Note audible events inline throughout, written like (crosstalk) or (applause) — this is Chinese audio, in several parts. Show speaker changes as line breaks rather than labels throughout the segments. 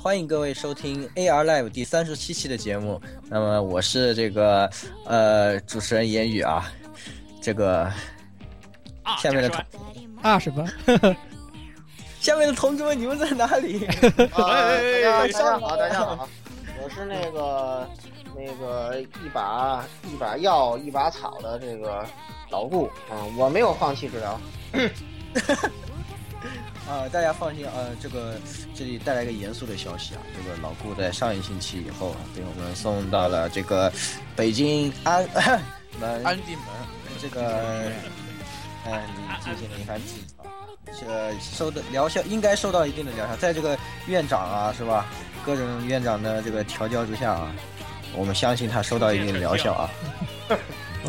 欢迎各位收听 AR Live 第三十七期的节目。那么我是这个呃主持人言语啊，这个
啊，
下面的同
啊什么？
下面的同志们你们在哪里？
呃
哎
大家好，大家好，我是那个那个一把一把药一把草的这个老顾啊、我没有放弃治疗。
啊，大家放心，呃，这个这里带来一个严肃的消息啊，这个老顾在上一星期以后啊被我们送到了这个北京安 (coughs) 门
安定门，
这个，嗯，进行了啊一番治疗，这个受的疗效应该受到一定的疗效，在这个院长啊，是吧？各种院长的这个调教之下啊，我们相信他受到一定的疗效啊。
呃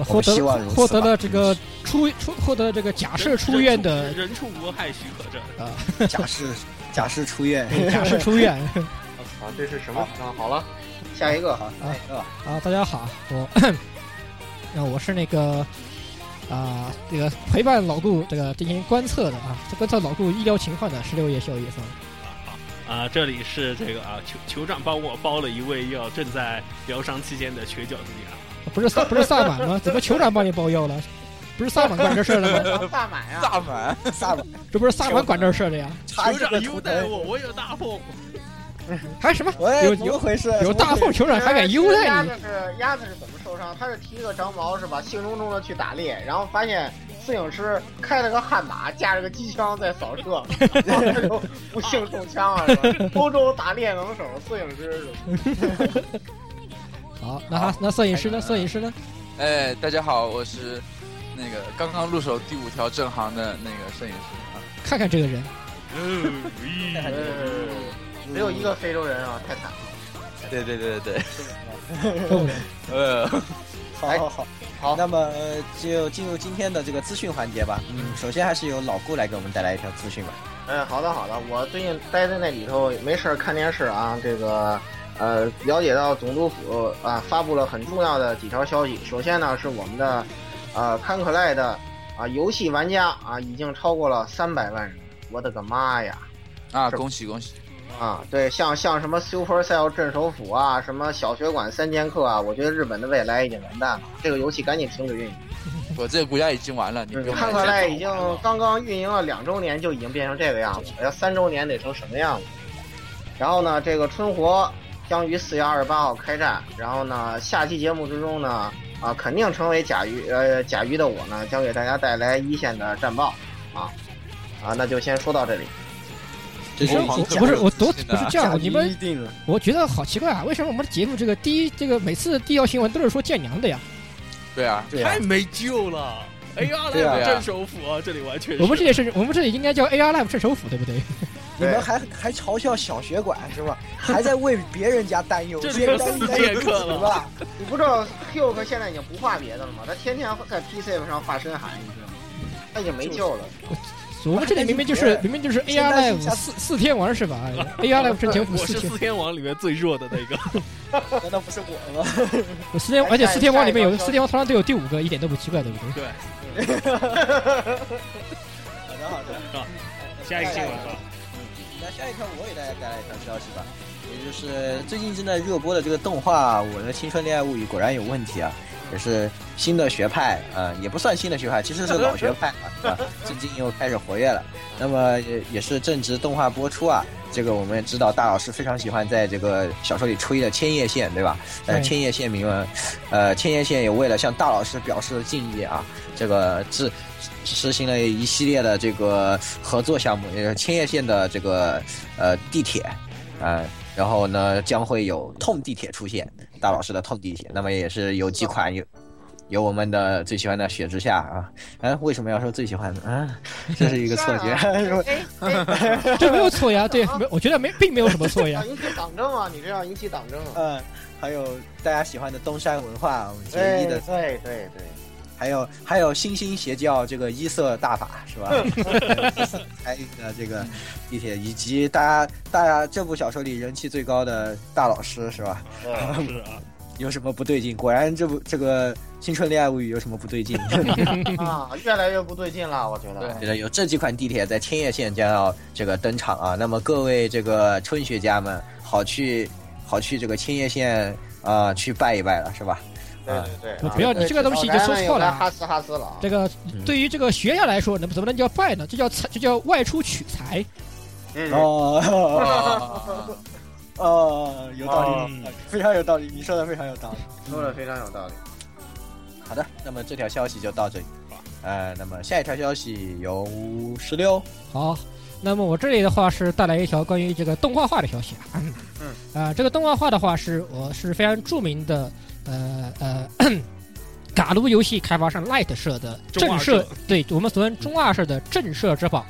获
我们希
得
望如此吧
获得了这个出出获得这个假释出啊院的
人畜无害许可证，
假释 (laughs) 假释出院，
假释出院
啊，这是什么？啊，好了，下一个。
好，
啊
(laughs) 哎呃
啊！大家好，我啊我是那个啊这个陪伴老顾这个进行观测的啊，观测老顾医疗情况的十六夜宵夜饭。
啊，这里是这个啊，酋酋长帮我包了一位要正在疗伤期间的瘸脚弟
不是萨不是萨满吗？怎么酋长帮你包药了？不是萨满管这事儿的吗？
大满
啊
呀、
萨满，
萨满
这不是萨满管这事儿的呀？
啊，
插
酋
这
长
个图腾，
优待我，我有大缝，
还什么？
喂，
有
怎么回事？
有大缝，酋长还敢优待
鸭
你？
子是鸭子是怎么受伤？它是提了个长矛是吧？兴冲冲的去打猎，然后发现摄影师开了个悍马，架着个机枪在扫射，然后他就不幸中枪了是吧？欧洲打猎能手，摄影师是吧？
好，那他那摄影师呢？摄影师呢？
哎，大家好，我是那个刚刚入手第五条正行的那个摄影师啊。
看看这
(laughs)
个人，
嗯咦
嗯
只有一个非洲人啊，太惨了。
对对对 (laughs) 对
够了。
对，呃，
好好好。
好
那么呃就进入今天的这个资讯环节吧。嗯，首先还是由老顾来给我们带来一条资讯吧。
嗯，好的好的，我最近待在那里头没事儿看电视啊，这个呃了解到总督府啊发布了很重要的几条消息。首先呢是我们的呃康可赖的啊游戏玩家啊已经超过了三百万人，我的个妈呀！
啊，
是
恭喜恭喜！
啊，对，像像什么 Supercell 镇守府啊，什么小学馆三剑客啊，我觉得日本的未来已经完蛋了，这个游戏赶紧停止运营。
我这个国家已经完了，你不
嗯，
用
看
担
看
心
来已经刚刚运营了两周年就已经变成这个样子，要三周年得成什么样子？然后呢，这个春活将于四月二十八号开战。然后呢，下期节目之中呢，啊，肯定成为甲鱼呃甲鱼的我呢，将给大家带来一线的战报啊啊，那就先说到这里。
哦这
是
是
我
我
们
不是我都
是
不
的
是这样，你们
一定了。
我觉得好奇怪啊，为什么我们的节目这个第一这个每次第一条新闻都是说建娘的呀？
对啊，
对啊
太没救了。哎呀，
对
啊
那镇守府啊，这里完全是
我们这也是我们这也应该叫 AR Live 镇守府，对不对？
你们还还嘲笑小学馆是吧？还在为别人家担忧，
这里
别
有
人担
四
担
剑
忧
客
是
了，
吧？ (laughs)
你不知道 Hulk 现在已经不画别的了吗？他天天在 PC 上画深海，你知道吗？他已经没救了。
我们这里明明就
还
是
是
明明就是
现在是
AR Live
下
四四天王是吧哎？AR Live 镇守府
我
四
是
天，
四天王里面最弱的那个。
难道不是我吗？
我四天，而且
下一
四天王里面
下
有
一条
四天王头上都有第五个，一点都不奇怪，对不对？
对，
好的好的，
下一个新闻吧。
那下一条我给大家带来一条消息吧，也就是最近正在热播的这个动画《我的青春恋爱物语》果然有问题啊，也是新的学派，呃，也不算新的学派，其实是老学派啊，是吧最近又开始活跃了。那么也也是正值动画播出啊，这个我们也知道大老师非常喜欢在这个小说里吹的千叶县，对吧？呃，
对
千叶县民们，呃，千叶县也为了向大老师表示敬意啊，这个制实行了一系列的这个合作项目，也就是千叶县的这个呃地铁，呃，然后呢将会有痛地铁出现，大老师的痛地铁，那么也是有几款有。有我们的最喜欢的雪之下啊，哎，为什么要说最喜欢呢？啊，这是一个错 (laughs) 觉，是啊吧？
哎哎
这没有错呀，对，没，我觉得没，并没有什么错呀
要。引起党争啊！你这要引起党争啊！
嗯，还有大家喜欢的东山文化，我们杰一
对
的，
对对对，
还有还有新兴邪教这个一色大法是吧？还有的这个地铁，以及大家大家这部小说里人气最高的大老师是吧？
对
(laughs) (laughs) 是啊，
有什么不对劲？果然这部这个青春恋爱物语》有什么不对劲？
啊，越来越不对劲了，我觉得。
(laughs) 觉得有这几款地铁在千叶县将要这个登场啊。那么各位这个春学家们，好去好去这个千叶县啊、呃去拜一拜了，是吧？
对对对，
不要你这个东西就说错了
了，
啊。
哈斯哈斯了啊。
这个
嗯
对于这个学校来说，能怎么能叫拜呢？这叫才，这叫外出取材。
嗯
哦 (laughs)
哦，
哦，有
道
理，非常有道理，你说的非常有道理。
说的非常有道理。
好的，那么这条消息就到这里吧。呃，那么下一条消息由十六
好，那么我这里的话是带来一条关于这个动画化的消息啊。嗯，啊、这个动画化的话是我是非常著名的呃呃。 (clears throat) 嘎撸游戏开发商 Light 社的
中
震
二
慑
社，
对我们所谓中二社的震慑之宝，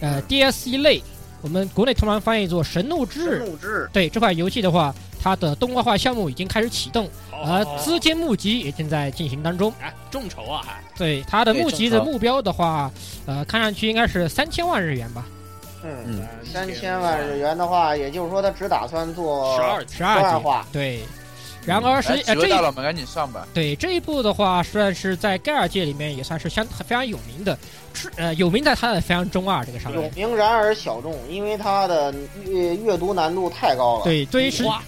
呃，DSC 类，我们国内通常翻译作《神怒之日》。
木质
对这款游戏的话，它的动画化项目已经开始启动，而
哦
啊资金募集也正在进行当中。
哎众筹啊，还
对它的
对
募
众
集的
筹
目标的话，呃，看上去应该是三千万日元吧，
嗯，
嗯
三千万日元的话，也就是说他只打算做
十二集
十
十
二
二
集。
话。
对，然
嗯
而实
来
际
哎
呃
哎几
这
位大
一
佬们赶紧上吧。
对这一部的话，算是在盖尔界里面也算是相非常有名的，是呃有名在它的非常中二这个上
有
面。
名然而小众，因为它的阅阅读难度太高了。
对，对于实
啊
五花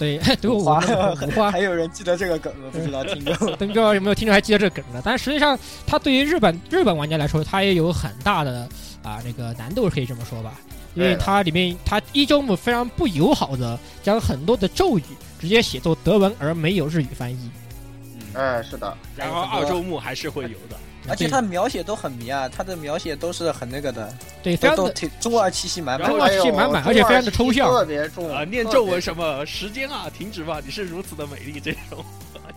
对 (laughs) 对我们的五花，
有人记得这个梗吗？不知道听众。
不知道有没有听众还记得这个梗呢？但实际上，它对于日本日本玩家来说，它也有很大的啊那个难度，可以这么说吧。因为
对的
它里面，它一周目非常不友好的将很多的咒语直接写作德文，而没有日语翻译。
嗯，
哎，是的，
然后二周目还是会有的。
(laughs) 而且
对
他描写都很迷啊，他的描写都是很那个的，
对非
都
常
都
的
挺中二气息满满
然。后
还有
气满满而且非常的抽象
中二气特别重
啊，念咒文。什么时间啊，停止吧，你是如此的美丽，这种，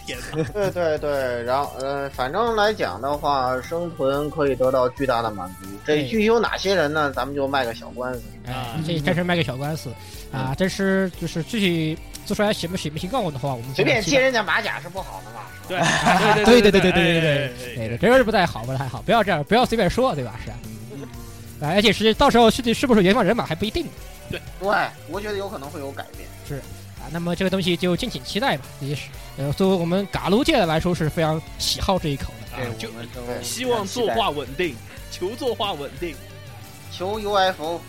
天哪，
特别对对对，然后呃，反正来讲的话，生存可以得到巨大的满足。这
对
具有哪些人呢？咱们就卖个小关子。
哎
啊，嗯
这这是卖个小官司啊！但是就是具体做出来行不行不行，告我的话，我们
随便
期
揭
待
人家马甲是不好的嘛？
对
对
对
对
对
对对对
对
对对对，哎这个是不太好，不太好，不要这样，不要随便说，对吧？是啊， (laughs) 啊而且实际到时候是是不是原创人马还不一定。
对，我觉得有可能会有改变。
啊，那么这个东西就敬请期待吧。也是，呃，作为我们嘎撸界的来说是非常喜好这一口的。
啊，
对，
就
我们
对
都
希望作画稳定，求作画稳定，
求 UFO，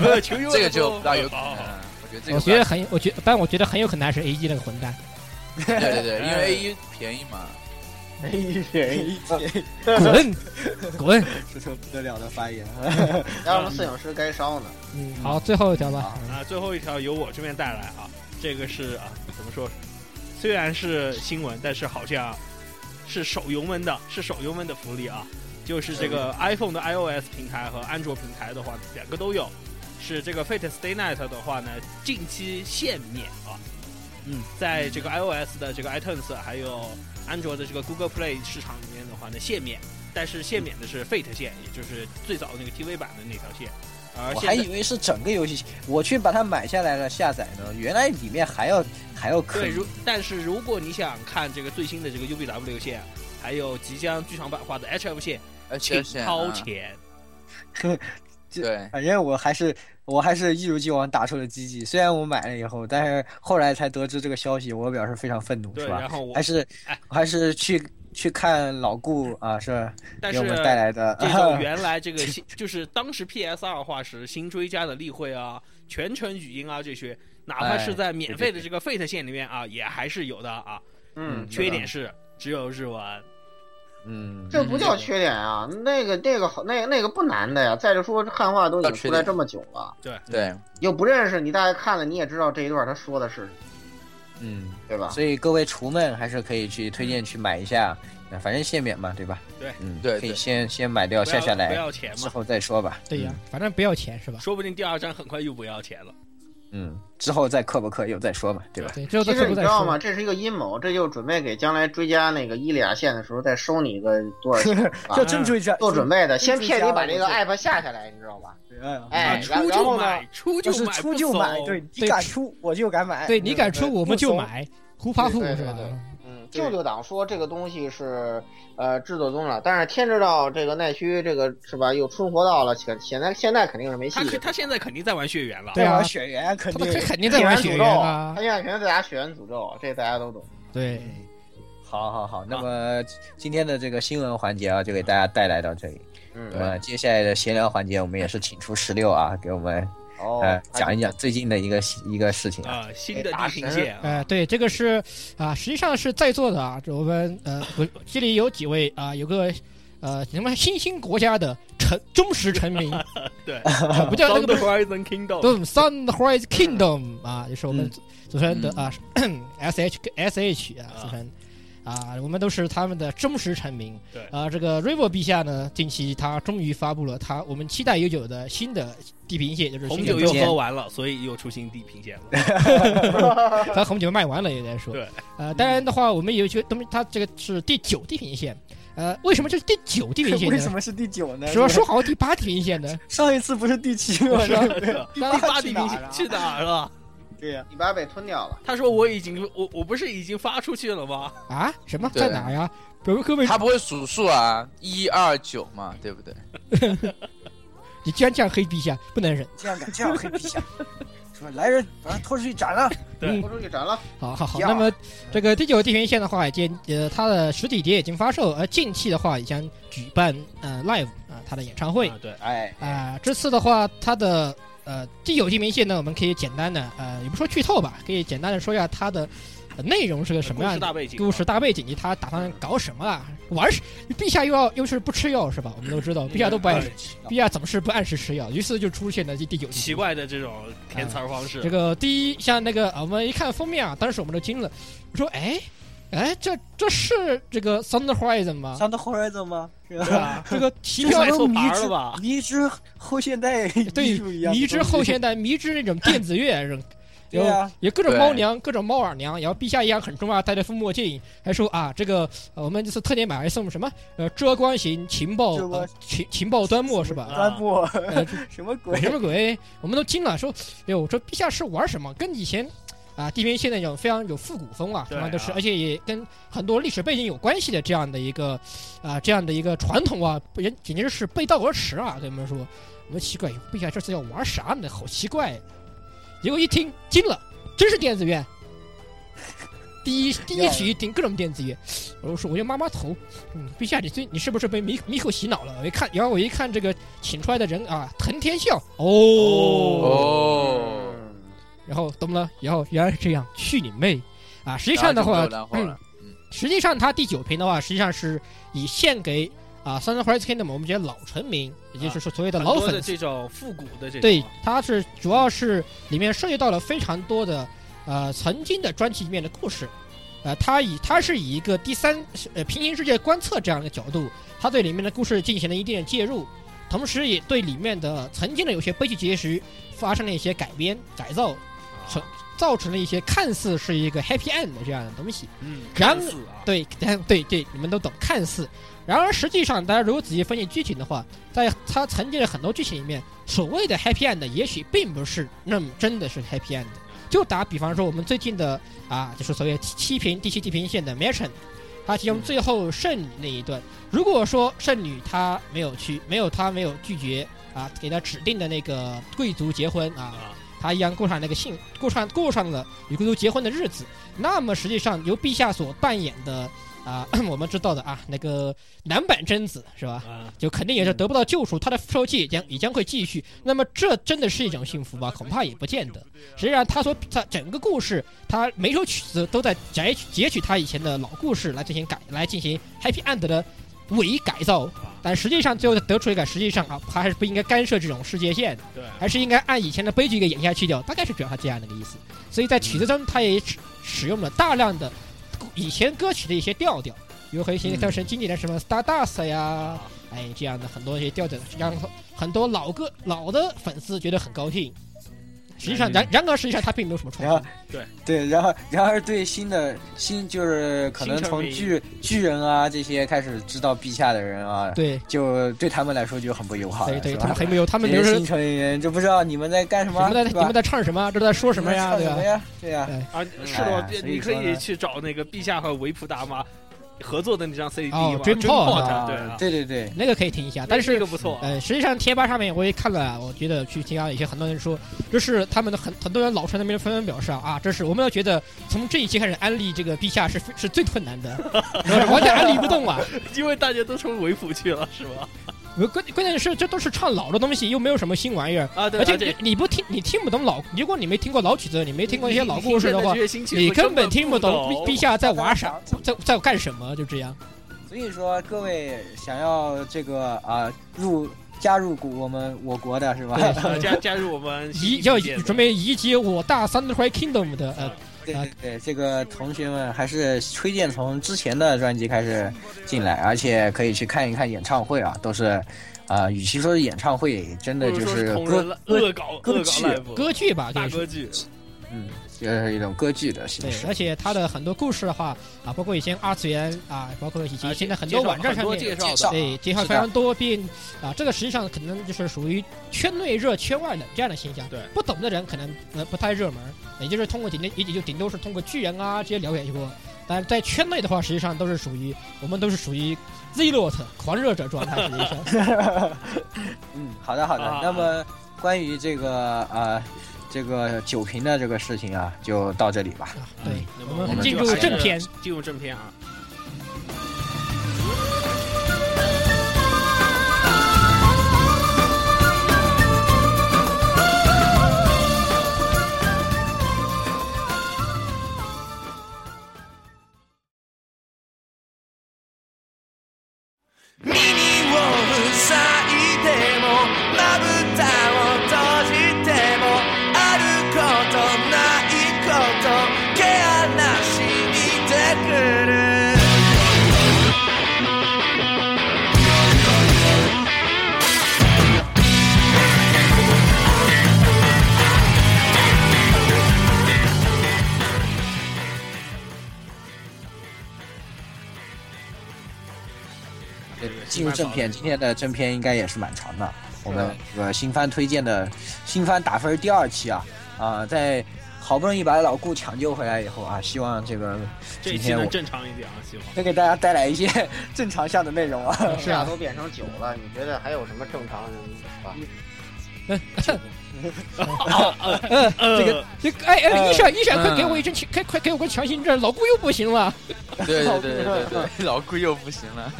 呃，求优
这个就不大有可能
好好好
了。我觉得这个
我
不
觉
大
得很，我觉，但我觉得很有可能还是 A G 那个混
(laughs)
蛋。
对对 (laughs) 对，因为 A 一便宜嘛。
哎，人，
滚，
(laughs)
滚。
这是 (laughs) 不得了的发言。
要么摄影师该烧呢。
嗯，好，最后一条吧。嗯
啊，最后一条由我这边带来啊，这个是啊，怎么说？虽然是新闻，但是好像是手游们的，是手游们的福利啊，就是这个 iPhone 的 iOS 平台和安卓平台的话，两个都有。是这个 Fate Stay Night 的话呢，近期限免啊，
嗯，
在这个 iOS 的这个 iTunes 还有安卓的这个 Google Play 市场里面的话呢，限免，但是限免的是 Fate 线，也就是最早那个 TV 版的那条线，而
我
现
还
在
以为是整个游戏，我去把它买下来了下载呢，原来里面还要还要坑
对，。如但是如果你想看这个最新的这个 UBW 线，还有即将剧场版化的 HF 线，
而
请
且选
掏
嗯
啊
钱。
对，
反正我还是我还是一如既往打出了积极，虽然我买了以后，但是后来才得知这个消息，我表示非常愤怒，
对，
是
然
吧？
后我
还是
哎
还是去去看老顾啊，是吧
但
给
是
我们带来的。 (laughs)
这种原来这个新就是当时 PS 二化时新追加的例会啊、全程语音啊这些，哪怕是
哎
在免
对
费
对
的这个 Fate 线里面啊，也还是有的啊。
嗯
缺点是只有日文，
嗯，
这不叫缺点啊，那个那个好，那个那个不难的呀。再者说，汉化都已经出来这么久了，
对，
又不认识你，大家看了你也知道这一段他说的是，
嗯，
对吧？
所以各位厨们还是可以去推荐去买一下，那反正限免嘛，对吧？
对
嗯，
对
可以
对
先先买掉
不要
下下
不
来，
要钱
之 (laughs)
嘛，
后再说吧。
对
嗯
呀，反正不要钱是吧？
说不定第二章很快又不要钱了。
嗯，之后再氪不氪又再说嘛，对吧？
对，最后
其
再
实
说
你
不
知
再
道吗？
说。
这是一个阴谋，这就准备给将来追加那个伊利亚线的时候再收你一个多少钱啊
这真追加
做准备的，先骗你把这
追加
个
了
app 下下来，你知道吧？
哎
哎
啊，出
然然
就
后呢
买，出
就
就是买，
出
不
就买，
怂
对你
对
敢出我就敢买，
对你敢出，
对
我们
哎
就
不怂
买，狐发户
对
是
对
吧？
对
嗯，
舅舅党说这个东西是呃制作中了，但是天知道这个奈须这个是吧又春活到了，显显在现在肯定是没戏
他
的。
他现在肯定在玩血缘了。
对啊
玩血缘肯
他
定 (laughs)
们肯定在玩血
诅
缘
咒
啊
他！现在肯定在打血缘诅咒，这大家都懂。
对，
好好好，
啊
那么今天的这个新闻环节啊，就给大家带来到这里。那
嗯，
么接下来的闲聊环节，我们也是请出石榴啊，给我们
哦
哎
呃，讲一讲最近的一个一个事情啊。
啊，新的地平线啊，
呃，对，这个是啊、实际上是在座的啊，我们呃，我这里有几位啊、有个呃什么新兴国家的臣忠实臣民，
对
呃不叫那个不
Sound
是
Horizon Kingdom，
对 Sun Horizon Kingdom 啊，也是我们
嗯
组组成的
嗯
啊 S H S H 啊
啊
组成。啊，我们都是他们的忠实臣民。
对
啊，这个 Rivo 陛下呢，近期他终于发布了他我们期待已久的新的地平线，就是
红
新
酒
的
又喝完了，所以又出新地平线
(laughs)
了。
咱红酒卖完了也在说。
对，
呃，当然的话，我们有一些东西，它这个是第九地平线。呃，为什么这是第九地平线
为什
呢？
么是第九呢？
说说好第八地平线呢？
(laughs) 上一次不是第七吗？ (laughs)
是吧
(laughs)
第
当然
八地平线去哪儿了？
对呀，
你把被吞掉了。
他说我已经我我不是已经发出去了吗？
啊，什么
对
在哪儿呀？表哥们，
他不会数数啊，一二九嘛，对不对？
你居然这样黑陛下，不能忍！
这样敢这样黑陛
(laughs)
下，说来人把他拖出去斩了。
对
嗯
拖出去斩了，
好好好，
呀
那么这个第九地平线的话，已经呃，它的实体碟已经发售，而近期的话也将举办呃 live 啊、它的演唱会
啊
啊、
对，
哎，
这次的话，它的呃第九地平线呢，我们可以简单的呃，也不说剧透吧，可以简单的说一下它的、呃内容是个什么
故
样
事
的
大背景，啊
故事大背景及他打算搞什么啊？玩是陛下又要又是不吃药是吧？我们都知道，陛下都不爱，
对
陛下总是不按时吃药，于是就出现了这第九集
奇。怪的这种填词儿方式
这，个第一像那个啊，我们一看封面啊，当时我们都惊了，说哎哎，这这是这个 Sound Horizon
(laughs)
吗？
上的 Horizon 吗？是
对
吧？
吧？这个奇
这
妙
买
像
错
都
牌
迷
儿
之
了吧？
迷之后现代
对
艺术一样的东西，
迷之后现代，迷之那种电子乐，
(laughs)
然后
对啊呀，
有各种猫娘，各种猫耳娘，然后陛下一样很重要，戴着副墨镜，还说啊，这个、呃我们这次特点买还送什么呃遮光型情报
遮光
呃情情报端末是吧？
三部
呃，
(laughs) 什么
鬼什
鬼？
么鬼？我们都惊了，说，哎呦，这陛下是玩什么？跟以前啊，地平线那种非常有复古风啊，
对
同
啊
样都是，而且也跟很多历史背景有关系的这样的一个啊，这样的一个传统啊，人简直是背道而驰啊！跟你们说，我们奇怪，陛下这次要玩啥呢？好奇怪！结果一听惊了，真是电子乐。第一第一曲一听各种电子乐，我说我就摸摸头，嗯，陛下你最你是不是被迷迷口洗脑了？我一看，然后我一看这个请出来的人啊，藤天笑哦，
哦，
然后懂了，然后原来是这样，去你妹！啊，实际上的话
然后就没有，然后
嗯
了，
实际上它第九屏的话，实际上是以献给啊《Sun Horizon Kingdom》我们这些老臣民，也就是说所谓的
很
老
多的
粉丝，
这种复古的这种，啊
对，它是主要是里面涉及到了非常多的呃曾经的专辑里面的故事。呃，它以它是以一个第三呃平行世界观测这样的角度，它对里面的故事进行了一定的介入，同时也对里面的曾经的有些悲剧结局发生了一些改编改造，成造成了一些看似是一个 happy end 的这样的东西。
嗯，
然
看似啊，
对，但对对，你们都懂，看似。然而实际上，大家如果仔细分析剧情的话，在它曾经的很多剧情里面，所谓的 happy end 也许并不是那么真的是 happy end。就打比方说，我们最近的啊，就是所谓七七平第七地平线的 Matron，它其中最后剩女那一段，如果说剩女她没有去，没有她没有拒绝啊，给她指定的那个贵族结婚啊，
啊，
他一样过上那个幸过上过上了与贵族结婚的日子。那么实际上由陛下所扮演的啊、 (coughs) 我们知道的啊，那个南坂贞子是吧？
啊，
就肯定也是得不到救赎，他的复仇记也将也将会继续。那么这真的是一种幸福吗？恐怕也不见得。实际上，他所他整个故事，他每首曲子都在截取截取他以前的老故事来进行改，来进行 happy end 的伪改造。但实际上，最后得出一个，实际上啊，他还是不应该干涉这种世界线的。
对，
还是应该按以前的悲剧给演下去掉，大概是主要他这样的一个意思。所以在曲子中，他也使使用了大量的以前歌曲的一些调调，有很一些像是经典的什么 Stardust 呀，哎这样的很多一些调调，让很多老歌老的粉丝觉得很高兴。实
哎
际上，然然而实际上他并没有什么创
然
新
后。对，然后然而对新的新就是可能
新成
从
员
巨巨人啊这些开始知道陛下的人啊，
对
就对他们来说就很不友好
对
了，
对，
是
他
吧
们很没有，他
这
们就
些
是
新成员就不知道你们在干什
你
么，
们在
对
你
吧
们在唱什么，啊这在说
你
什么
们
呀，
唱
对
什
吧
么？呀？对呀，
啊，是
哎
的，
所以
你可
说
以
呢
去找那个陛下和维普大妈，合作的那张 CD
哦
嘛
，Dream Pod，
Dream 对
啊
啊，
对对对，
那个可以听一下，但
那
是
个不错啊，
呃，实际上贴吧上面我也看了，我觉得去听啊，也有很多人说，就是他们的很很多人老传那边纷纷表示啊，啊，这是我们要觉得从这一期开始安利这个陛下是是最困难的，完全安利不动啊。
因为大家都成为辅去了，是吧？
我关关键是这都是唱老的东西，又没有什么新玩意儿，
啊，对，
而且
啊对
你你不听你听不懂老，如果你没听过老曲子，你没听过一些老故事的话
你，你听见这些新曲
你
我
根
本
本听
不
懂
懂
陛下在玩啥，在在干什么，就这样。
所以说各位想要这个啊、入加入古我们我国的是吧？
呃
对，
加加入我们
移
新
要
一届的
准备移植我大三的 Kingdom 的呃
对
啊
对对，这个同学们还是推荐从之前的专辑开始进来，而且可以去看一看演唱会啊，都是，啊，与其说是演唱会，真的
不
就
如说
是
同人
歌
了
歌，
恶搞
歌
恶搞
剧
live
歌剧吧，可
大
以说。
歌剧，
嗯，就是一种歌剧的形
对，
式。
而且它的很多故事的话啊，包括以前二次元啊，包括以及
啊
现在很
介
多
绍
网站
很
上
多
面，
介绍
介绍
的，
对介绍
是
非
的
常多，并啊，这个实际上可能就是属于圈内热、圈外冷这样的现象。
对
不懂的人可能呃不太热门，也就是通过顶多也也就顶多是通过巨人啊这些了解过。但在圈内的话，实际上都是属于我们都是属于 zealot 狂热者状态，实际
(laughs)
上啊
嗯，好的好的。
啊
那么关于这个呃这个酒瓶的这个事情啊，就到这里吧。
啊。对
那，
我
么
们
们
进
嗯就
入
还是
正片。
进入正片啊。
耳を塞いでもまぶたを閉じてもあることないこと毛穴しに出てくる
对呃进入正片，今天的正片应该也是蛮长的。我们这个新番推荐的新番打分第二期啊啊、在好不容易把老顾抢救回来以后啊，希望这个
这一
今
期
天
能
我
正常一点啊，希望。
能给大家带来一些 (laughs) 正常向的内容啊。
(laughs)
(laughs)
是啊，都变成酒了，你觉得还有什么正常人吧？
(laughs) 这个
呃
这个哎哎，一闪一闪，快给
嗯
我一针，快快给我个强心针，老顾又不行了。
对对对对对， (laughs) 老顾又不行了。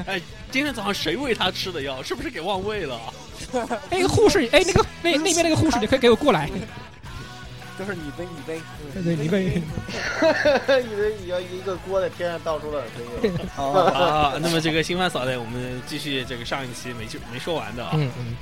今天早上谁喂他吃的药？是不是给忘喂
(laughs)
了啊？
那个护士，哎，那个那那边那个护士，你快给我过来。
就是你杯，你杯。
对，你被
以为你要一个锅在天上到处乱飞。
(laughs) 哦，
啊，那么这个新番扫雷，我们继续这个上一期没去没说完的啊。
嗯嗯，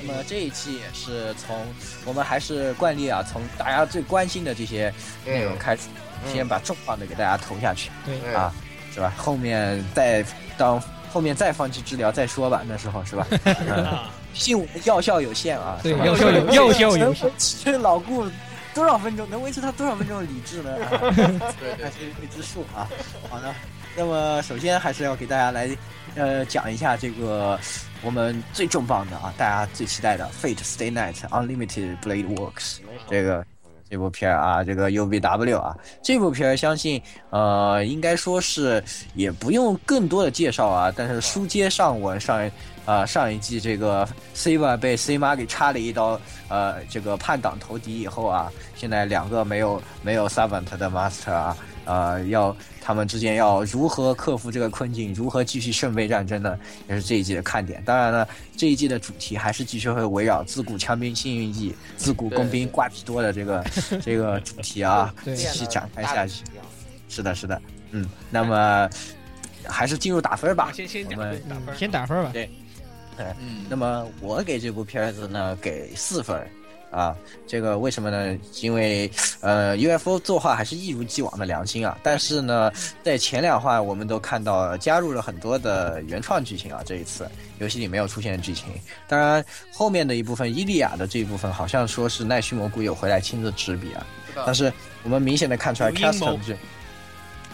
那么这一期也是从我们还是惯例啊，从大家最关心的这些内容开始，
嗯
先把重磅的给大家投下去。
对
啊是吧？后面再当后面再放弃治疗再说吧，那时候是吧？嗯
啊
毕竟我们药效有限啊，
对
是吧
药效有药效有
能维持老顾多少分钟，能维持他多少分钟的理智呢？啊
对
还
对，
是未知数啊。好的，那么首先还是要给大家来呃讲一下这个我们最重磅的啊，大家最期待的《Fate Stay Night Unlimited Blade Works》这个。这部片儿啊，这个 UBW 啊，这部片儿相信呃，应该说是也不用更多的介绍啊，但是书接上文上一呃上一季这个 C 吧被 C 妈给插了一刀，呃这个叛党投敌以后啊，现在两个没有没有 Savant 的 Master 啊，呃，要他们之间要如何克服这个困境，如何继续圣杯战争呢？也是这一季的看点。当然了，这一季的主题还是继续会围绕自古枪兵幸运记、自古工兵挂皮多的这个这个主题啊，
对
继续展开下去。是的，是的，嗯，那么还是进入打分吧
啊。先先讲
我们
打分，
先打分吧。
嗯，
那么我给这部片子呢给四分儿啊，这个为什么呢？因为呃 UFO 作画还是一如既往的良心啊，但是呢，在前两话我们都看到加入了很多的原创剧情啊，这一次游戏里没有出现的剧情。当然后面的一部分伊利亚的这一部分好像说是奈须蘑菇有回来亲自执笔啊，
知道
但是我们明显的看出来
有阴谋
Caster 这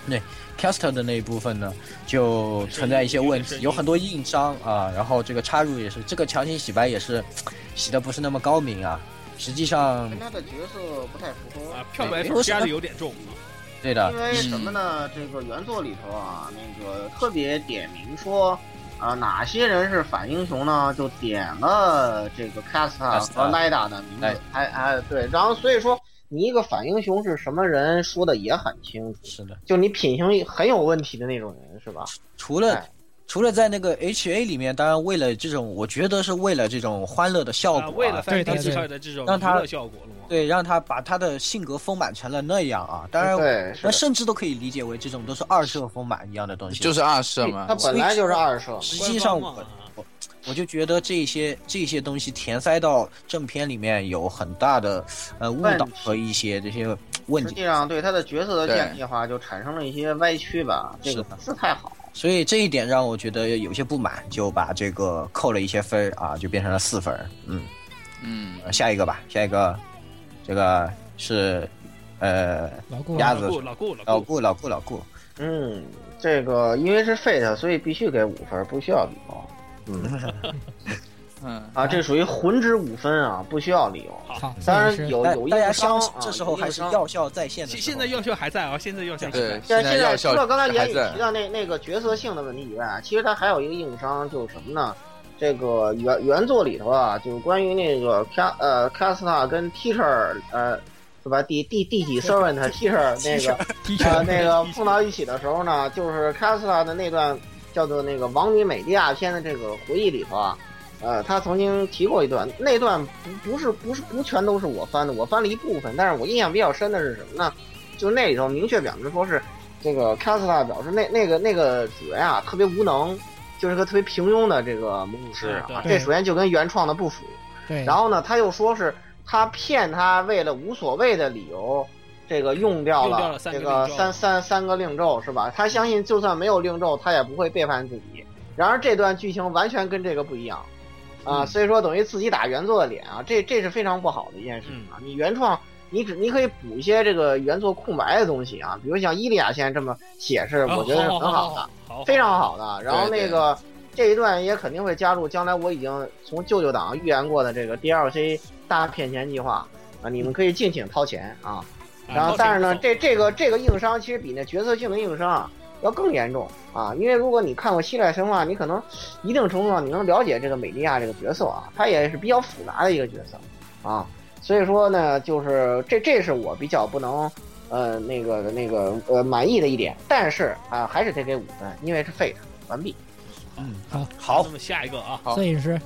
对 Caster 的那一部分呢，就存在一些问题，有很多硬伤啊。然后这个插入也是，这个强行洗白也是洗的不是那么高明啊。实际上
跟他的角色不太符合。
啊，漂白水加的有点重啊。
对的
因，为什么呢？这个原作里头啊，那个特别点名说，啊、哪些人是反英雄呢？就点了这个 Casta 和
Casta
Lida 的名
哎
字，哎哎，对，然后所以说你一个反英雄是什么人，说的也很清楚，
是的。
就你品行很有问题的那种人，是吧？
除了、
哎
除了在那个 H A 里面，当然为了这种，我觉得是为了这种欢乐的效果、
啊，为了三
对对
D
对
效的这种
让
娱
他
乐效果了嘛。
对让他把他的性格丰满成了那样啊。当然，
对，是
那
的
甚至都可以理解为这种都是二设丰满一样的东西。
就是二社嘛
他。本来就是二社，
实
官
际上
方嘛
我我就觉得这些这些东西填塞到正片里面有很大的呃误
问
导
题
和一些这些问
实
题，
际上对他的角色的
对
建立的话，就产生了一些歪曲吧，这个
是的
不是太好。
所以这一点让我觉得有些不满，就把这个扣了一些分儿啊，就变成了四分儿。嗯，
嗯，
呃下一个吧，下一个，这个是呃
老顾
鸭
老
子
顾老顾
老
老顾，
顾老顾老顾，
嗯，这个因为是 Fate，所以必须给五分，不需要理由。
嗯，
啊，这属于魂之五分啊，不需要理由。
好，
当然
这也是
嗯
有
大
有
大家
硬伤
相信
啊，
这时候还是
有硬伤
药效在线的时
现
候。
现在药效还在啊，现在药效还
对
在，。
但
在
现在除
药效
了刚才
还
言语
在
提，到那那个角色性的问题以外，啊其实它还有一个硬伤，就是什么呢？这个原原作里头啊，就是关于那个 ca 呃 casta 跟 teacher 呃，是吧？第第第几 servant teacher 那个呃那个碰到一起的时候呢，就是 casta 的那段叫做那个《王女美利亚篇》的这个回忆里头啊，呃，他曾经提过一段，那段不不是不是不全都是我翻的，我翻了一部分，但是我印象比较深的是什么呢？就是那里头明确表明说是这个 Casta 表示那那个那个主人啊特别无能，就是个特别平庸的这个魔术师啊，
对
这首先就跟原创的不符。
对，
然后呢，他又说是他骗他为了无所谓的理由，这个用掉
用掉
了
了三
这
个
个
令咒
三三三个令咒是吧？他相信就算没有令咒，他也不会背叛自己。然而这段剧情完全跟这个不一样，啊、
嗯
所以说等于自己打原作的脸啊，这这是非常不好的一件事情啊。
嗯
你原创，你只你可以补一些这个原作空白的东西啊，比如像伊利亚现在这么写是，
啊
我觉得是
好
很
好
好的。
好，
非常好的。然后
对
那
对
个这一段也肯定会加入将来我已经从舅舅党预言过的这个 DLC 大骗钱计划啊，你们可以敬请掏钱啊。
啊
然后
好
但是呢，
好
这这个这个硬伤其实比那角色性的硬伤啊要更严重啊，因为如果你看过希腊神话，你可能一定程度上你能了解这个美利亚这个角色啊，她也是比较复杂的一个角色啊，所以说呢，就是这这是我比较不能。呃，那个那个呃，满意的一点，但是啊、还是得给五分，因为是 Fate 完毕。
好
那，么下一个啊，
好
摄影师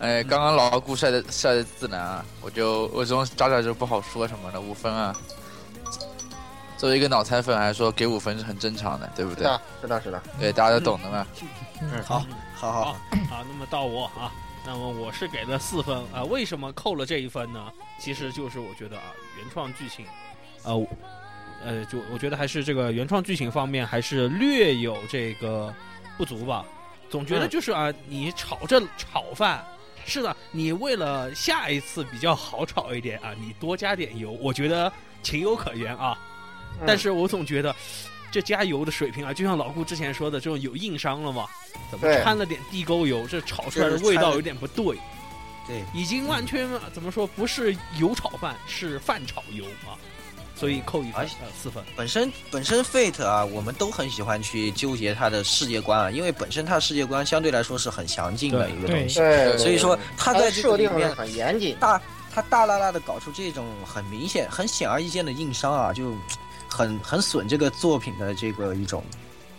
哎，刚刚老顾晒的晒的自然啊，我就我这种渣渣就不好说什么了，五分啊。作为一个脑残粉来说，给五分是很正常的，对不对？，
是的，是嗯的。
对，大家都懂的嘛。
嗯
好，好好，
啊，那么到我啊，那么我是给了四分啊。为什么扣了这一分呢？其实就是我觉得啊，原创剧情，呃，我呃，就我觉得还是这个原创剧情方面还是略有这个不足吧。总觉得就是啊，你炒这炒饭。是的，你为了下一次比较好炒一点啊，你多加点油，我觉得情有可原啊。但是我总觉得这加油的水平啊，就像老顾之前说的，这种有硬伤了嘛，怎么
对
掺了点地沟油，这炒出来的
就是掺
味道
了
有点不对，
对，
已经完全啊怎么说，不是油炒饭，是饭炒油啊，所以扣一分
而，
呃，四分，
本身本身 Fate 啊，我们都很喜欢去纠结它的世界观啊，因为本身它世界观相对来说是很详尽的一个东西，
对，
所以说它
它
在这
设
个里
定是
面
很严谨。
大它大啦啦的搞出这种很明显、很显而易见的硬伤啊，就很很损这个作品的这个一种，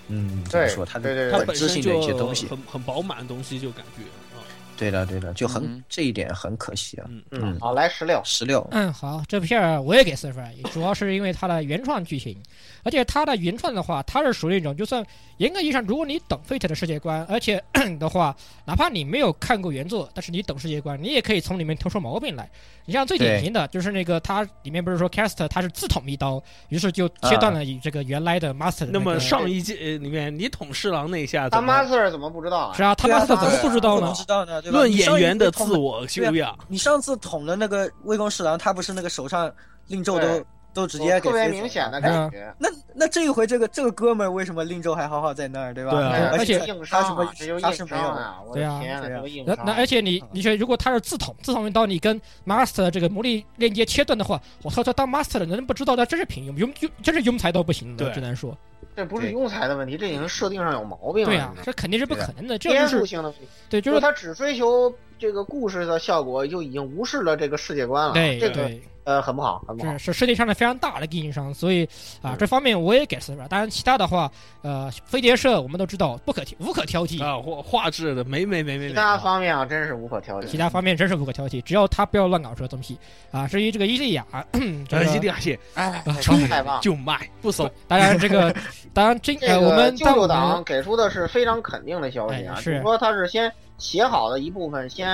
嗯，怎么
对
说它
对对
的
对
它
本
本
质
身
性的
就
一些东西。
很很饱满的东西，就感觉
(laughs)
啊，
对的，对的，就很、
嗯
这一点很可惜啊。
嗯，
嗯，
好，来十六。
十六，
嗯，好，这部片儿我也给四分儿，主要是因为它的原创剧情，而且它的原创的话，它是属于那种，就算严格意义上，如果你懂 Fate 的世界观，而且 (clears throat) 的话，哪怕你没有看过原作，但是你懂世界观，你也可以从里面挑出毛病来。你像最典型的就是那个，它里面不是说 Cast 他是自捅一刀，于是就切断了以这个原来的 Master 的、
那么
个
上一季呃里面你捅侍郎那一下，
他
怎么
master 怎么不知道啊
是？啊，他 Master 怎么不知道
怎么
呢
不？知道呢？对吧？
论
你
演
上一
员
次
的
捅
自我修养，
你上次捅了那个魏公侍郎，他不是那个手上令咒
对
都都直接给嗯
特别
飞走
明
了
显的
哎
感觉，
那那这一回这个这个哥们儿为什么令州还好好在那儿，对吧？
对啊
而且
这硬
他什
伤
么
啊，这就是
他是
硬
没有
伤
的。
啊！我
对啊
的天呐，
对啊
这个硬
那
伤。
那而且你你说，如果他是自捅，自捅一刀你跟 master 这个奴隶链接切断的话，我操，这当 master 的人不知道，那真是平庸，庸庸真是庸才到不行的，
对
只能说，
这不是庸才的问题，这已经设定上有毛病了。
对呀、
你知道吗
这肯定是不可能的，这就
颠覆
是
性的问题，
对，就
就是
是
他只追求这个故事的效果，就已经无视了这个世界观了。
对
这个
对，
呃很不好，很不好
这。是世界上的非常大的一个硬伤，所以啊，这方面我也给四分。当然，其他的话，呃，飞碟社我们都知道不可挑无可挑剔，
啊，画画质的美美美美美
其他
啊，
方面啊，真是无可挑
其
剔。
他方面真是无可挑剔，只要他不要乱搞这东西啊。至于这个伊利亚， (clears throat) 这
呃，伊利
个
亚线
哎，
啊冲
太棒了
就卖不怂，
当然这个当然
(laughs)
这
这
呃我
个
们
救
在我
助
们
党给出的是非常肯定的消息啊，
哎
就是是说他是先写好的一部分，先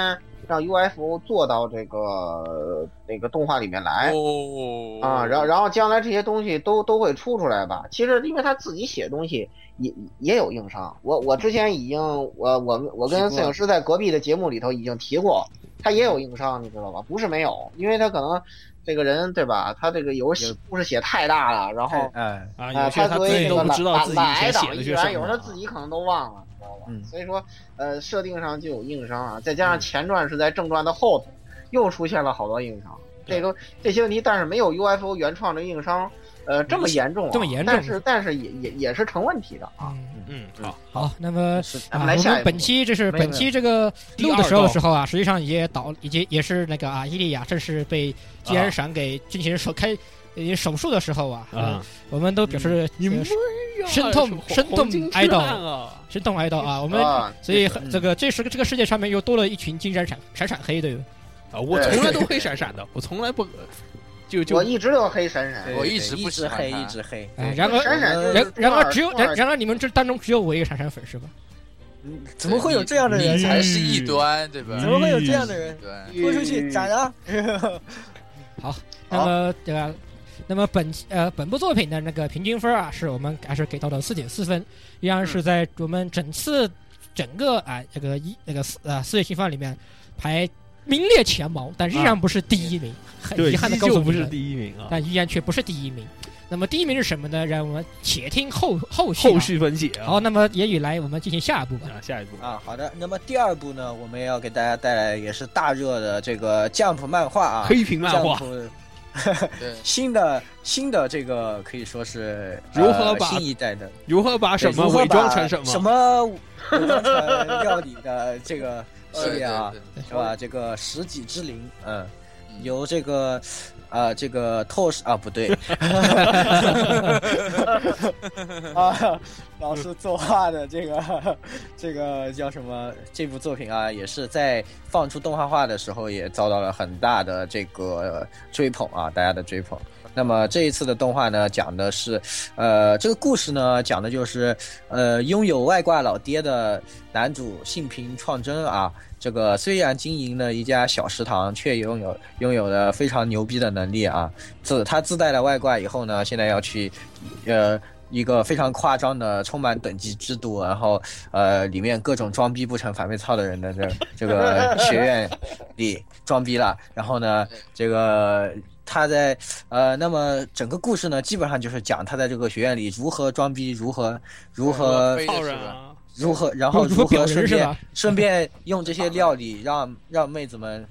让 UFO 做到这个呃那个动画里面来。
哦
哎啊，然后然后将来这些东西都都会出出来吧。其实因为他自己写东西也也有硬伤，我我之前已经我我们我跟
提过
摄影师在隔壁的节目里头已经提过，他也有硬伤，你知道吧？不是没有，因为他可能这个人对吧？他这个有写故事写太大了，然后
哎，
啊，
啊，
有些
他
他
作
自
为
己
这
都
个
不
懒
知道自己以前
懒
写
癌党
的
议
些什
员，有时候
么啊
自己可能都忘了，你知道吧？
嗯
所以说，呃，设定上就有硬伤啊，再加
嗯
上前传是在正传的后头，又出现了好多硬伤。这个这些问题，但是没有 UFO 原创的硬伤，呃，这么严重、啊，
这么严重
但是但是也也也是成问题的啊。
嗯
嗯，好，
好，那么
是
咱
啊，
们来
我
下
们
一部
本期这是
没有
本期这个
第
录
二
的时候的
道
时候啊，实际上也导已经也是那个啊，伊利亚正式被金
啊
人闪给进行手开呃手术的时候啊，呃
啊，嗯
我们都表示
嗯
你们
呃深痛深痛哀悼
啊，
深痛哀悼啊，我们
啊，
所以
这个
很这个这是这个世界上面又多了一群金闪闪闪闪黑的哟，
啊，我
对
从来都黑闪闪的，我从来不就就
我一直都黑闪闪，
我
对
一直
对
不
一
喜
直
欢
黑，
他
一直黑。
哎，
对
然而
嗯闪闪就是
然然而只有
中二
然然而你们这当中只有我一个闪闪粉是吧？
嗯怎么会有这样的人
你？
你才是异端，对吧？
怎么会有这样的人？
对，
豁出去啊咋的？
那么对吧？那么本期呃本部作品的那个平均分啊，是我们还是给到了四点四分，依然是在我们整次整个啊、这个一那个四呃四月新番里面排名列前茅，但依然不是第一名，很
对，
遗憾的
依
告诉
旧
你
不是
们，
第一名啊，
但依然却不是第一名。那么第一名是什么呢？让我们且听后后续、
(laughs) 后。续分解啊，
好，那么也与来我们进行下一步吧。
啊，下一步
啊，好的。那么第二部呢，我们要给大家带来也是大热的这个 Jump 漫画啊
黑屏漫画，
，Jump
对，
新的新的这个可以说是
如何把
呃、新一代的
如何把什么
如何
伪装
把
成
什
么？
么伪装成料理的这个系
对
列啊，
(laughs) 对对
是吧？这个十几之灵，嗯，
嗯
由这个呃这个透视啊不对啊老师作画的这个 (laughs) 这个叫什么？这部作品啊，也是在放出动画化的时候也遭到了很大的这个追捧啊，大家的追捧。那么这一次的动画呢，讲的是，呃，这个故事呢，讲的就是，呃，拥有外挂老爹的男主性平创真啊，这个虽然经营了一家小食堂，却拥有拥有了非常牛逼的能力啊。自他自带了外挂以后呢，现在要去，呃，一个非常夸张的、充满等级制度，然后呃，里面各种装逼不成反被操的人的这这个学院里装逼了。然后
(laughs)
呢，这个他在呃，那么整个故事呢，基本上就是讲他在这个学院里如何装逼，如何如何
非得
套
是
人
吧
啊，
如何，然后
如何
如
表
何
人
顺
是
便
吧
顺便用这些料理
(laughs)
让让妹子们，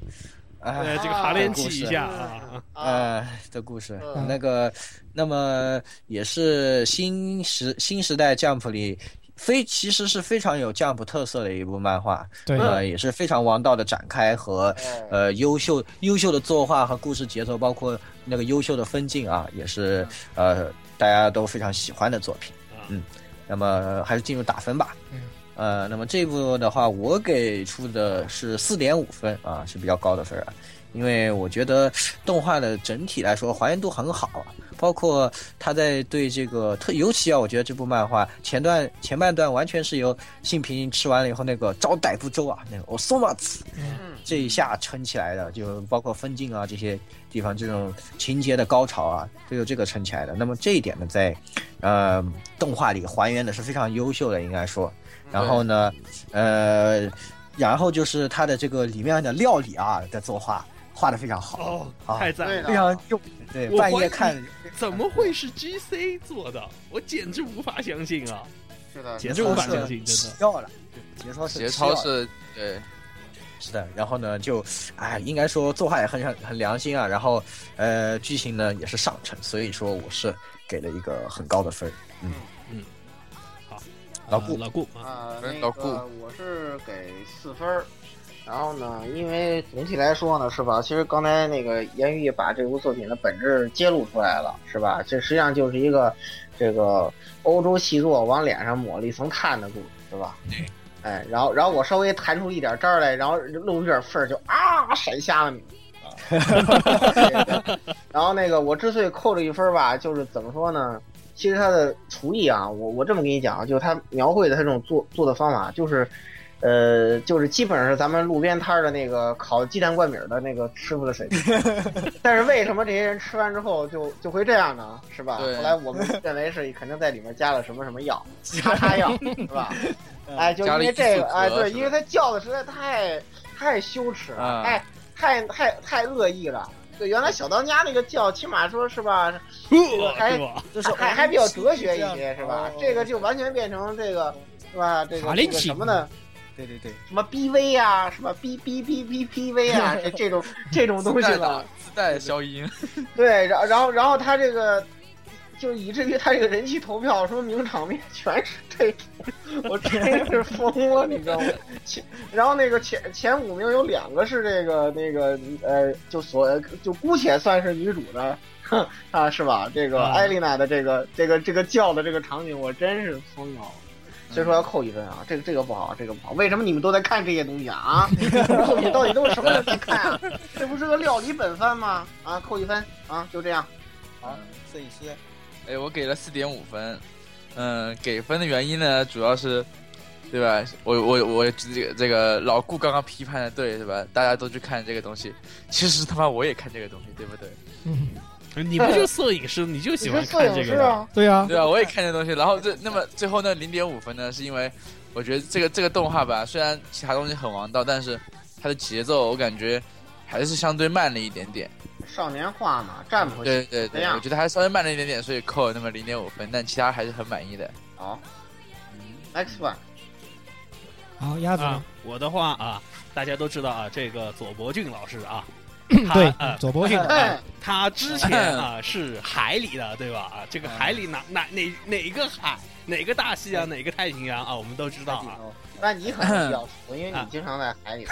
呃，
哎
这个哈连
故
起
事
一下啊，
啊，
呃的故事
嗯，
那个那么也是新时新时代 Jump 里。非其实是非常有 Jump 特色的一部漫画，
对
呃，也是非常王道的展开和
呃
呃优秀优秀的作画和故事节奏，包括那个优秀的分镜啊，也是呃大家都非常喜欢的作品
啊。
嗯，那么还是进入打分吧。
嗯，
呃，那么这一部的话，我给出的是四点五分啊，是比较高的分啊。因为我觉得动画的整体来说还原度很好，啊包括他在对这个特，尤其啊，我觉得这部漫画前段前半段完全是由幸平吃完了以后那个招待不周啊，那个我送了这一下撑起来的，就包括分镜啊这些地方这种情节的高潮啊，都有这个撑起来的。那么这一点呢，在呃动画里还原的是非常优秀的，应该说。然后呢，呃，然后就是它的这个里面的料理啊的作画，画的非常好，
哦，
啊
太赞了！
非常用力。对，
我怀
半
疑
夜看
怎么会是 GC 做的？我简直无法相信啊！
是的，
简
节
直无
操
法
是
相信，真
吃
的。
药了，节操是
节
吃
操
药了
是，对，
是的，然后呢，就哎，应该说作画也很很很良心啊，然后呃，剧情呢也是上乘，所以说我是给了一个很高的分。老顾
啊老顾啊，
啊，
分
那
到
个我是给四分儿。然后呢，因为总体来说呢，是吧？其实刚才那个言语把这部作品的本质揭露出来了，是吧？这实际上就是一个这个欧洲细作往脸上抹了一层炭的故事，是吧？哎，然后然后我稍微弹出一点这儿来，然后露出点缝儿，就啊闪瞎了你。啊 (laughs) 然后那个我之所以扣了一分儿吧，就是怎么说呢？其实他的厨艺啊，我我这么跟你讲啊，就是他描绘的他这种做做的方法，就是，呃，就是基本上是咱们路边摊儿的那个烤鸡蛋灌饼儿的那个师傅的水平。但是为什么这些人吃完之后就就会这样呢？是吧？
对
后来我们认为是肯定在里面加了什么什么药，叉叉药，是吧？哎，就因为这个，哎，对，因为他叫的实在太太羞耻了，
啊
太太太太恶意了。对，原来小当家那个叫，起码说是吧，
呃
哎
是吧？
就是
还还比较哲学一些，是吧
哦？
这个就完全变成这个，是吧？这
法
个
令
这个
旗
什么呢？
对对对，
什么 BV 啊，什么 B B B B P V 啊，这这种这种东
自
西
带打
了。，
自带消音，
对，然然后然后他这个，就以至于他这个人气投票说名场面全是这种，我真是疯了，你知道吗？前然后那个前前五名有两个是这个那个呃，就所就姑且算是女主的。哼啊，是吧？这个
啊
艾丽娜的这个、这个这个叫的这个场景，我真是疯了。所以说要扣一分啊，这个这个不好，这个不好。为什么你们都在看这些东西啊？啊， (laughs) 作品到底都是什么人在看啊？这不是个料理本番吗？啊，扣一分啊，就这样。
好，摄影师
哎，我给了四点五分，嗯，给分的原因呢，主要是，对吧？我我我这个这个老顾刚刚批判的对，是吧？大家都去看这个东西，其实他妈我也看这个东西，对不对？
嗯，
你不就摄影师，你就喜
你
欢
是摄
看
影
这
师
个的？
啊？
对啊，
对啊，我也看这东西。然后这那么最后呢，零点五分呢，是因为我觉得这个这个动画吧，虽然其他东西很王道，但是它的节奏我感觉还是相对慢了一点点。
少年画嘛，站不回去。
对对
怎
对，
样
我觉得还稍微慢了一点点，所以扣了那么零点五分，但其他还是很满意的。
好，next one，
好，鸭子呢
啊，我的话啊，大家都知道啊，这个佐伯俊老师 (clears throat) 啊，他
对
啊，
左伯逊
哎，
他之前啊是海里的，对吧？啊，这个海里哪哪哪哪个海，哪个大西洋，哪个太平洋啊，我们都知道啊。
那你可能比较熟，因为你经常在海
(laughs)
里。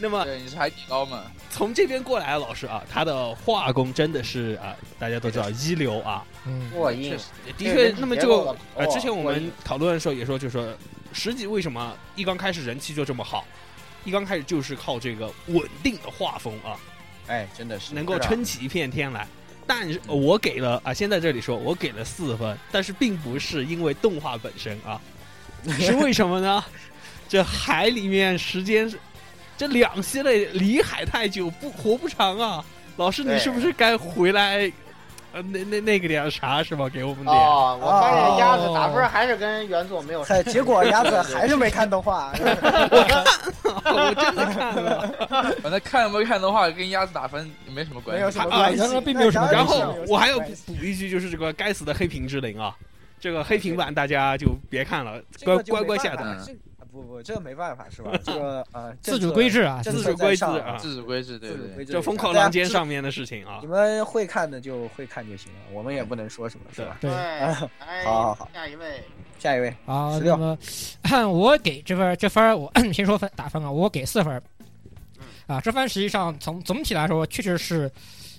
那么
对，你是海底捞嘛？
从这边过来的老师啊，他的画工真的是啊，大家都知道一流啊，
嗯，
过音，
的确。那么就
啊
啊，之前我们讨论的时候也说，就说十几为什么一刚开始人气就这么好，一刚开始就是靠这个稳定的画风啊，
哎，真的是
能够
是的
撑起一片天来。但是我给了啊，先在这里说，我给了四分，但是并不是因为动画本身啊，是为什么呢？这海里面时间是，这两栖类离海太久不活不长啊。老师，你
对
是不是该回来？呃，那那那个点啥是吧？给我们点、
哦，我发现鸭子打分还是跟原作没有
哎，结果鸭子还是没看动
(laughs)
画，
(laughs) 我真的看了。
(laughs) 反正看没看的话，跟鸭子打分也没什么关
没
系。
有什么
啊
关系
原来并没有什么
然
关系
后我还要补一句，就是这个该死的黑屏之灵啊，这个黑屏版大家就别看了，乖乖乖下载。
载。
这个就没办法这不不，这个没办法是
(laughs)
吧？这个呃，
自主规
制，
制啊，
这
自
自
主
主规制啊，
自主规制，对
自主
对
规
对。
制，
这风口浪尖上面的事情啊
你。们会看的就会看就行了，我们也不能说什么，是吧？
对
对。
哦 (laughs)
哎，
好好好，
下一位，
下一位，16
好，啊那么 (clears throat) 我给这份这分儿我 (clears throat) 先说分打分啊，我给四分儿
嗯。
啊，这番实际上从总体来说，确实是，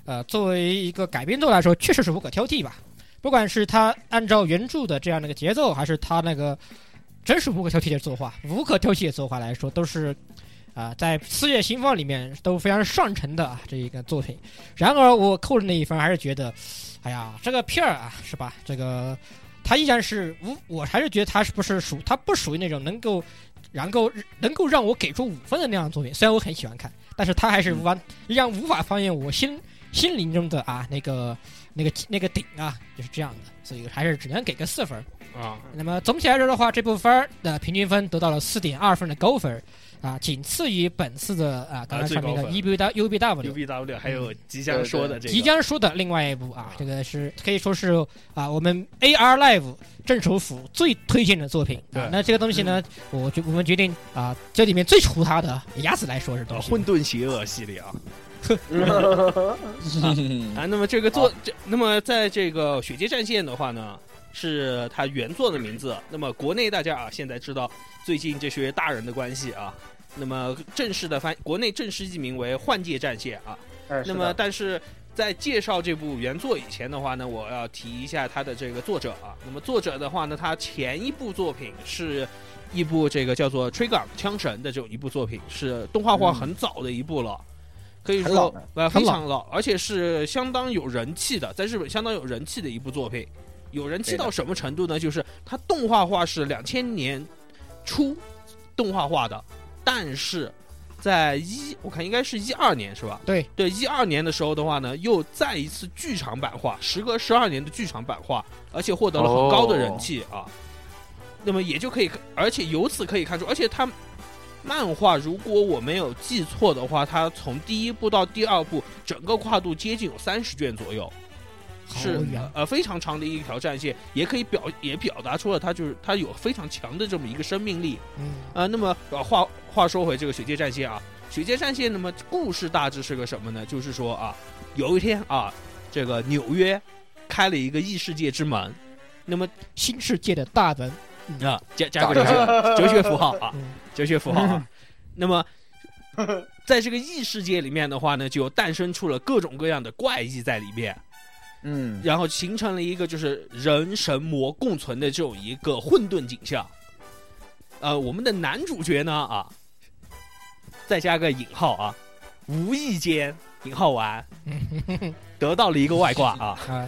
呃，作为一个改编作来说，确实是无可挑剔吧。不管是他按照原著的这样的一个节奏，还是他那个真是无可挑剔的作画，无可挑剔的作画来说，都是啊、在《四月新放》里面都非常上乘的啊这一个作品。然而我扣的那一分，还是觉得，哎呀，这个片儿啊，是吧？这个它依然是无，我还是觉得它是不是属它不属于那种能够，然后能够让我给出五分的那样的作品。虽然
嗯
我很喜欢看，但是它还是完依然无法发现我心心灵中的啊那个那个那个顶啊，就是这样的，所以还是只能给个四分儿。
啊，
那么总体来说的话，这部分儿的平均分得到了四点二分的高分儿，啊，仅次于本次的啊刚才上面
最高
的
分
EBW
U
UBW。
B W 还有即将说的这个
即将说的另外一部啊，这个是可以说是啊，我们 AR Live 正首府最推荐的作品
对嗯
啊。那这个东西呢，我就我们决定啊，这里面最除它的牙齿来说是
呃
东西。
混沌邪恶系列啊
嗯
啊，那么这个作这那么在这个雪界战线的话呢，是它原作的名字。那么国内大家啊，现在知道最近这些大人的关系啊，那么正式的翻国内正式译名为《幻界战线》啊。
哎是
那
的
么，但是在介绍这部原作以前的话呢，我要提一下它的这个作者啊。那么作者的话呢，他前一部作品是一部这个叫做《吹港枪神》的这种一部作品，是动画化很早的一部了。可以
很老
说
了，
呃，
很
非
老
常老，而且是相当有人气的，在日本相当有人气的一部作品。有人气
对的
到什么程度呢？就是它动画化是两千年初动画化的，但是在一我看应该是一二年是吧？
对
对，一二年的时候的话呢，又再一次剧场版化，时隔十二年的剧场版化，而且获得了很高的人气
哦
啊。那么也就可以，而且由此可以看出，而且它漫画如果我没有记错的话，它从第一部到第二部，整个跨度接近有三十卷左右，
好
是
远
呃非常长的一条战线，也可以表也表达出了它就是它有非常强的这么一个生命力。
嗯，
啊，那么呃，话话说回这个《雪界战线》啊，《雪界战线》那么故事大致是个什么呢？就是说啊，有一天啊，这个纽约开了一个异世界之门，那么
新世界的大门，
啊，加加个哲学哲学符号啊
嗯，，
哲学符号啊，那么。在这个异世界里面的话呢，就诞生出了各种各样的怪异在里面，
嗯，
然后形成了一个就是人神魔共存的这种一个混沌景象。呃，我们的男主角呢啊，再加个引号啊，无意间引号完，得到了一个外挂啊
(laughs)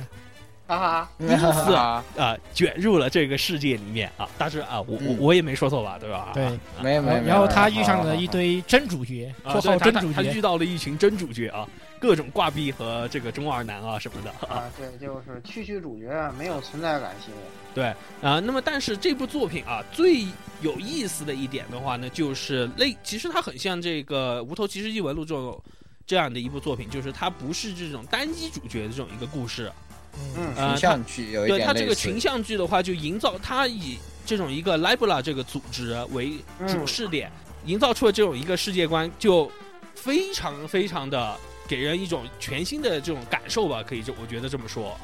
啊，
哈哈，
因
是
啊，
啊、卷入了这个世界里面啊。大致啊，我我
嗯
我也没说错吧？对吧？
对。
没有没有没有，
然后他
没有
遇上了一，堆真主角，
啊，
括
对
号
他
真
他
主
他
角，
遇到了一群真主角啊，各种挂壁和这个中二男啊什么的啊。
啊，对，就是区区主角没有存在感系列，
啊、那么但是这部作品啊，最有意思的一点的话呢，就是类，其实它很像这个《无头骑士异闻录》这种这样的一部作品，就是它不是这种单一主角的这种一个故事，
嗯，
嗯，
群
啊、它
像剧有一
对
点
它这个
类似
群像剧的话，就营造它以这种一个 Libra 这个组织为
嗯
主视点，营造出了这种一个世界观，就非常非常的给人一种全新的这种感受吧，可以这我觉得这么说啊，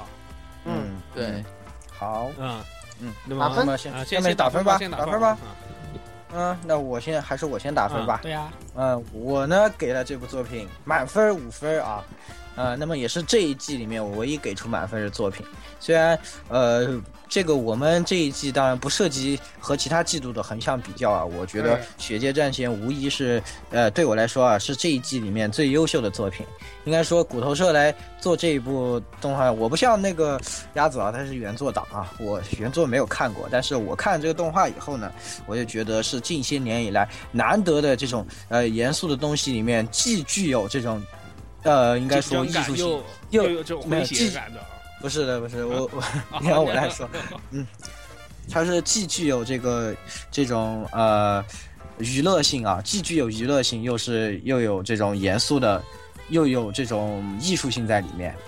嗯，
嗯，
对，
好，
嗯
嗯，
那么
打
那
分
么先
啊，
下
先
面
先
打分
分
吧，
先打
打分吧，
啊
嗯，那我先还是我先打分吧，
对啊呀，
嗯，我呢给了这部作品满分五分啊，呃，那么也是这一季里面我唯一给出满分的作品。虽然呃，这个我们这一季当然不涉及和其他季度的横向比较啊，我觉得《
对
雪界战线》无疑是呃对我来说啊是这一季里面最优秀的作品。应该说骨头社来做这一部动画，我不像那个鸭子啊，他是原作党啊，我原作没有看过，但是我看这个动画以后呢，我就觉得是近些年以来难得的这种呃严肃的东西里面，既具有这种呃应该
紧
说
张
艺
感
术性
又，
又
又有这种诙谐感的。
不是的，不是我我
啊
(laughs) 你让我来说，它是既具有这个这种呃娱乐性啊，既具有娱乐性，又是又有这种严肃的，又有这种艺术性在里面。 (clears throat)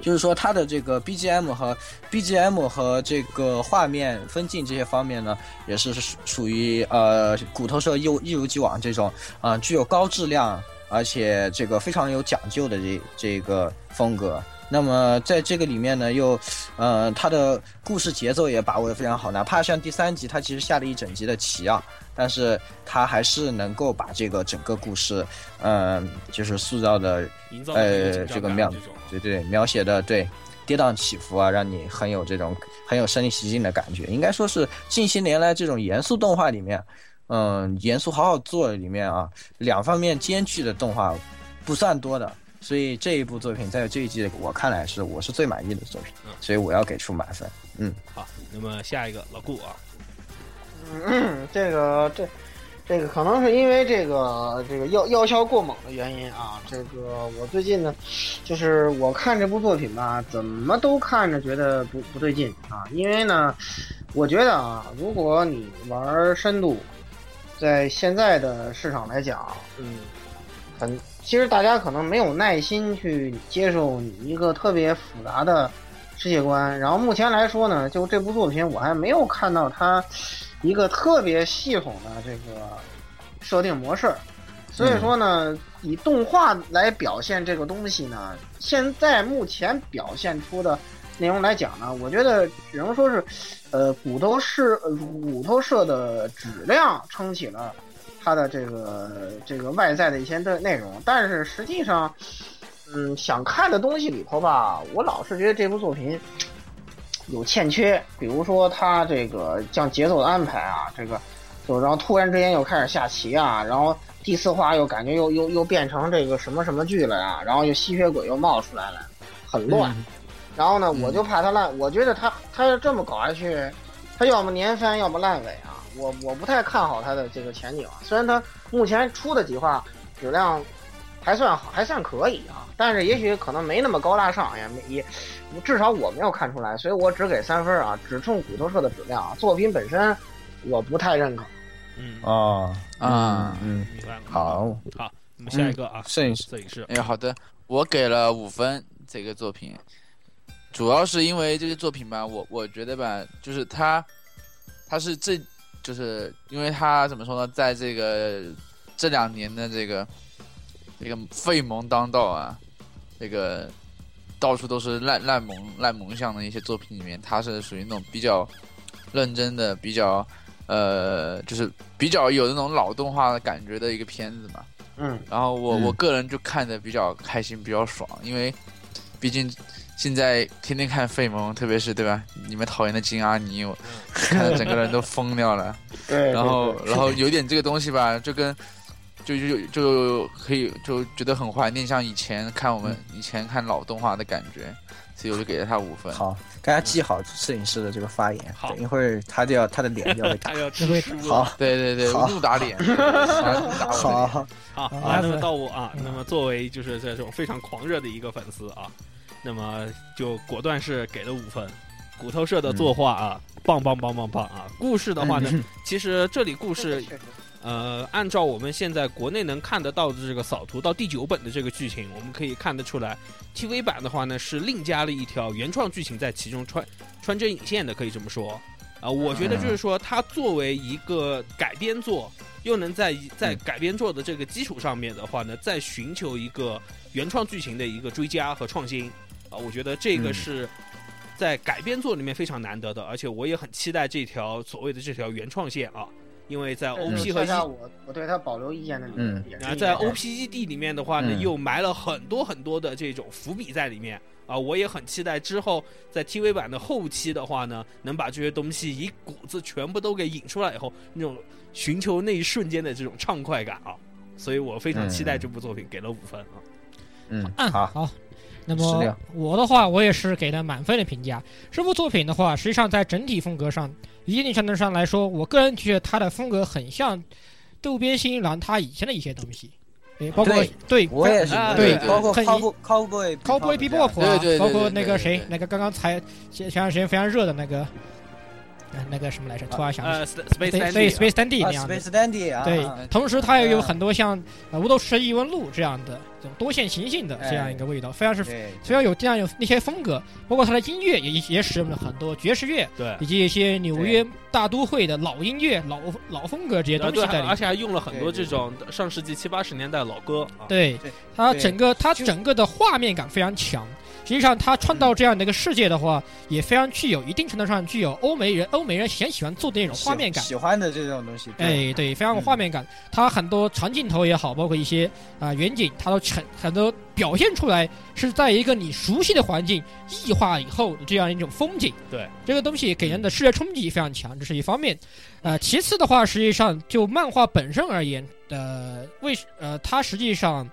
就是说，它的这个 BGM 和 BGM 和这个画面分镜这些方面呢，也是属属于呃骨头社一如一如既往这种啊、呃具有高质量，而且这个非常有讲究的这这个风格。那么在这个里面呢，又呃，它的故事节奏也把握的非常好，哪怕像第三集，它其实下了一整集的棋啊，但是它还是能够把这个整个故事，嗯、就是塑造的，
(laughs) 营造的
呃
紧张
这个
感
妙
这种
对对，描写的对跌宕起伏啊，让你很有这种很有身临其境的感觉。应该说是近些年来这种严肃动画里面，嗯，严肃好好做里面啊，两方面兼具的动画不算多的。所以这一部作品在这一季我看来是我是最满意的作品
嗯，
所以我要给出满分。
好，那么下一个老顾啊，
嗯，这个这这个可能是因为这个这个药药效过猛的原因啊，这个我最近呢，就是我看这部作品吧，怎么都看着觉得不不对劲啊，因为呢，我觉得啊，如果你玩深度，在现在的市场来讲，
嗯，
很其实大家可能没有耐心去接受你一个特别复杂的世界观。然后目前来说呢，就这部作品我还没有看到它一个特别系统的这个设定模式。所以说呢，以动画来表现这个东西呢，现在目前表现出的内容来讲呢，我觉得只能说是，呃，骨头社呃骨头社的质量撑起了它的这个这个外在的一些的内容，但是实际上，嗯，想看的东西里头吧，我老是觉得这部作品有欠缺，比如说它这个像节奏的安排啊，这个就然后突然之间又开始下棋啊，然后第四话又感觉又又又变成这个什么什么剧了呀、然后又吸血鬼又冒出来了，很乱。然后呢，我就怕它烂，我觉得它它要这么搞下去，它要么年番，要么烂尾啊。我我不太看好它的这个前景啊，虽然它目前出的几话质量还算好，还算可以啊，但是也许可能没那么高大上，也没也至少我没有看出来，所以我只给三分啊，只冲骨头社的质量啊，作品本身我不太认可。
嗯，
哦，
啊，
嗯，
明白了。，
好，
好，我们下一个
嗯
啊，
摄影师
摄
(laughs)
影师，
哎，好的，我给了五分这个作品，主要是因为这个作品吧，我我觉得吧，就是它，它是这，就是因为它怎么说呢，在这个这两年的这个这个废萌当道啊，这个到处都是烂烂萌烂萌像的一些作品里面，它是属于那种比较认真的，比较呃，就是比较有那种老动画的感觉的一个片子嘛。
嗯，
然后我、
嗯
我个人就看的比较开心，比较爽，因为毕竟现在天天看费蒙，特别是对吧？你们讨厌的金阿尼，我看的整个人都疯掉了。
对
然后然后有点这个东西吧，就跟就就就可以就觉得很怀念，像以前看我们、以前看老动画的感觉，所以我就给了他五分。
好，大家记好摄影师的这个发言，
好
等一会儿他就要他的脸就要被
(laughs)
打
他。要吃
这位
书了。
好，
对对对，
好
怒打脸，怒打我的脸，
好，
好，
好
啊，那么
好
到我啊，
嗯
那么作为就是这种非常狂热的一个粉丝啊，那么就果断是给了五分。骨头社的作
嗯
画啊，棒棒棒棒棒啊！故事的话
哎
呢，其实这里故事呃，按照我们现在国内能看得到的这个扫图到第九本的这个剧情，我们可以看得出来，TV 版的话呢是另加了一条原创剧情在其中穿穿针引线的，可以这么说。啊、我觉得就是说，它作为一个改编作，又能在在改编作的这个基础上面的话呢，再寻求一个原创剧情的一个追加和创新。啊、我觉得这个
嗯
是。在改编作里面非常难得的，而且我也很期待这条所谓的这条原创线啊，因为在
这
OP
是
和
恰恰
E
我我对他保留意见的理由
嗯
也
然后
是因为
啊在
这样
OPED 里面的话呢，
嗯
又埋了很多很多的这种伏笔在里面啊，我也很期待之后在 TV 版的后期的话呢，能把这些东西一股子全部都给引出来以后，那种寻求那一瞬间的这种畅快感啊，所以我非常
嗯
期待这部作品，给了五分啊。
嗯，
嗯，
好，
好。那
十
么
六
我的话，我也是给了满分的评价。这部作品的话，实际上在整体风格上，一定程度上来说，我个人觉得它的风格很像渡边新一郎他以前的一些东西，也包括
对
对
我也是
啊，
对
包括
很
Cowboy Cowboy
Cowboy
Bebop 这
Bebop
样
啊，
对对对
包括
对对
那个谁
对，
那个刚刚才前前段时间非常热的那个，呃那个什么
啊
来着？突然想不起来
呃，Sp-，Space
对
Dandy
对
啊
啊
Space Dandy 那样的
Space Dandy 啊，
对
啊，
同时它也
嗯
有很多像呃《无头十异闻录》这样的这种多线行进的这样一个味道，非常是
对，
非常有这样有那些风格，包括它的音乐也也使用了很多爵士乐
对。
以及一些纽约大都会的老音乐、老老风格这些
啊
东
对，
西在里
而
面。
且还用了很多这种上世纪七八十年代老歌啊。嗯
对
对
它
对
整个它
就
整个的画面感非常强。实际上，它创造这样的一个世界的话，也非常具有一定程度上具有欧美人欧美人很喜欢做的那种
喜
画面感。
喜欢的这种东西，对，
哎，对，非常有画面感。它很多长镜头也好，包括一些啊、远景，它都很很多表现出来是在一个你熟悉的环境异化以后的这样一种风景。
对，
这个东西给人的视觉冲击非常强，这是一方面。呃，其次的话，实际上就漫画本身而言，呃，为呃，它实际上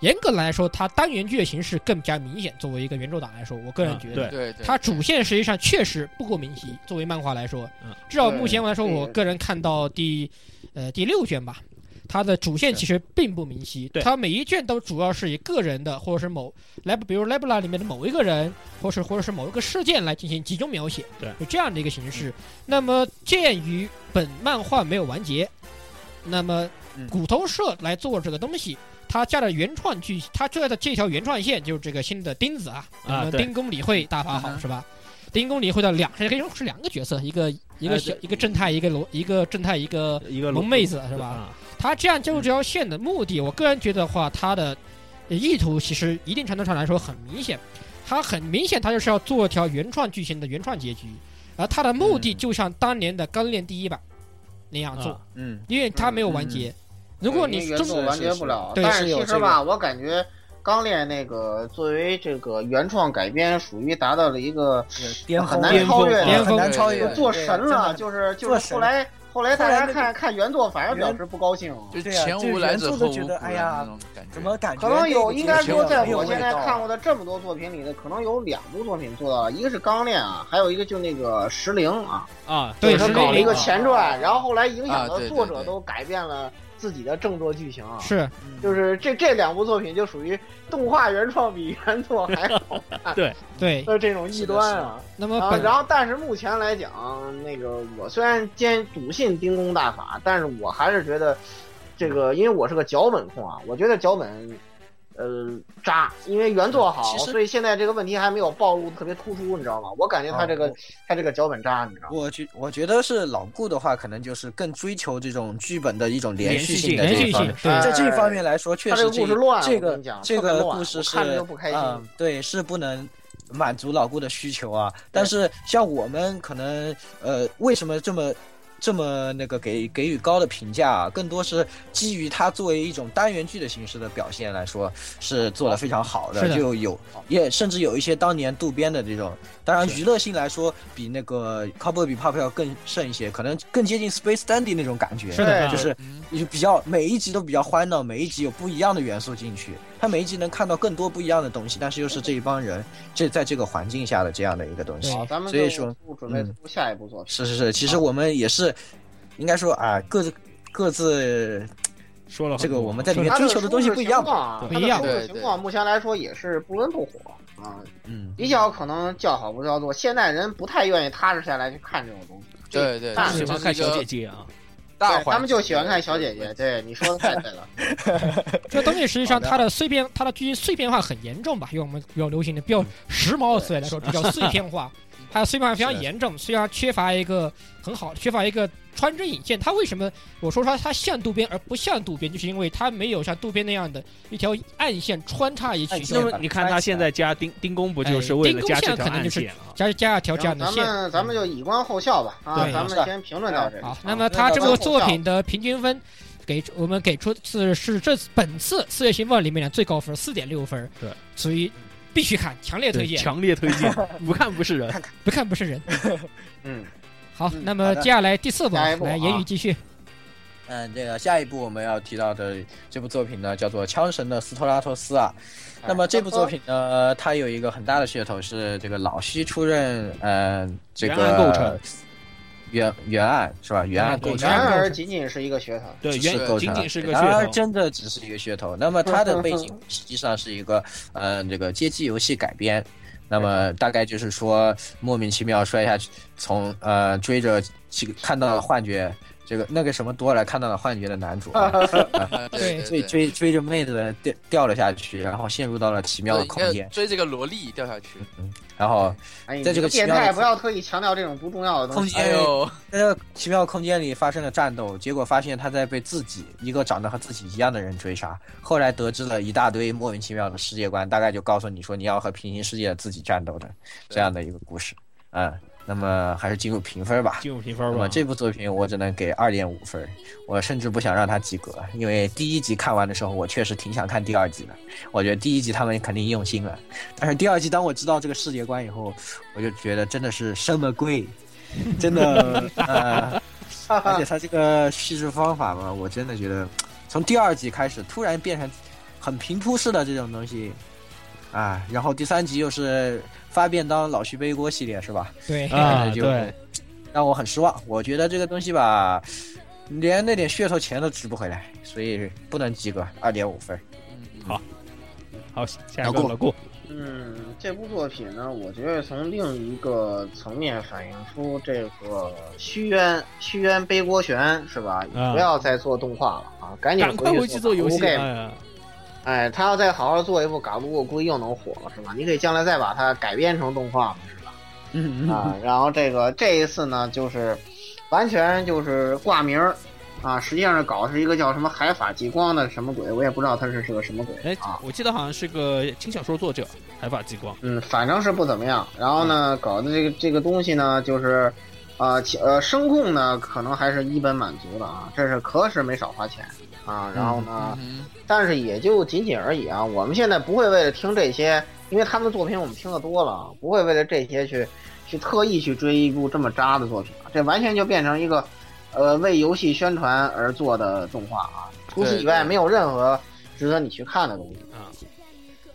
严格来说，它单元剧的形式更加明显。作为一个原著党来说，我个人
啊
觉
对
得，
对对，
它主线实际上确实不够明晰。作为漫画来说
嗯，
至少目前来说，
对
我个人看到第呃第六卷吧，它的主线其实并不明晰，
对
它每一卷都主要是以个人的或者是某 lab，比如 Labla 里面的某一个人，或是或者是某一个事件来进行集中描写，
对，
有这样的一个形式。那么鉴于本漫画没有完结，那么
嗯
骨头社来做这个东西。它加了原创剧，它这的这条原创线就是这个新的钉子啊，
啊
我们
对
丁公理会大法好是吧？丁公理会的两是可以说是两个角色，一个一个
哎
小
对
一个正太，一个龙一个正太，一个
一个
龙妹子是吧？
啊，
他这样进入这条线的目的，我个人觉得话，他的意图其实一定程度上来说很明显，他很明显他就是要做一条原创剧情的原创结局，而他的目的就像当年的《钢炼第一版》那样做，
啊
嗯，
因为他没有完结。如果你
因为原
中
作完结不了，
对
但
是有
其实吧，我感觉。钢炼那个作为这个原创改编，属于达到了一个
巅
很
峰
难
巅峰
超越
巅峰
的，
很难超越
对，
做神了，
对
就是就
做
是
神
后来后来大家
后来那
看看原作反而表示不高兴，
就
对啊
前
就是
无来者
原著
后
都
无
觉
古
得
人
哎
那
呀
种感
怎
觉。
么感觉
可能有，
这个
应该
结
说，
尾
在
没有
我现在
味道
看过的这么多作品里的，可能有两部作品做到了，一个是《钢炼》啊，还有一个就那个《石灵》啊，
啊，
对
他
石灵
搞了一个
啊
前传，然后后来影
啊
响到
对对
作者
对
都改变了自己的正作剧情啊。
是
就是这这两部作品就属于动画原创比原作还好
对，
的这种异
(laughs)
端啊。
那么
啊，
本
然后但是目前来讲，那个我虽然兼笃信丁公大法，但是我还是觉得这个，因为我是个脚本控啊，我觉得脚本呃渣，因为原作好，
其实
所以现在这个问题还没有暴露特别突出，你知道吗？我感觉他这个、
啊
他这个脚本渣，你知道吗？
我觉我觉得是老顾的话，可能就是更追求这种剧本的一种连续性的
连
这
续
一方
性
面。
对
哎
在这一方面来说，确
他
实
这个故事乱
这
我
个
跟你讲
这
特别
个
乱
故事
我
是
看着就不开心
嗯对，是不能满足老顾的需求啊。但是像我们可能呃，为什么这么？这么那个给给予高的评价、啊，更多是基于它作为一种单元剧的形式的表现来说，是做得非常好的，
是的
就有也甚至有一些当年渡边的这种，当然娱乐性来说比那个 Cowboy Bebop 要更甚一些，可能更接近 Space Dandy 那种感觉。
是的，
对
就是
嗯
也比较每一集都比较欢乐，每一集有不一样的元素进去，他每一集能看到更多不一样的东西，但是又是这一帮人这在这个环境下的这样的一个东西
哦
对。
好，咱们
所以
就
说
不准备
嗯
出下一部作品。
是是是，其实我们也是，应该说啊，各自各自
说了很
这个
多
我们在里面
他
追求的东西不一样
的
嘛。
舒适情况啊，
不一样
他的舒适
对
情况目前来说也是不温不火啊，
嗯，
比较可能叫好不叫座。现代人不太愿意踏实下来去看这种东西，
对对，
大
就
喜欢
是
看
一个
小姐姐啊，
大
对
环境
他们就喜欢看小姐姐。对，你说的太对了。
(laughs) 这东西实际上
好的
它的碎片，它的剧情碎片化很严重吧？用我们比较流行的、比较时髦的词语来说，比较碎片化，它的碎片化非常严重，虽然缺乏一个很好，缺乏一个穿针引线。它为什么我说它它像渡边而不像渡边，就是因为它没有像渡边那样的一条暗线穿插一起哎
暗，线
那么你看他现在加丁丁工不就是为了加这条暗线啊？
加加一条这样
行，
的
咱
线。
们咱们就以观后效吧啊，
对
咱
是
们
的
先评论到这里。啊
好，那么他这个作品的平均分。给我们给出是是这次本次《四月新闻》里面的最高分四点六分，
对，
所以必须看，强烈推
对，
荐，
强烈推
(laughs)
荐，不看不是人。
不看不是人。
嗯，
好，
嗯
那
好
么
的
接下来第四部啊，
下一部啊
来言语继续。
嗯，这个下一部我们要提到的这部作品呢，叫做《枪神的斯托拉托斯》啊。
哎
那么这部作品呢，它有一个很大的噱头是这个老西出任，呃，这个
原案构成，
原原案是吧？原案构成，
然而仅仅是一个噱头。
对，
只是
呃原
构
仅
成
仅是个
啊
然而
噱头。
真的只是一个噱头。那么它的背
(laughs)
景实际上是一个，呃，这个街机游戏改编。那么大概就是说，莫名其妙摔下去，从呃追着这个看到了幻觉，这个那个什么多来看到了幻觉的男主、啊，
啊
对
对
追
对，
追追着妹子掉掉了下去，然后陷入到了奇妙的
对
空
应该
间，
追这个萝莉掉下去。
然后
哎，你
在这个
变
奇妙
态
的
不要特意强调这种不重要的东
空
西。
间
哎呦，
在这个奇妙空间里发生了战斗，结果发现他在被自己一个长得和自己一样的人追杀。后来得知了一大堆莫名其妙的世界观，大概就告诉你说你要和平行世界的自己战斗的这样的一个故事。嗯，那么还是进入评分吧。
进入评
那
分吧
么，这部作品我只能给二点五分，我甚至不想让它及格，啊因为第一集看完的时候，我确实挺想看第二集的。我觉得第一集他们肯定用心了，但是第二集当我知道这个世界观以后，我就觉得真的是什么鬼，真的呃，而且他这个叙事方法嘛，我真的觉得从第二集开始突然变成很平铺式的这种东西。啊，然后第三集又是发便当老徐背锅系列是吧？ (laughs)
(laughs) 对，
啊，
哎就
对，
让我很失望。我觉得这个东西吧，
连那点噱头钱都值不回来，所以不能及格，二点五分。
嗯
好，下
老
一个
顾
老顾，
嗯，这部作品呢，我觉得从另一个层面反映出这个虚渊虚渊背锅旋是吧？
啊
不要再做动画了啊，赶紧
赶快回
去
去做游戏。
Game
哎呀
哎，他要再好好做一部嘎鲁，我估计又能火了，是吧？你可以将来再把它改编成动画嘛，是吧？嗯啊，然后这个这一次呢，就是完全就是挂名儿啊，实际上是搞的是一个叫什么海法极光的什么鬼，我也不知道他是是个什么鬼
哎
啊，。
我记得好像是个轻小说作者，海法极光。
嗯，反正是不怎么样。然后
嗯
呢，搞的这个这个东西呢，就是，啊、其呃，声控呢可能还是一本满足的啊，这是可是没少花钱啊。然后呢。
嗯
但是也就仅仅而已啊。我们现在不会为了听这些，因为他们的作品我们听得多了，啊不会为了这些去去特意去追一部这么渣的作品啊。这完全就变成一个呃为游戏宣传而做的动画啊。除此以外，
对对
没有任何值得你去看的东西
啊。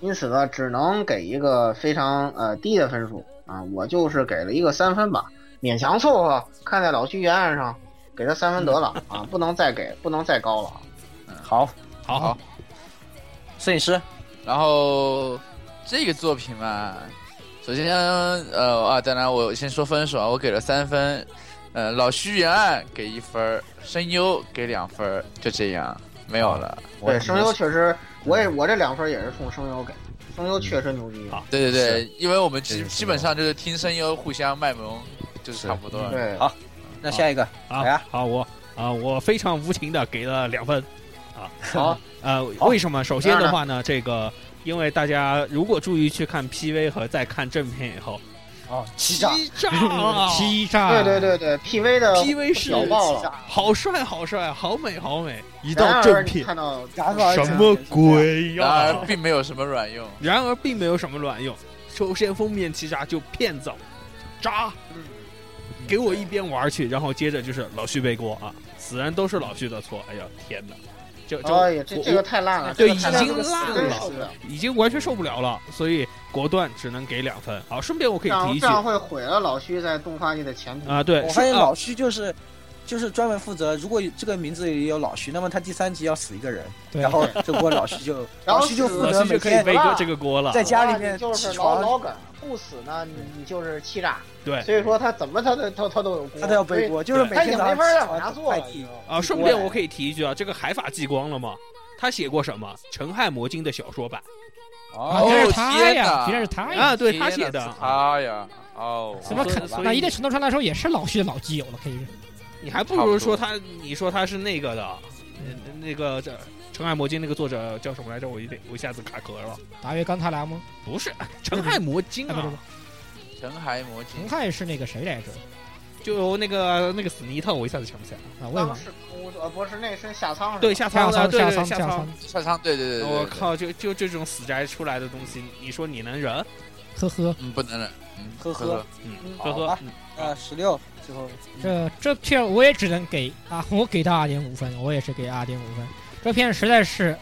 因此呢，只能给一个非常呃低的分数啊，我就是给了一个三分吧，勉强凑合，看在老徐原案上，给他三分得了啊，不能再给，不能再高了啊。
好，
好
好，
摄影师，
然后这个作品嘛，首先呃啊，当然我先说分数啊，我给了三分，呃，老徐原案给一分儿，声优给两分儿，就这样没有了。
对，声优确实，我
嗯
也我这两分也是冲声优给，声优确实牛逼。
好
对对对，因为我们基
是
基本上就是听声优互相卖萌，就是差不多。
对，
好那下一个，
啊
来啊，
好，我啊，我非常无情的给了两分啊。
好，
呃，
好
为什么？首先的话呢，这个因为大家如果注意去看 PV 和再看正片以后，
哦，
(laughs)
欺诈，
欺诈，
欺诈，
对对对对，PV 的
PV 是
屌爆了，
好帅，好帅，好美，好美，一
然
到
而
正
你
片，
看啊到
什么鬼
然
呀
而？并没有什么卵用。
然而并没有什么卵用。首先封面欺诈就骗走，渣，
嗯
给我一边玩去，然后接着就是老徐背锅啊，死人都是老徐的错。哎呀，天哪，就就
哎呀，这
我
这个太烂了，
对
这个太
已经
这个
烂
真
了
受不了，
已经完全受不了了，所以果断只能给两分。好，顺便我可
这
以提
样
一
这
句
样会毁了老徐在动画界的前途。
啊，对，
我发现
啊
老徐就是。就是专门负责，如果这个名字里有老徐，那么他第三集要死一个人，
对
然后这波老徐就
(laughs) 然后
老徐就负
老
责
徐
每
就可以
天
背个这个锅了。
在家里
你
面
就
起
是老
床，
老梗，不死呢，你你就是欺诈。
对
所以说他怎么他都他他都有功，
他都要背锅，就是每
所以，他已
天
经
早上
没法
起
再
床
往下
走
做
快
了。你
递
知道吗
啊，顺便我可以提一句啊，这个海法继光了吗？他写过什么？《陈汉魔经》的小说版
啊，
哦
竟然是他
天
呀，
哪
竟然是他呀，
啊，对他写
天
的
哪是
啊。
他呀，哦，
怎么可
所以
能？那一定程度上来说也是老徐的老基友了，可以是。
你还不如说他，你说他是那个的，
嗯
呃那个这《陈汉魔经》那个作者叫什么来着？我一定我一下子卡壳了。
大约刚才来吗？
不 (laughs) 是《陈汉魔经》 (laughs)
啊不
啊
不，
陈海魔镜
陈汉是那个谁来着？
就那个那个死尼特，我一下子想不起来了。
啊，我也忘
当
了。
时哭呃不是那是下仓是吧
对，下
下
仓
仓
对
下
对
仓
对
下
仓
仓，
下场，对对对，对
哦我，靠，就就这种死宅出来的东西，你说你能忍？
呵呵，
嗯，不能了，嗯，
呵呵
呵，
嗯，呵
好
呵
吧，呃，十六最后
这这片我也只能给啊，我给他二点五分，我也是给二点五分。这片实在是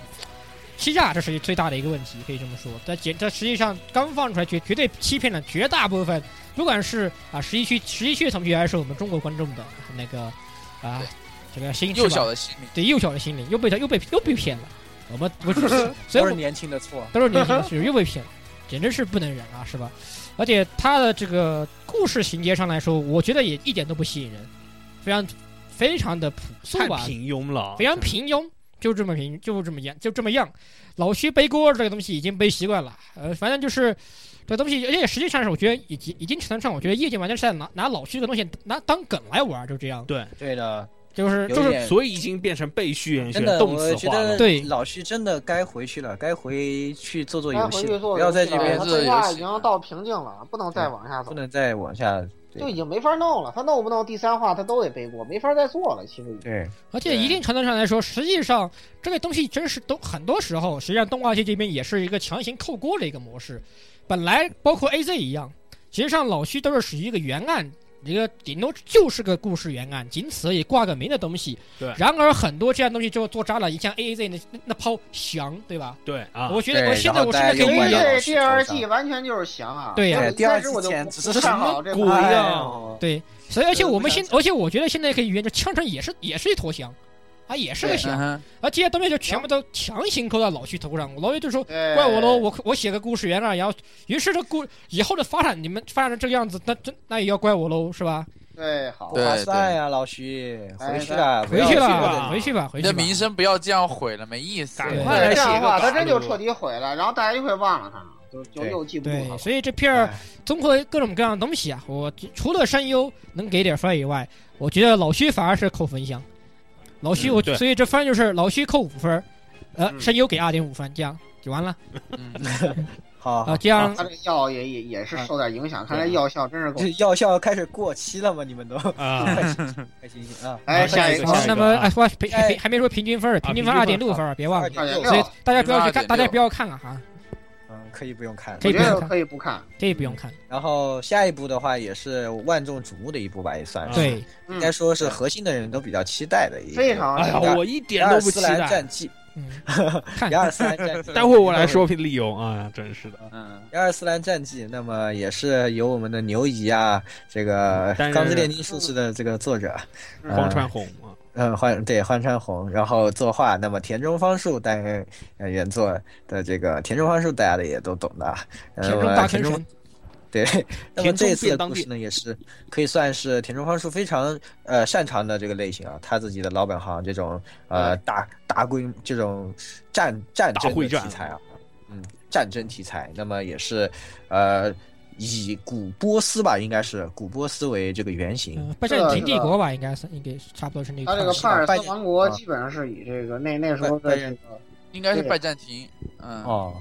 欺诈，这是最大的一个问题，可以这么说。但简这实际上刚放出来，绝绝对欺骗了绝大部分，不管是啊十一区十一区的同学，还是我们中国观众的那个啊这个心
幼
是吧
小的心灵，
对幼小的心灵又被他又被又被骗了。我们我
(laughs)
所
都
以我
是年轻的错，
都是年轻的事，又被骗了， (laughs) 简直是不能忍啊，是吧？而且他的这个故事情节上来说，我觉得也一点都不吸引人，非常非常的朴素
太
吧，
平庸了，
非常平庸，就这么平，就这么样，就这么样。老徐背锅这个东西已经背习惯了，呃，反正就是这个东西，而且实际上是我觉得已经已经程度上，我觉得业界玩家是在拿拿老徐这个东西拿当梗来玩，就这样，
对，
对的，
就是
有
就是
点
所以已经变成被虚言
真
玄，
的，
动
我
词
觉
化
得
了。
对
老徐真的该回去了，该回去做做
该
游
啊回
戏
去
了，
做
不要在这
游戏啊
边
了
做
他动画
游
已
戏
经到瓶颈了，不能再往下走
不，能再往下。
就已经没法弄了。他弄不弄第三话，他都得背锅，没法再做了。其实已经
对，
而且一定程度上来说，实际上这个东西真是都很多时候，实际上动画界这边也是一个强行扣锅的一个模式。本来包括 AZ 一样，实际上老徐都是属于一个原案一个顶多就是个故事原案，仅此而已，挂个名的东西。
对
然而很多这样东西就做渣了，像 A A Z 那那那抛翔，对吧？
对啊，
我觉得
对
我现在
然后
我甚至可
大
以
家
因
就
为
理
玩，
解
这
了
第二季完全就是翔啊，
对呀
我一
第二
开
季
始我就
前
不
只是
看好这
什么
部
鬼
哎
呀
呦
对，所以而且
对
我
我
们
想
现，而且我觉得现在可以原就枪城也是也是一坨翔，啊，也是个
嗯
翔，
哼
而这些东西就全部都强行扣到老徐头上，老徐就说
对
怪我喽，我我写个故事原案，然后于是这故以后的发展，你们发展成这个样子，那真那也要怪我喽，是吧？
对好
对
划算呀，老徐，回
哎
去了，
回去
了
了，回去吧，回
你
去
的
吧。
名声不要这样毁了，没意思。
赶
对
快来
这
写
样的
个
话，他
嘎
真就
噜
彻底毁了，然后大家就会忘了他，就就
对
又记不住他
对，
了。
所以这片儿综合各种各样的东西啊，我除了声优能给点分以外，我觉得老徐反而是扣分项。老徐
嗯
我
对
所以这分就是老徐扣五分，呃，
嗯
声优给二点五分，这样就完了
嗯，
好，
啊，这样
他这药也也也是
啊
受点影响，看来药效真是够
这。药效开始过期了吗？你们都 (laughs)
啊
快醒醒，快醒醒啊！
哎，
啊
下
下
一
一
个
个，
好，
下一
那么哎，说平平还没说平均分儿，平均分二
啊
点
平均
六
分
分儿，别忘
二
了。
点
2.6
六
所以大家不要去看，
2.6
大家不要看啊哈，
嗯，可以不用看了
可以
我
不
觉
用
得
看
可以不看。
这也不用看。
然后下一部的话也是万众瞩目的一部吧，也算
啊
是，
对，
应
嗯，
该说是核心的人都比较期待的一个。
非常
哎呀，
那
我一点
雅
都
尔
不期
斯兰
待。
战记，
嗯，看
雅尔斯兰 (laughs) 战记，
待会儿我来说理由啊，真是的。
嗯，
雅尔斯兰战记，那么也是由我们的牛姨啊，这
嗯
个
担任
《钢之炼金术士》的这个作者，
嗯
荒川弘啊，
嗯，欢对欢川弘，然后作画，那么田中芳树担任呃原作的这个田中芳树，大家的也都懂的啊，
田
呃
中大
田中
坑神，
(laughs)
对，那么
田中
这一次
便
的
当
故
店
事呢，也是可以算是田中芳树非常呃擅长的这个类型啊，他自己的老本行这种呃大大规模这种战战
大
争
会
的
战
题材啊，嗯，战争题材，那么也是呃以古波斯吧，应该是古波斯为这个原型，
嗯，拜占庭帝国吧，应该是应该差不多是那
他这个
个。
帕尔斯王国基本上是以这个那那时候的这个
应该是拜占庭。嗯，
哦，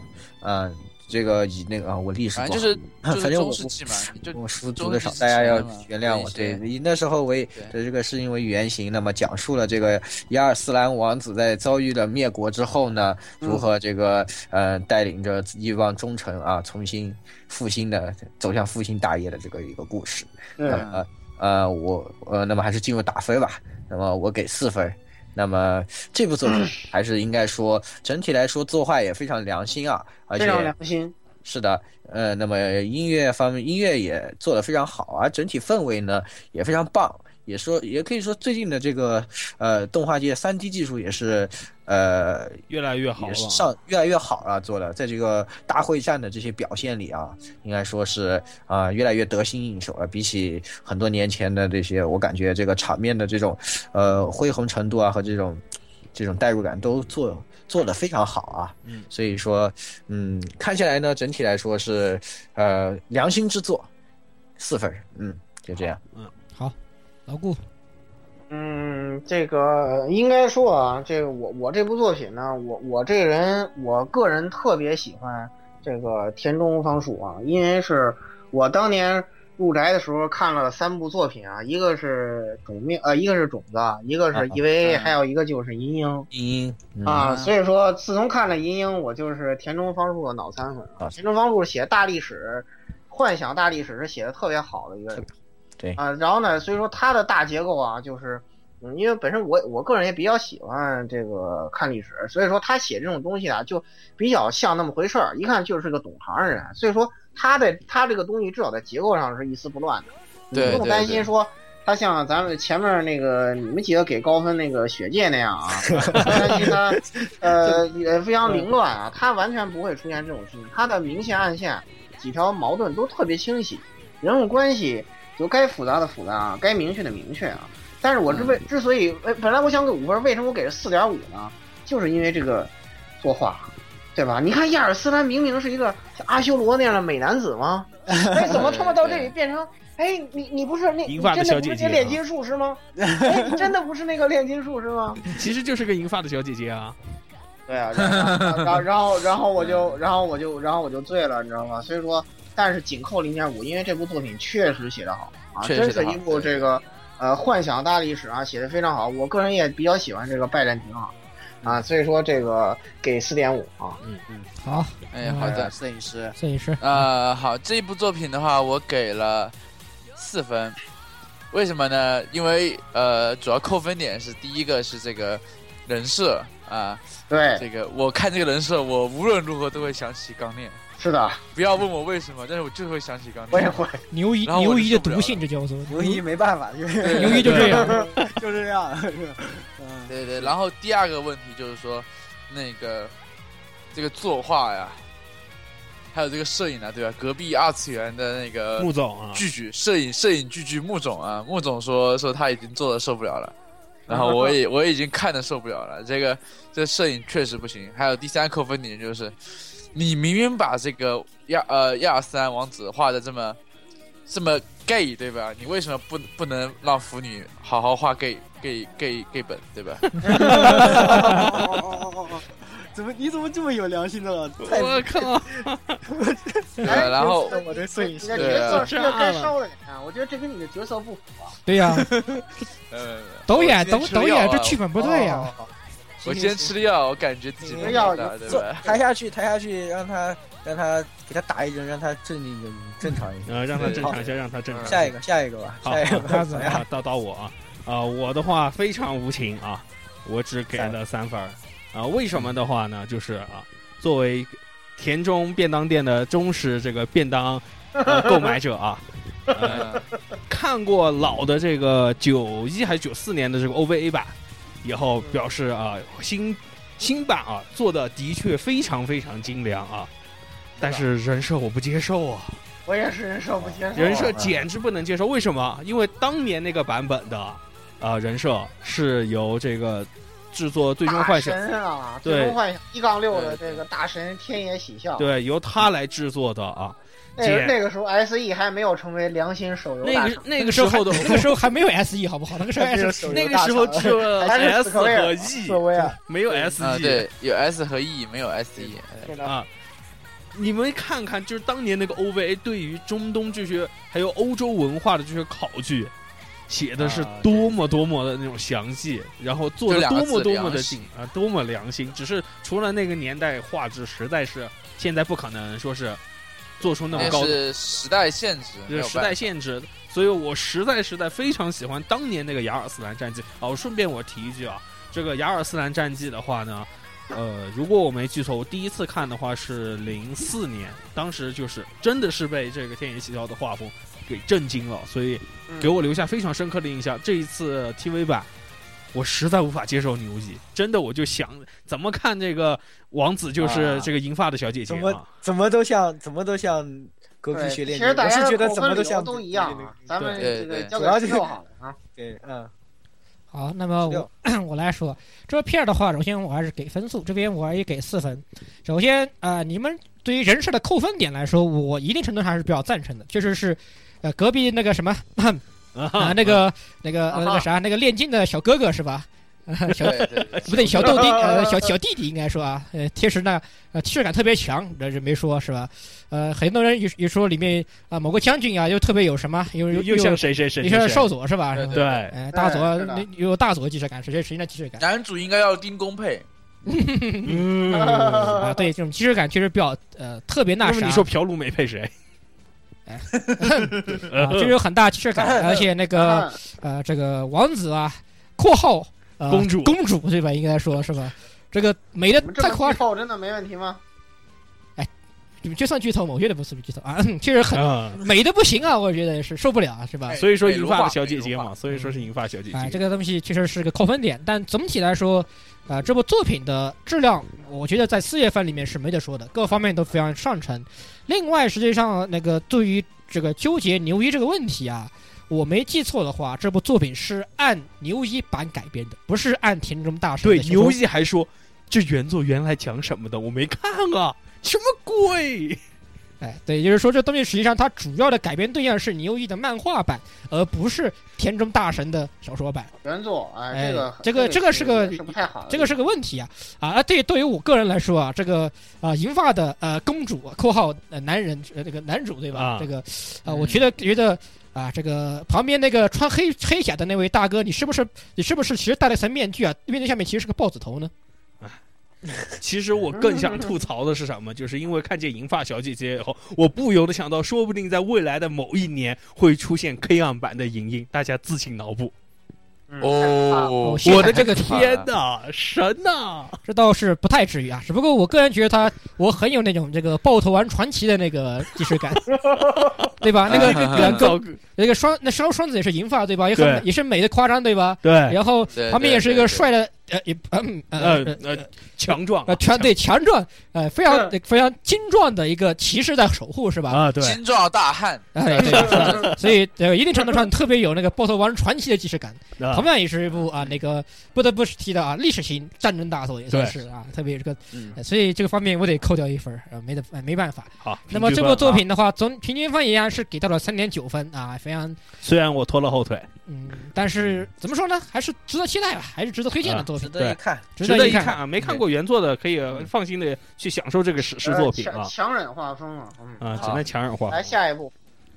嗯、这个以那个啊，我历史
反
不
正就
好
是就
反
是
正
中
我
世纪嘛，你就
我书
中
读的
立
少，
之
大家
前
要
的嘛
原谅我。
对
对
一些，
以那时候为
对
的这个事情为原型，那么讲述了这个亚尔斯兰王子在遭遇了灭国之后呢，
嗯
如何这个呃带领着一帮忠臣啊，重新复兴的走向复兴大业的这个一个故事。
对
啊
嗯
呃呃，我呃，那么还是进入打分吧。那么我给四分。那么这部
(clears throat)
作品还是应该说，整体来说作画也非常良心啊，而
非
且
常良心。
是的，呃，那么音乐方面，音乐也做得非常好啊，整体氛围呢也非常棒，也说也可以说最近的这个呃动画界三 D 技术也是呃
越来越好
也
了
是
啊。
上越来越好了，做的在这个大会战的这些表现里啊，应该说是啊、越来越得心应手了。比起很多年前的这些，我感觉这个场面的这种呃恢宏程度啊和这种这种代入感都做做得非常好啊。
嗯，
所以说嗯，看起来呢，整体来说是呃良心之作，四分儿，嗯，就这样。
好，老顾，
嗯，这个应该说啊，这个我我这部作品呢，我我这人我个人特别喜欢这个田中芳树啊，因为是我当年入宅的时候看了三部作品啊，一个是种命呃，一个是种子，一个是
啊
EVA，、
嗯
还有一个就是银鹰
音、嗯、
啊，
嗯
所以说自从看了银鹰，我就是田中芳树的脑残粉啊。
啊
田中芳树写大历史，幻想大历史是写的特别好的一个人。
对
啊，然后呢，所以说他的大结构啊，就是，嗯，因为本身我我个人也比较喜欢这个看历史，所以说他写这种东西啊，就比较像那么回事儿，一看就是个懂行人，所以说他的他这个东西至少在结构上是一丝不乱的，你
对
不用
对
担
对
心说。他像咱们前面那个你们几个给高分那个雪界那样啊，担心
(laughs)
他呃也非常凌乱啊，他完全不会出现这种事情，他的明线暗线几条矛盾都特别清晰，人物关系就该复杂的复杂啊，该明确的明确啊。但是我之
嗯
为之所以呃本来我想给五分，为什么我给了四点五呢？就是因为这个作画，对吧？你看亚尔斯兰明明是一个像阿修罗那样的美男子
(laughs)
吗？哎，怎么他妈到这里变成？哎，你你不是那你
银发的
真的
小
不
姐
是
姐
这
啊
炼金术师吗？哎，你真的不是那个炼金术师吗？
其实就是个银发的小姐姐啊，
对啊，然后然后然后我就然后我就然后我就醉了，你知道吗？所以说，但是仅扣零点五，因为这部作品确实写得好啊，
确实
真
写得
是
好
一部这个呃幻想大历史啊，写得非常好。我个人也比较喜欢这个拜占庭啊，啊，所以说这个给四点五啊，
好，
哎，好的，
嗯摄影师，
啊
摄影师，
呃，好，这部作品的话，我给了四分，为什么呢？因为呃，主要扣分点是第一个是这个人设啊，
对，
这个我看这个人设，我无论如何都会想起钢炼。
是的，
不要问我为什么，但是我就会想起钢
我也
炼。
会。
牛一
然后我就
牛一的
受不了
毒性，这叫做
由于没办法，就是
对
牛一就这样。
就这样，是吧嗯，
对对，然后第二个问题就是说，那个这个作画呀，还有这个摄影啊，对吧？隔壁二次元的那个
穆总啊，
剧剧摄影摄影剧剧穆总啊，穆总说说他已经做的受不了了，然
(laughs)
后我也我也已经看的受不了了，这个这摄影确实不行。还有第三扣分点就是，你明明把这个亚呃亚尔斯兰王子画的这么这么 gay 对吧？你为什么不不能让腐女好好画 gay gay gay gay 本对吧？
怎么你怎么这么有良心的了？太
我靠，
对吧？
哎
然后
我这摄影
你
师
的
对
角色
啊
是一个该烧的人啊，我觉得这跟你的角色不符。
对呀， (laughs)
呃，
导演
我
导
今天吃了
导
药
演
啊
这剧本不对呀，
我今天吃了药，我感觉自己
行
没
行
脑
行
袋对
坐
吧？
抬下去，抬下去，让他让他给他打一针，让他镇定镇正常一点。
呃，让他正常一下，让他正常一
下一个，下一个吧，
好
下一
(laughs)
个吧
好
怎
(laughs)
么样？
啊，到到我啊，啊，我的话非常无情啊，我只给了三分儿啊。为什么的话呢？就是啊，作为田中便当店的忠实这个便当、呃、购买者 (laughs) 啊，呃，
嗯
看过老的这个九一还是九四年的这个 OVA 版以后，表示啊，新新版啊做的的确非常非常精良啊，但是人设我不接受啊。
我也是人设不接受。啊
(laughs) 人设简直不能接受。为什么？因为当年那个版本的啊、呃人设是由这个制作《最终幻想》
大神啊，
对
最终幻想一杠六的
对
这个大神天野喜孝，
对由他来制作的啊。
那
姐
个那个时候 S E 还没有成为良心手游
那
大
个
神，
那个时候
(laughs)
的
(laughs) 那个时候还没有 SE 好不好？那个时候 SE
手游
(laughs) 那个
大
时候
厂
只有
还是
S
斯科威
和
尔
E，
斯威尔，
没有 E
啊
SG
对，有 S 和 E，没有 SE。
对的
啊。你们看看，就是当年那个 OVA 对于中东这些还有欧洲文化的这些考据，写的是
啊对
多么多么的那种详细，然后做的
就两个
多
字
么多么的
良
紧
心
啊，多么良心。只是除了那个年代画质实在是现在不可能说是做出那么
那
高的
是时代限制，
这
没有
时代
办法
限制，所以我实在实在非常喜欢当年那个雅尔斯兰战记。哦，顺便我提一句啊，这个雅尔斯兰战记的话呢，呃，如果我没记错，我第一次看的话是零四年，当时就是真的是被这个天野喜孝的画风给震惊了，所以
嗯
给我留下非常深刻的印象。这一次 TV 版。我实在无法接受牛一，真的我就想怎么看这个王子就是
啊
这个银发的小姐姐
怎
啊，
么怎么都像怎么都像隔壁
对，
学
其
练
实
我
大
是觉
家的
得
口
怎么
分
都
理由
像
都一样啊，咱们
对
这个
对
交
主要
给
就
十
是
六好了啊。
对，嗯，
好，那么我我 (coughs) 来说这片儿的话，首先我还是给分数，这边我也给四分。首先啊、呃你们对于人设的扣分点来说，我一定程度上还是比较赞成的，确实是，呃，隔壁那个什么啊，那个那个
啊
呃那个啥，那个练金的小哥哥是吧？小
对对
哎
对
不对，小豆弟
(laughs)
呃小小弟弟应该说啊，呃贴实呢呃气势感特别强，这这没说是吧？呃，很多人也也说里面啊、某个将军啊又特别有什么，有有
(laughs) 又像谁谁谁
你
谁谁
说少佐是吧？
对
是吧
对，
哎，大佐
是的
那有大佐的即视感，谁谁谁的即视
(laughs)
感
男主应该要丁公配，
嗯，
啊？对，这种即视感确实比较呃特别那
那么
啥，哎
你说朴鲁没配谁？(laughs)
(laughs)
呃
啊，就是有很大即视感，而且那个
(laughs) 嗯
呃这个王子啊，括号、呃、
公主
公主对吧？应该说是吧？这个美的
我们这
太
么
夸
剧
张，
透真的没问题吗？
你们这算剧透吗？我觉得不是剧透啊， (clears throat) 确实很
啊，
美的不行啊，我觉得也是受不了啊，是吧？
所以说银发
美如
的
画
小姐姐
美如
嘛，
画
所以说是银发小姐
啊、这
姐。
个东西确实是个扣分点，但总体来说，啊、这部作品的质量，我觉得在四月份里面是没得说的，各方面都非常上乘。另外，实际上那个对于这个纠结牛一这个问题啊，我没记错的话，这部作品是按牛一版改编的，不是按田中大神
对
的，小说
牛一还说这原作原来讲什么的，我没看啊，什么鬼？ (laughs)
哎，对，也就是说，这东西实际上它主要的改编对象是牛一的漫画版，而不是田中大神的小说版。
原作啊，
哎
这个
这个这个是个
是不太好的，
这个是个问题啊啊！对，对于我个人来说啊，这个啊、银发的呃公主（括号呃男人呃这个男主对吧？
啊
这个啊，
嗯
我觉得觉得啊，这个旁边那个穿黑黑甲的那位大哥，你是不是你是不是其实戴了一层面具啊？面具下面其实是个豹子头呢？
其实我更想吐槽的是什么？就是因为看见银发小姐姐以后，我不由得想到，说不定在未来的某一年会出现 K 样版的银鹰，大家自行脑补。
哦，
我
我的
这
这
个
个
怕
天呐，神呐！
这倒是不太至于啊，只不过我个人觉得他，我很有那种这个爆头丸传奇的那个既视感，对吧？
(laughs) 啊
那个那个
糟
那个双那双双子也是银发对吧？也很
对
也是美的夸张对吧？
对，
然后
对
旁边也是一个
对对
帅的呃也嗯
哎呃
呃
呃，强壮
呃强对强壮呃非常
嗯
非常精壮的一个骑士在守护是吧？
啊，对，
精壮大汉，
哎对是的，所以呃一定程度上特别有那个爆头丸传奇的既视感。
啊
同样也是一部啊，那个不得不提的啊，历史型战争大作也算是啊，特别这个
嗯，
呃所以这个方面我得扣掉一分儿啊，没得呃没办法。
好。
那么
平
这
均
部
分
作
啊，
品的话，总平均分一样是给到了三点九分啊，非常
虽然我拖了后腿，
嗯，但是怎么说呢，还是值得期待吧，还是值得推荐的
啊
作
值
品，
得一看。
值
得
一
一看。啊！没
嗯
看过原作的，可以放心的去享受这个史诗作品
呃
啊
强强忍画风啊，嗯，
啊！只能强忍化
来下一部，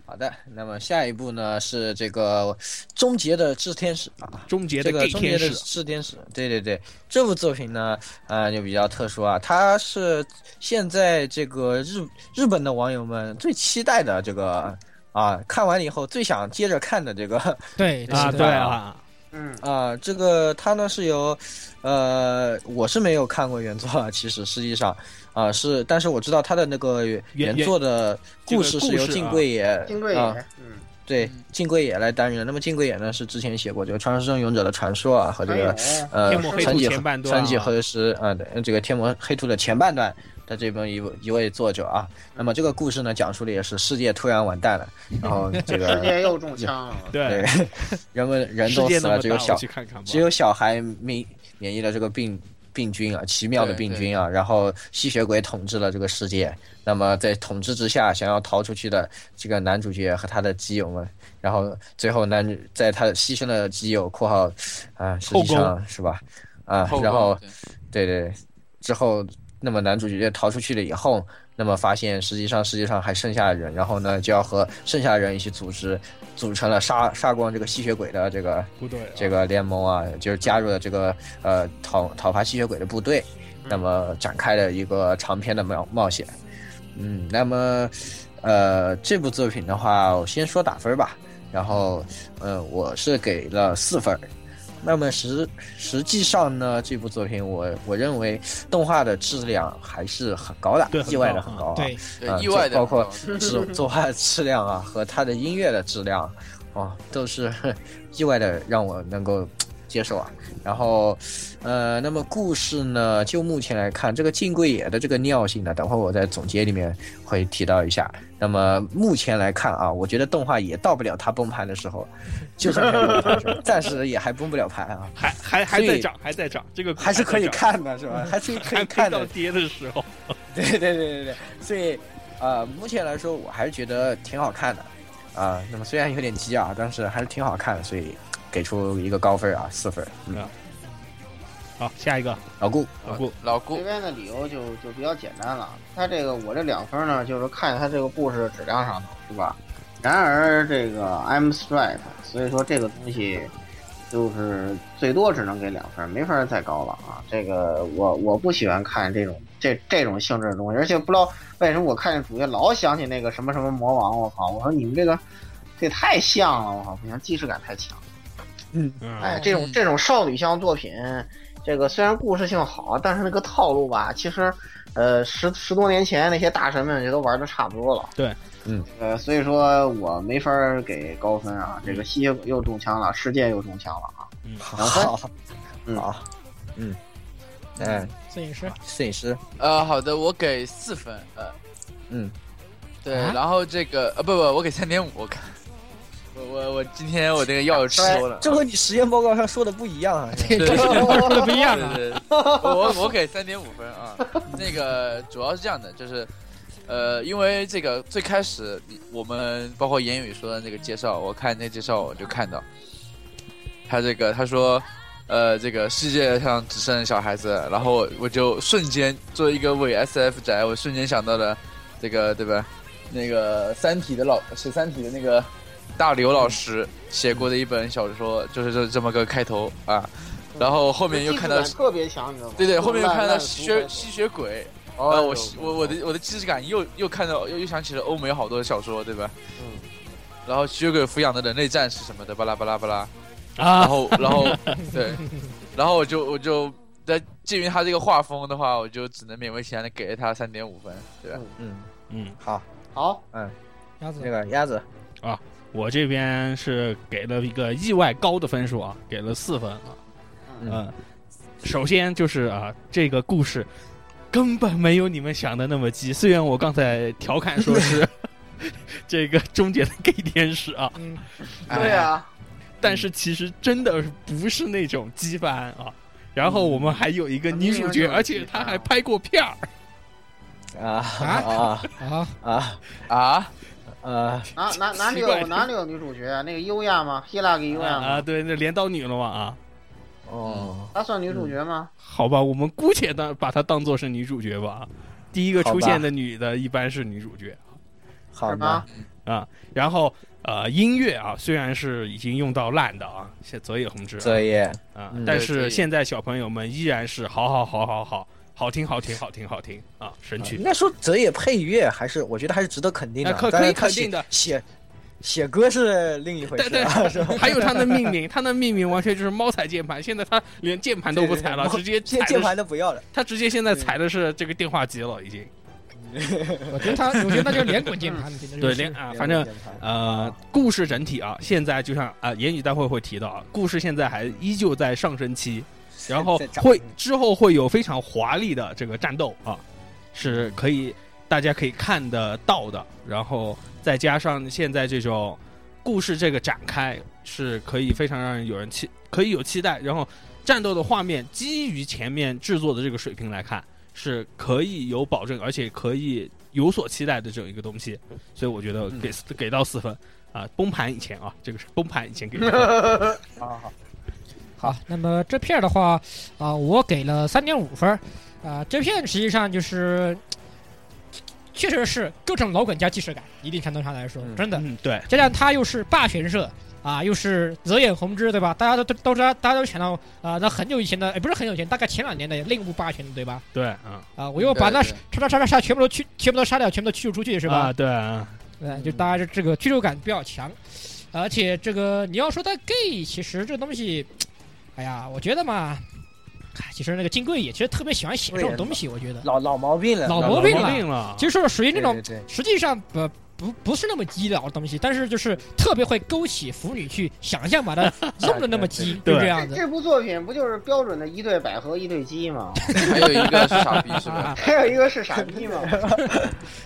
好的，那么下一步呢是这个终结的炽天使啊，
终结
这
的
个
gay
终结
天
的
使，
炽天使，对对对，这部作品呢，呃，就比较特殊啊，它是现在这个日日本的网友们最期待的这个啊，看完了以后最想接着看的这个
对
啊
对
对
啊
啊，
嗯，
啊，这个它呢是由，呃，我是没有看过原作啊，其实实际上啊、是，但是我知道它的那个原
原
作的
这
故
个
事
故
是由
事
静
啊
贵也
金贵
啊
也，嗯，
对
嗯
静贵也来担任的。那么静贵也呢是之前写过这个《传说中勇者的传说》啊和这
还
个
有
呃
哎天幕黑
川
兔
崎
前半段
川崎
啊
和石啊、对，这个天魔黑兔的前半段的这么一位一位作者啊。那么这个故事呢，讲述的也是世界突然完蛋了，然后这
世
(laughs)
个
界又中枪了， (laughs)
对
对， (laughs) 人们人
世
都
界
死
那么
了，
大，
只有小
我去看看吧。
只有小孩免免疫了这个病病菌啊，奇妙的病菌啊，然后吸血鬼统治了这个世界。那么在统治之下，想要逃出去的这个男主角和他的基友们，然后最后男主在他牺牲了基友（括号啊、实际
后
上是吧？啊、
后
然后
宫
对对，之后那么男主角逃出去了以后，那么发现实际上世界上还剩下人，然后呢就要和剩下人一起组织，组成了杀杀光这个吸血鬼的这个
不对啊，
这个联盟啊，就是加入了这个呃讨讨伐吸血鬼的部队，那么展开了一个长篇的冒冒险。嗯，那么呃这部作品的话，我先说打分吧，然后呃我是给了四分儿。那么实实际上呢，这部作品我我认为动画的质量还是很高的
对，很
意外的
高
很
啊
高啊。
对，
对
呃
意外的
包括制
嗯
作画的质量啊和它的音乐的质量啊，都是意外的让我能够接受啊。然后，呃，那么故事呢，就目前来看，这个近贵野的这个尿性呢，等会儿我在总结里面会提到一下。那么目前来看啊，我觉得动画也到不了它崩盘的时候，就算它崩盘的时
(laughs)
候，暂时也还崩不了盘啊，
还还还
所
在
以
涨，还在涨，这个股
还是可以
在涨，
看的是吧？还是可
还
以
没
看的
到，跌的时
(laughs)
候，
对对对对对，所以呃，目前来说我还是觉得挺好看的啊、那么虽然有点急啊，但是还是挺好看的，所以给出一个高分啊，四分。嗯，
好，下一个
老顾，
老顾，
老
这
顾，
边的理由就就比较简单了。他这个我这两分呢，就是看他这个故事质量上头，是吧？然而这个 I'm Stripe，所以说这个东西就是最多只能给两分，没法再高了啊。这个我我不喜欢看这种这这种性质的东西，而且不知道为什么我看见主角老想起那个什么什么魔王，我靠！我说你们这个这也太像了，我靠，不行，既视感太强。
嗯，
哎，这种这种少女向作品，这个虽然故事性好，但是那个套路吧，其实，呃，十十多年前那些大神们也都玩的差不多了。
对，
嗯，
呃，所以说我没法儿给高分啊，这个吸血鬼又中枪了，世界又中枪了啊。
好，好，
嗯
好，嗯，嗯，
摄影师
摄影师，
呃，好的，我给四分，呃，
嗯，
对，
啊
然后这个呃不不，我给三点五，我看，我我我今天我这个药
哎
吃多了，
这和你实验报告上说的不一样 (laughs) 啊。
这这是跟我说的不一样啊。
对对，
(laughs)
对我我我给三点五分啊。那个主要是这样的，就是，呃，因为这个最开始你我们包括言语说的那个介绍，我看那介绍我就看到，他这个他说，呃，这个世界上只剩小孩子，然后我就瞬间作为一个伪 SF 宅，我瞬间想到了这个对吧？那个《三体》的老写《三体》的那个大刘老师写过的一本小说，就是这这么个开头啊。然后后面又看到
技术感特别强，你知道吗？
对对，后面又看到吸
吸
血吸血鬼，
哦
啊，我吸我我的我的既视感又又看到又又想起了欧美好多小说，对吧？
嗯。
然后吸血鬼抚养的人类战士什么的，巴拉巴拉巴拉。然
啊，
后然后 (laughs) 对，然后我就我就在鉴于他这个画风的话，我就只能勉为其难的给了他三点五分，对吧？
嗯，
嗯，
好，
好，
(laughs) 鸭子
那个鸭子，
我这边是给了一个意外高的分数啊，给了四分啊。
嗯
嗯，首先就是啊，这个故事根本没有你们想的那么鸡。虽然我刚才调侃说是这个终结的 gay 天使啊，
嗯，
对啊，
但是其实真的不是那种鸡番啊。然后我们还有一个
嗯
女主
明明就
角，
是鸡番
而且她还拍过片儿。
啊
(laughs)
啊
啊
好，
啊
啊，
呃
啊！
哪哪哪里
奇怪
有哪里有女主角啊？那个优雅吗？希拉给优雅
啊，
呃
吗？
对，那镰刀女了嘛啊。
哦，
她算女主角吗？
好吧，我们姑且当把她当做是女主角吧。啊第一个出现的女的一般是女主角，
好
是
吧
吗，？
然后呃音乐啊虽然是已经用到烂的啊，现泽野弘之啊
这也
啊
嗯，
但
对
是现在小朋友们依然是好好好好好好听好听好听好听啊神曲
应，该说泽野配乐还是我觉得还是值得肯定的，
哎可
嗯当
可
然
以
他
肯定的
写写写歌是另一回
对
事
对
啊，是吧？
(laughs) 还有它的命名，它的命名完全就是猫踩键盘，现在它连键盘都不踩了，
对
直接
键
踩
键
的是
盘嗯都不要了，
它直接现在踩的是这个电话机了已经，
我觉得他，我觉得他就是连滚键盘，简直就是
对连啊反正
键盘
呃，故事整体啊，现在就像啊、言语大会会提到啊，故事现在还依旧在上升期，然后
在涨
会之后会有非常华丽的这个战斗啊，是可以大家可以看得到的，然后再加上现在这种故事这个展开是可以非常让人有人期可以有期待，然后战斗的画面基于前面制作的这个水平来看是可以有保证，而且可以有所期待的这种一个东西，所以我觉得
嗯
给、给到四分啊，崩盘以前啊，这个是崩盘以前给的
(laughs)
好好
好，那么这片儿的话，啊、我给了三点五分儿，啊、这片实际上就是，确实是各种老梗加既视感，一定程度上来说，
嗯
真的。
嗯，对。
加上他又是霸权社啊，又是泽野弘之，对吧？大家都都都知道，大家都想到啊、那很久以前的，也不是很久以前，大概前两年的另一部霸权，对吧？
对，嗯，
啊、我又把那
对
叉叉叉叉叉全部都去，全部都杀掉，全部都驱逐出去，是吧？
啊，对啊，
对，哎就大家这个拘束感比较强，而且这个你要说它 gay，其实这东西，哎呀，我觉得嘛，哎，其实那个金龟也其实特别喜欢写这种东西，我觉得
老老毛病了，
老哦毛
毛
病了
病了，
其实是属于那种
对对
实际上不不不是那么鸡聊的东西，但是就是特别会勾起腐女去想象
(laughs)
把它弄得那么鸡，就
对
这样子。
这这部作品不就是标准的一对百合一对鸡吗？
还有一个是傻逼
(laughs)
是吧？
还有一个是傻逼吗？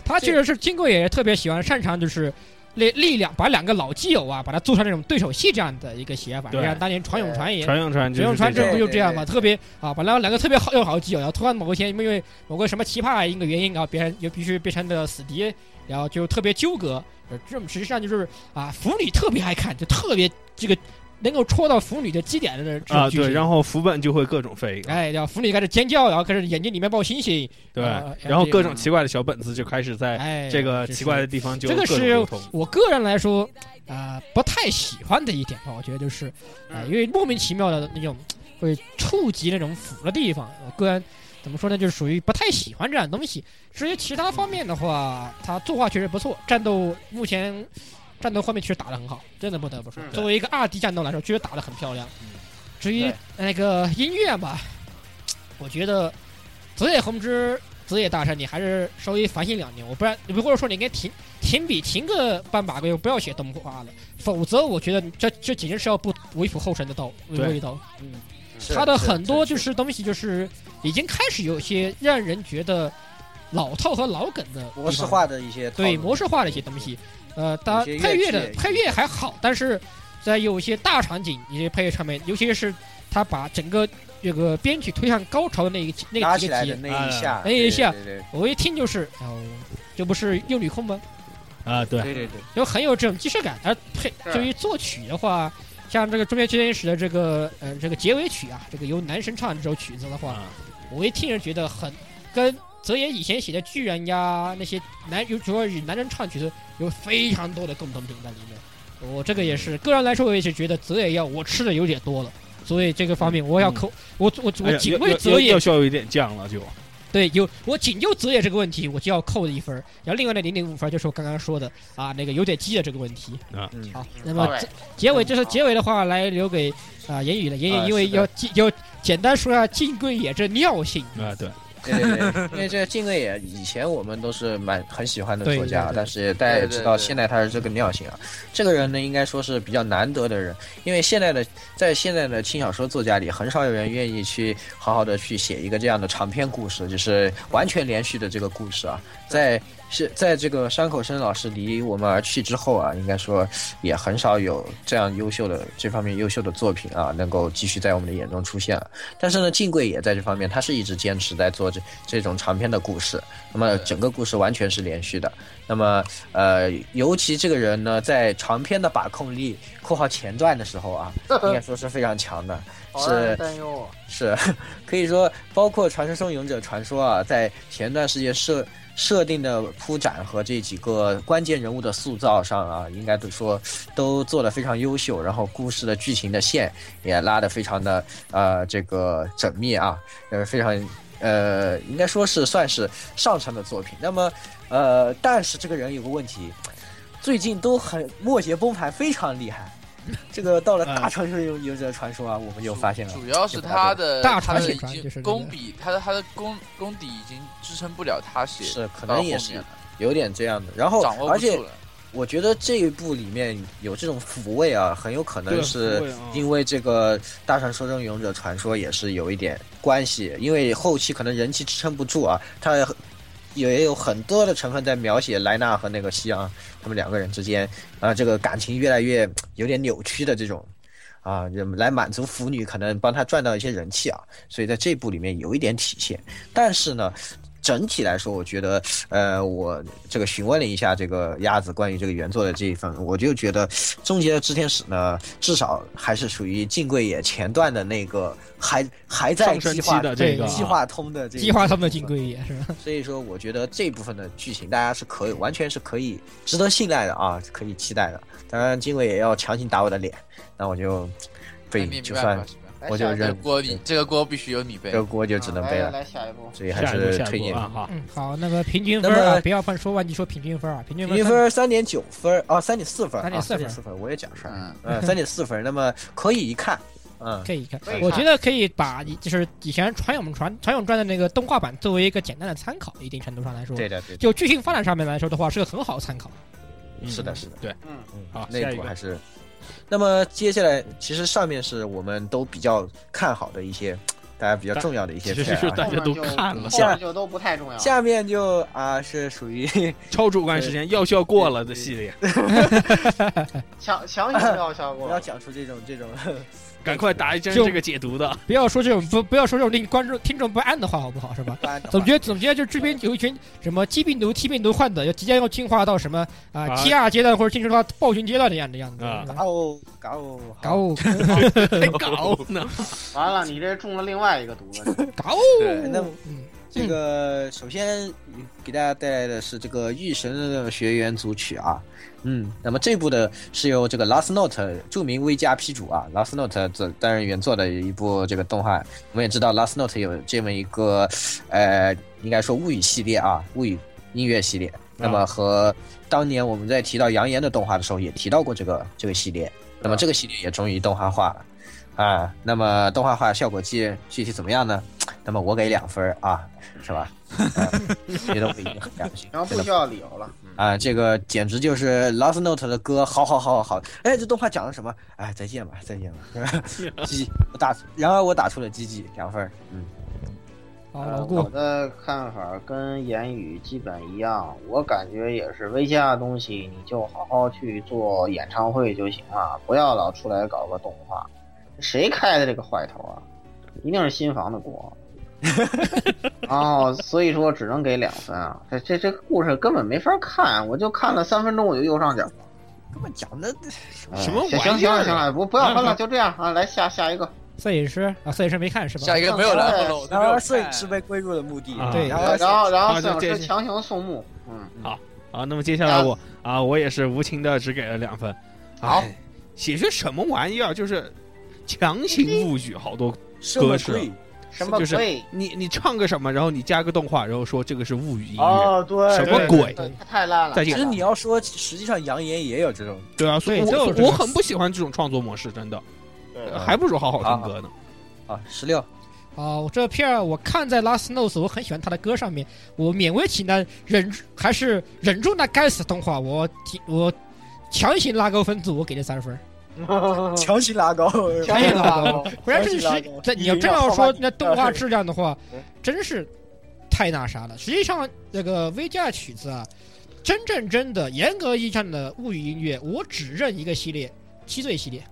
他确实是金龟也特别喜欢擅长就是。力力量把两个老基友啊，把它做成那种对手戏这样的一个写法，就
对
像当年传永传也
传永传，
只用传这
这
不
种
就这样嘛？特别啊，本来两个特别好要好基友，然后突然某一天因为某个什么奇葩啊一个原因，然后别人又必须变成了死敌，然后就特别纠葛。呃这种实际上就是啊，腐女特别爱看，就特别这个能够戳到腐女的基点的这种
啊，
剧情。
对，然后福本就会各种飞，
哎，然后腐女开始尖叫，然后开始眼睛里面冒星星，
对
啊，
然后
这个
各种奇怪的小本子就开始在
哎，
这个奇怪
的。
的地方就
这个
各种
是
流通
我个人来说，啊，不太喜欢的一点吧，我觉得就是，啊、因为莫名其妙的那种会触及那种腐的地方，我个人怎么说呢，就是属于不太喜欢这样的东西。至于其他方面的话，他作画确实不错，战斗目前战斗画面确实打得很好，真的不得不说，
嗯
作为一个二 D 战斗来说，确实打得很漂亮
嗯。
至于那个音乐嘛，我觉得泽野弘之。泽野大神，你还是稍微反省两年，我不然，或者说你应该停停笔停个半把月，不要写动画了，否则我觉得这这简直是要不不腐后尘的道
对
味道。
是
他的很多就是东西，就是已经开始有一些让人觉得老套和老梗的地方
模式，化的一些套路
对模式化的一些东西。呃，当
有些
然配乐
乐器
的
也
配乐还好，但是在有一些大场景一些配乐上面，尤其是他把整个这个编曲推向高潮的那一那
拉
个
起
几
来
个
的
节，
那一下，
那一下
对对
我一听就是，哦，这不是幼女控吗？
啊，对，
对对对，
就很有这种既视感。而配
是
至于作曲的话，像这个《中间之天使》的这个呃这个结尾曲啊，这个由男神唱的这首曲子的话，
啊
我一听着觉得很跟泽野以前写的巨人呀那些男，尤主要以男人唱曲子有非常
嗯
多的共同点在里面。我这个也是个人来说，我也是觉得泽野要我吃的有点多了。所以这个方面我要口，我我
哎
我
呀
仅
要
为
要
泽
要
野
需要有一点酱了，就
对有我仅就泽野这个问题我就要扣一分儿，然后另外的零点五分儿就是我刚刚说的啊那个有点鸡的这个问题。
啊
嗯
好，那么
对
这结尾就是结尾的话来留给啊言语了，言
啊
语因为
是的
要记要简单说一下金龟野这尿性。
啊对，
对对对，因为这个敬畏也以前我们都是蛮很喜欢的作家
对对
啊，
对
但是大家也知
对
道
对对
现在他是这个尿性啊。这个人呢，应该说是比较难得的人，因为现在的在现在的轻小说作家里，很少有人愿意去好好的去写一个这样的长篇故事，就是完全连续的这个故事啊，在。是在这个山口生老师离我们而去之后啊，应该说也很少有这样优秀的这方面优秀的作品啊，能够继续在我们的眼中出现了。啊但是呢，敬贵也在这方面，他是一直坚持在做这这种长篇的故事。那么整个故事完全是连续的。那么呃，尤其这个人呢，在长篇的把控力（括号前传）的时候啊，应该说是非常强的，
好让人
是
担忧。
是， (laughs) 可以说包括《传说中勇者传说》啊，在前段时间设设定的铺展和这几个关键人物的塑造上啊，应该都说都做得非常优秀，然后故事的剧情的线也拉得非常的呃这个缜密啊，呃非常呃应该说是算是上乘的作品。那么呃，但是这个人有个问题，最近都很末节崩盘非常厉害。 (laughs) 这个到了大传说勇勇者传说啊，我们就发现了，
主要是他
(laughs)
的
大
他
船
的
写
已
船就是那
经
个
功底，他的他的功功底已经支撑不了他写，
是可
到
能
后
也
面
是
了
有点这样的。然后
掌，握
而
不
且
住了。哎
我觉得这一部里面有这种抚慰啊，很有可
对
能是
不会啊
因为这个《大传说中勇者传说》也是有一点关系，因为后期可能人气支撑不住啊，他也有很多的成分在描写莱纳和那个西昂他们两个人之间啊、这个感情越来越有点扭曲的这种。啊，人来满足腐女，可能帮他赚到一些人气啊，所以在这部里面有一点体现。但是呢，整体来说，我觉得，呃，我这个询问了一下这个鸭子关于这个原作的这一份，我就觉得《终结的织天使》呢，至少还是属于敬贵野前段的那个还还在
上升
计
期
划
的这个
对
计
啊
划通的这个
计划他们的金龟野是吧？
所以说，我觉得这部分的剧情大家是可以完全是可以值得信赖的啊，是可以期待的。当然，金伟也要强行打我的脸，那我就
那
背
你没
就
办
算
法，是吧
来
我就
下一
这
认
个
对
锅你这个锅必须由你背
这。个锅就只能
啊
背
来
了，
来下一步，
所以还
下一步
是
下
推
一步
荐。
啊哈，
嗯，好，那么平均
那
分儿啊，
么
不要犯说忘记说平均分儿啊，平均
评
分儿
分三点九分哦，三点四分，
3.4分
四分，我也讲出来了，
嗯，
嗯，
(laughs)
三点四分，那么可以一看，嗯，
可以看
可以，
我
看
觉得可以把以就是以前传统传传统传的那个动画版作为一个简单的参考，一定程度上来说，
对的，对的，
就剧情发展上面来说的话，是个很好的参考。
嗯
是的，是的，
对，
嗯，
嗯，
好下
那
一
部
个
还是。那么接下来，其实上面是我们都比较看好的一些，大家比较重要的一些
其实
片
是
啊，
(laughs) 大家都看了，
后面就都不太重要了。
下面就啊是属于
超主观时间要需要过了的系列，
强强行要效
我
果
们要，讲出这种这种
赶快打一针
就
这个解读的，
不要说这种不不要说这种令观众听众不安的话，好不好？是吧？
班的话
总觉得总觉得就这边有一群什么基病毒、T 病毒患者，要即将要进化到什么啊
啊
T 二阶段或者进入到暴君阶段的样的样子。
啊
是吧
搞哦搞哦
搞哦
还 (laughs) 搞呢，
完了，你这中了另外一个毒了。
搞哦，
对
那
嗯，
这个首先给大家带来的是这个《御神的学员》组曲啊，嗯，那么这部的是由这个 Last Note 著名 V 加 P 主啊，Last Note 这担任原作的一部这个动画。我们也知道 Last Note 有这么一个，呃，应该说物语系列啊，物语音乐系列。那么和当年我们在提到《扬言》的动画的时候，也提到过这个这个系列。那么这个系列也终于动画化了，啊，那么动画化效果具具体怎么样呢？那么我给两分儿啊，是吧？啊觉得我已经很良心，
(laughs) 然后
真
不
的
需要理由了。嗯
啊，这个简直就是 Last Note 的歌，好好好好好。哎，这动画讲了什么？哎，再见吧，再见吧。鸡，我打，然而我打出了鸡鸡两分儿。嗯，
好老
呃我
顾，
的看法跟言语基本一样，我感觉也是微加的东西，你就好好去做演唱会就行了，不要老出来搞个动画。谁开的这个坏头啊？一定是新房的锅。
(laughs)
然后所以说只能给两分啊，这这这个故事根本没法看，我就看了三分钟我就右上角。
根本讲的
什么玩意
行
儿
行行了行了，不不要分了，
(laughs)
就这样啊，来下下一个。
摄影师啊，摄影师没看是吧？
下一个没有然后了，我都
然
没有
而
看
摄影师被归入了墓地
啊，
对
然
然
后
后然
好
后
就
摄影
这
师
些
强行送墓，嗯，
啊，那么接下来我啊，我也是无情的只给了两分。
好，
写些什么玩意儿？就是强行录取好多。
什么
歌是
鬼？
什么
就是
鬼？
你你唱个什么，然后你加个动画，然后说这个是物语音乐，
哦，对，
什么
对
鬼
对对太烂了
再。
其
见
实。你要说，实际上扬言也有这种，
对啊，所以
对这
我
种这种
我很不喜欢这种创作模式，真的，
对
嗯
呃还不如好好听歌呢。
啊，十六
啊，我这片儿我看在《Last Notes》，我很喜欢他的歌上面，我勉为其难忍住，还是忍住那该死的动画，我提我强行拉高分组，我给了三分儿。
强行拉高，
强行拉高，
不然
强
是
行拉
实
高，
这你要这样说，那动画
是
质量的话
嗯，
真是太那啥了。实际上，那个 V 加曲子啊，真正真的严格意义上的物语音乐，我只认一个系列，七罪系列，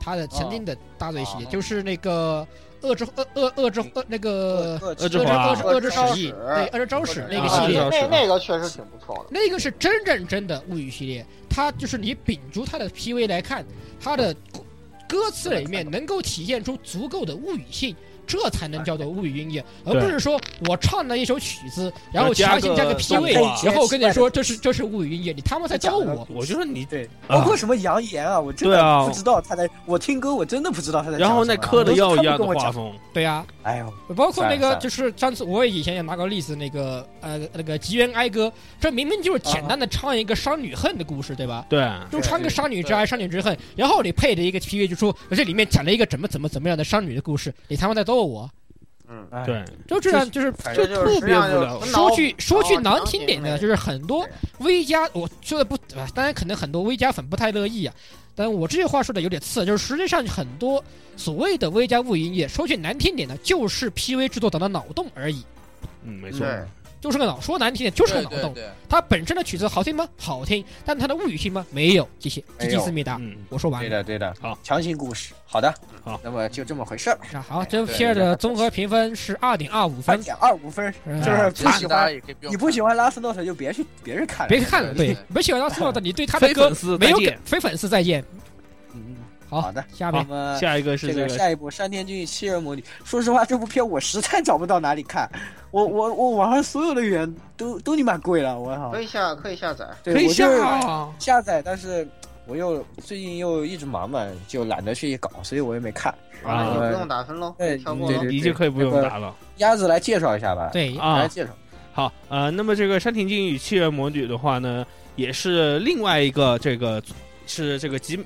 它的曾经的大罪系列，
哦
就是那个恶之恶恶恶之恶那个
恶
恶之
呃恶之
华
恶之恶之
恶之
使役，
招使
对恶之招使那个
啊
系列
恶之招使，
那那个确实挺不错
那个是真正真的物语系列，它就是你秉烛它的 PV 来看，它的歌歌词里面能够体现出足够的物语性，这才能叫做物语音乐，而
对
不是说我唱了一首曲子，然后
要加
强行加个啊
个
PV，
动画
然后我跟你说这是这是物语音乐，你他妈在教我。
我就说你
啊对，
啊
包括什么扬言啊，我真
对
的
啊
不知道他在，我听歌我真的不知道他在讲什么。
然后那嗑
都
的
是
药
他
一
们
样的
跟我
画
讲，
风，
对啊呀、
哎呦，
包括那
算
个
了
就是上次我也以前也拿过例子，那个呃那个《吉原哀歌》，这明明就是简单的唱一个商女恨的故事，对吧？
对，
哎
就唱个商女之爱、商女之恨，然后你配着一个 PV 就说呃这里面讲了一个怎么怎么怎么样的商女的故事，你他妈在逗我，
哎，
对，
就这样就是
反
就
正
就是
特
实际
别
上
无
就是
聊
纯脑
说
补
句说句难听点的，
然后强行那个
就是很多 V 加，我说的不，啊当然可能很多 V 加粉不太乐意啊，但我这句话说的有点刺，就是实际上很多所谓的 V 加物营业，说句难听点的，就是 PV 制作党的脑洞而已，
嗯，没错，
对，
就是个脑，说难听点就是个
对
脑
对
洞。
对，
它本身的曲子好听吗？好听，但它的物语性吗？没有。谢谢，吉
没
吉
有
思密达，
嗯，
我说完
对
了。
的对的，
好，
强行故事，好的，
好，
那么就这么回事儿，
那啊
哎
好，这
对
片儿的综合评分是二点二五
三
分，
点二五分，
哎
嗯
就是
其
不
实
喜
大家
欢，
也可以不用，
你不喜欢拉斯诺特就别去，别去看了，
别看了，
嗯
对
对，
没喜欢到最后的，你对他的
非
歌
粉丝
没有
再见哦
感，非粉丝再见。
嗯，嗯
好
好的，
下
那
面
么。
下一个
呃这
是这
个
个
下一部《山田君与七人魔女》，说实话，这部片我实在找不到哪里看，我我我网上所有的源都都你妈贵了，我操
可！以下哎可以下啊载。
对，我就是
哦
下载，但是我又最近又一直忙嘛，就懒得去搞，所以我也没看。呃
啊，那
啊
就，不用打分喽，
对
跳过
嗯对
喽
对。
你就可以不用
这个
打了
鸭子来介绍一下吧，
对，
啊
来。介绍。
好，呃，那么这个山田静与七人魔女的话呢，也是另外一个这个是这个集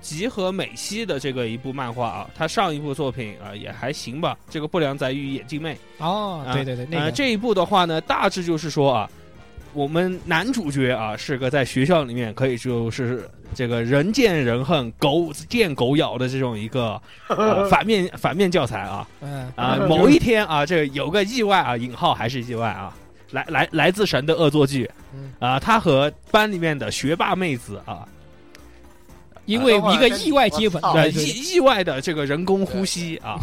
集合美希的这个一部漫画啊，她上一部作品啊、也还行吧，这个不良仔与眼镜妹。
哦，
啊
对对对，那
呃，
个
这一部的话呢，大致就是说啊，我们男主角啊是个在学校里面可以就是这个人见人恨、狗见狗咬的这种一个、
(laughs)
呃反面反面教材啊
嗯， (laughs)
啊、某一天啊，这有个意外啊，引号还是意外啊。来来来自神的恶作剧
嗯，
啊、他和班里面的学霸妹子啊，
因为一个意外
等会
接
儿
吻，
我操
呃
哦哎对对对
意意外的这个人工呼吸啊，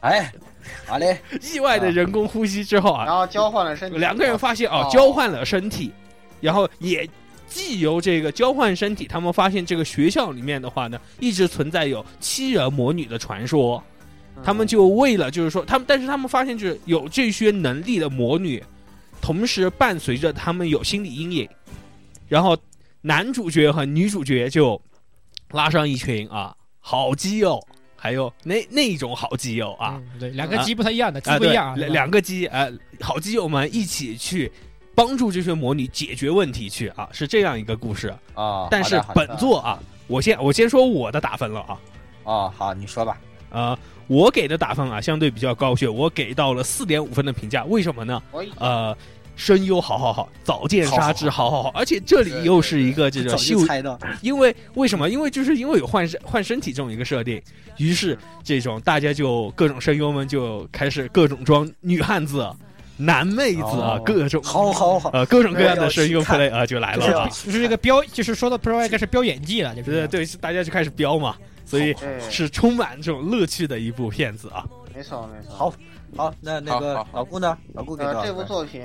哎，好嘞，
意外的人工呼吸之后啊
然，后交换了身体，
两个人发现哦
哦，
交换了身体，然后也既由这个交换身体，他们发现这个学校里面的话呢，一直存在有七人魔女的传说。
嗯
他们就为了就是说他们，但是他们发现就是有这些能力的魔女，同时伴随着他们有心理阴影，然后男主角和女主角就拉上一群啊好基友，还有那那一种好基友啊，
嗯对，两个鸡不太一样的，鸡
啊，
不
对，
一样啊，
两
是吧
两个鸡，呃，好基友们一起去帮助这些魔女解决问题去啊，是这样一个故事。
啊，
但是
好的
本作啊，我先我先说我的打分了啊，
哦，好，你说吧。
呃，我给的打分啊相对比较高些，我给到了四点五分的评价，为什么呢？
我一
呃。声优好好好，早见沙织好好好，而且这里又是一个这
早
种秀
就猜到，
因为为什么？因为就是因为有换身换身体这种一个设定，于是这种大家就各种声优们就开始各种装女汉子、男妹子啊，
哦
各种
好好好，
呃各种各样的声优
我要
play
去
啊就来
就是
了啊，
就是这个标，就是说的不知道应该是标演技了，就
对
是
对，是大家就开始飙嘛，所以
对，
是充满这种乐趣的一部片子啊。
没错没错。
好好，那那
好
个
好
老顾呢？老顾给多
呃，这
少
部
分？
作品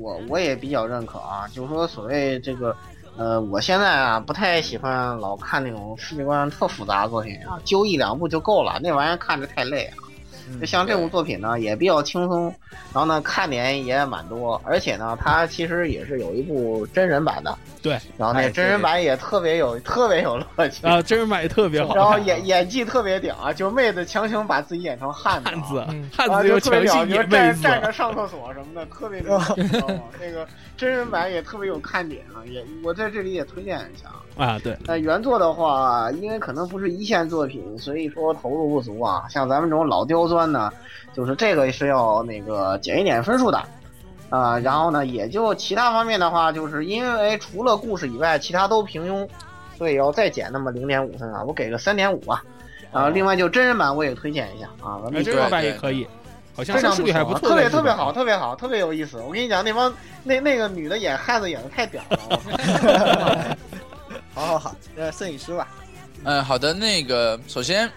我我也比较认可啊，就是说所谓这个，呃，我现在啊不太喜欢老看那种世界观特复杂的作品啊，揪一两部就够了，那玩意儿看着太累啊。
嗯
就像这部作品呢，也比较轻松，然后呢，看点也蛮多，而且呢，它其实也是有一部真人版的，
对，
然后那
哎
真人版也特别有特别有乐趣，
啊，真人版也特别好看，
然后演演技特别屌啊，就妹子强行把自己演成汉
汉
子
子
啊。
嗯，
汉
啊，
子
就
又
特别
强行
屌，比如
演妹
站
子，
站着上厕所什么的，
(laughs)
特别牛逼，你知道吗？那个真人版也特别有看点啊，也我在这里也推荐一下啊。
啊，对，
那原作的话，因为可能不是一线作品，所以说投入不足啊。像咱们这种老刁钻呢，就是这个是要那个减一点分数的，啊、然后呢，也就其他方面的话，就是因为除了故事以外，其他都平庸，所以要再减那么零点五分啊，我给个三点五吧。啊、另外就真人版我也推荐一下啊，咱
啊
们
真
对
人版也
对
可以，好像
非
收
常
视率还不
不
错，
错特别
在日
特别
本
好，特别好，特别有意思。我跟你讲，那帮那那个女的演汉子演的太屌了，我
(laughs)
操
好好好，呃，摄影师吧，
嗯，好的，那个首先，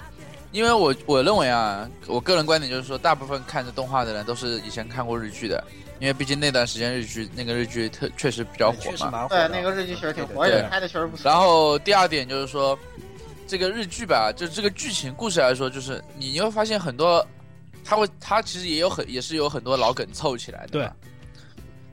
因为我我认为啊，我个人观点就是说，大部分看着动画的人都是以前看过日剧的，因为毕竟那段时间日剧那个日剧特确实比较火
确实
嘛。
蛮火
对
的。
那个日剧确实挺火，而
对对
且拍的确实不错。
然后第二点就是说，这个日剧吧，就这个剧情故事来说，就是你你会发现很多，它会它其实也有很也是有很多老梗凑起来的，
对
吧，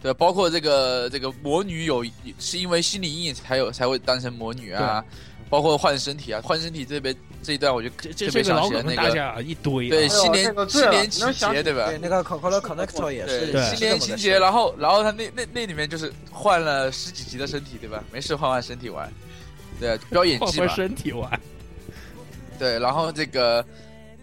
对，包括这个这个魔女有是因为心理阴影才有才会当成魔女啊，包括换身体啊，换身体这边这一段我就
这这
特别
这个
想
老
起来
梗
那
大
个
家啊一堆啊，
对
哎呦
新
这个
年
醉
新
了
年
能
情
想
节
起
对吧
对，？那个 Coco Connector 也是
对，
是
新
这
年
么
情
个
节，然后然后他那那那里面就是换了十几集的身体对吧？没事换换身体玩，对，飙
(laughs)
演
换
技
换
嘛。
身体玩，
对，然后这个，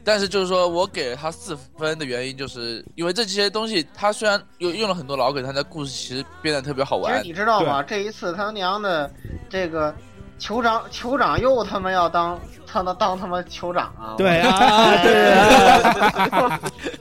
但是就是说我给了他四分的原因，就是因为这些东西，它虽然用用了很多老梗，但它故事其实变得特别好
其实
玩。
你知道吗？这一次他娘的这个酋长，酋长又他妈要当他妈当他妈酋长啊！
对啊，对啊，
(laughs)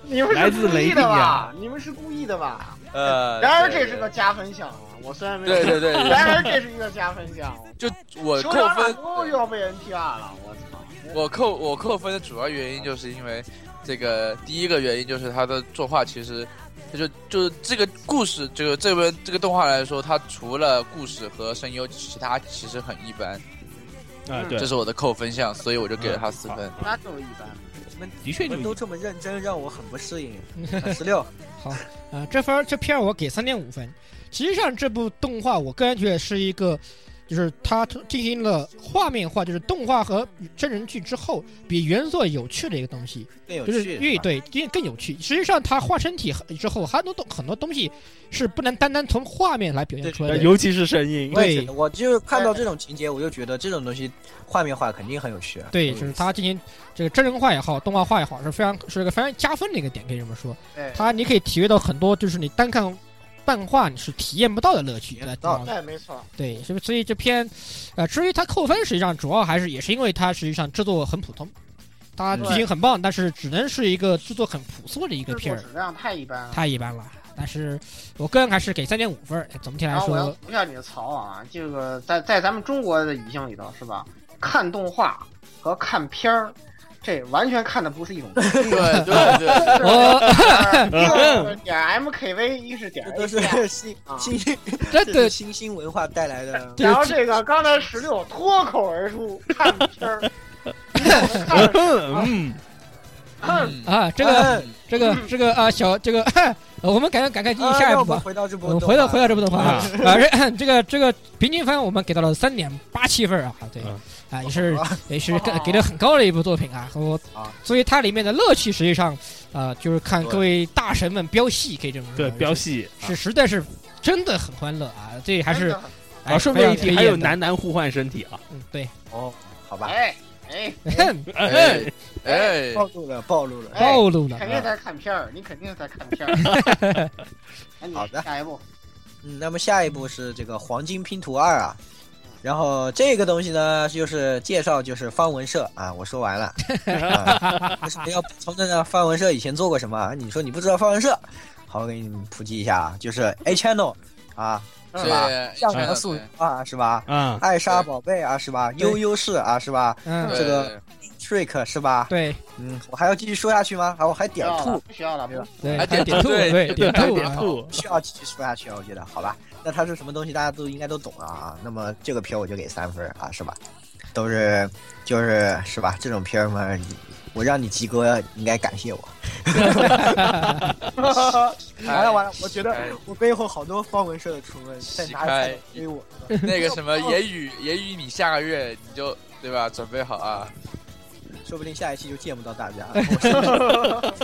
你们
来
是
自
故意
雷
的
电
吧
啊？
你们是故意的吧？
呃，
然而这
对
是个加分项啊！我虽然没有，
对对对
(laughs)
对
然而这是一个加分项。啊
就我
酋
扣
长
分
打，工又要被 NTR 了，我操！
我扣我扣分的主要原因就是因为这个第一个原因就是他的作画其实。他就就是这个故事，这个这本这个动画来说，它除了故事和声优，其他其实很一般，
啊，对
这，是我的扣分项，所以我就
嗯
给了他四分。
那就是一般。
的确
你
就
们都这么认真，让我很不适
(laughs)
应。十六，
啊，这分儿这片儿我给三点五分。实际上，这部动画我个人觉得是一个，就是它进行了画面化，就是动画和真人剧之后，比原作有趣的一个东西，
更有
就是
趣
越
是吧。
对更更有趣。实际上，它化身体之后，很多东很多东西是不能单单从画面来表现出来的。
尤其是声 (laughs) 音，
我也觉
对
得，我就看到这种情节，我就觉得这种东西画面化肯定很有趣。啊嗯
对，就是它进行这个真人化也好，动画化也好，是非常是一个非常加分的一个点，可以这么说。
对，
它你可以体会到很多，就是你单看漫画你是体验不到的乐趣，在动画
哦对，没错。
对，所以所以这篇，呃，至于它扣分，实际上主要还是也是因为它实际上制作很普通，它
嗯
剧情很棒，但是只能是一个制作很朴素的一个
制
片
作
儿
质，量太一般了。
太一般了。但是我个人还是给三点五分儿，总体来
然后我要
说，
吐一下你的槽啊，这个在在咱们中国的语境里头是吧？看动画和看片儿，这完全看的不是一种
(laughs)
东
嗯
西。
对对对，
我 (laughs)
一个是点 MKV，一是点
这
A
都是新
啊
新 (laughs) 这
这
是
个
新兴文化带来的。
然后这个刚才十六脱口而出看
(laughs)
片儿，看
嗯，
嗯
啊，这个
哎
这个这个啊，小这个， (laughs) 呃我们赶快赶快进行
啊
下一
让
步
我们
吧。
回到这部
我
动画，
们回到回到这部动画啊，啊这这个这个平均分我们给到了三点八七分啊，对
嗯，
啊也是
啊
也是给给的很高的一部作品啊，我
啊
所以它里面的乐趣实际上，呃，就是看
对
各位大神们飙戏，可以这么说，
对，
是
飙戏啊
哎是实在是真的很欢乐啊，这还是
啊，顺便一提，还有，
哎非常推荐的
男男互换身体啊，
嗯对，
哦，好吧，
哎哎，
(laughs)
哎哎，
暴露了，暴露了。
哎
(laughs) 暴露了
肯定在看片儿，你肯定在看片儿。
(laughs)
赶紧
好的
下一步，
嗯，那么下一步是这个《黄金拼图二》啊，然后这个东西呢，就是介绍就是方文社啊，我说
(laughs)
完了。啊、为什么要补充的呢？方文社以前做过什么？啊你说你不知道方文社，好，我给你们普及一下啊，就是 A Channel 啊，是吧？
对，
向
对
阳素云啊，是吧？
啊，
艾莎宝贝啊，是吧？悠悠市啊，是吧
嗯，
对
这个？Trick 是吧？
对
嗯，我还要继续说下去吗？啊，我还
不需
点
要了
兔，
不需要了，不需要了
对，
还
点
点
兔，
兔
对
对
点
还
兔
点
啊，
兔
不，需要继续说下去了，我觉得好吧。那它是什么东西，大家都应该都懂了啊。那么这个片我就给三分啊，是吧？都是就是是吧？这种片儿嘛，我让你及格，应该感谢我。
哎
完了完了，我觉得
哎
我背后好多方文社的唇纹在哪里才
哎
能追我？
那个什么言语言语，你下个月你就对吧？准备好啊！
说不定下一期就见不到大家
(laughs)
了。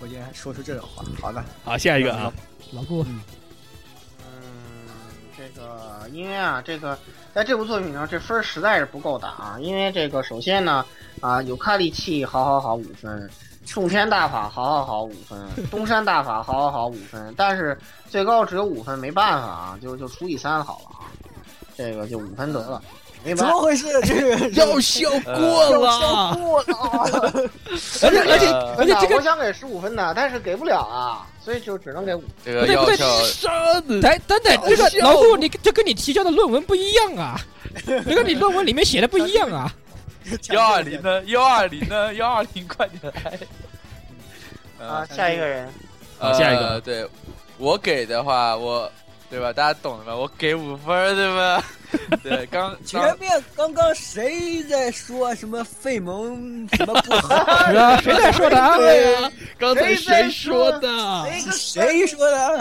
我竟然说出这种话，好的，
好，下一个啊，
老顾，
嗯，这个因为啊，这个在这部作品上这分儿实在是不够打啊，因为这个首先呢，啊，有卡利气好好好五分，冲天大法好好好五
(laughs)
分，东山大法好好好五分，但是最高只有五分，没办法啊，就就除以三好了啊，这个就五分得了，没
怎
办
么
法。
回事？这个
(laughs)
要笑过了，
我操！ (laughs)
而且而且
呃
而且这
我
个，
想给十五分的，但是给不了啊，所以就只能给五。
这个
不对不
药
对
效，
哎，等等，这个老顾，你这跟你提交的论文不一样啊，这跟你论文里面写的不一样啊。
(laughs) 幺二零呢？幺二零呢？ (laughs) 幺二零，快
(laughs)
点来！
啊
呃，
下一个人，
啊好下一个
呃对我给的话，我对吧？大家懂的吧？我给五分儿，对吧？
(laughs)
对，刚
前
刚
面刚刚谁在说什么费蒙什么
(laughs)
不好？
是啊，谁在说的啊？
(laughs) 刚才谁说的？
谁
谁说的？啊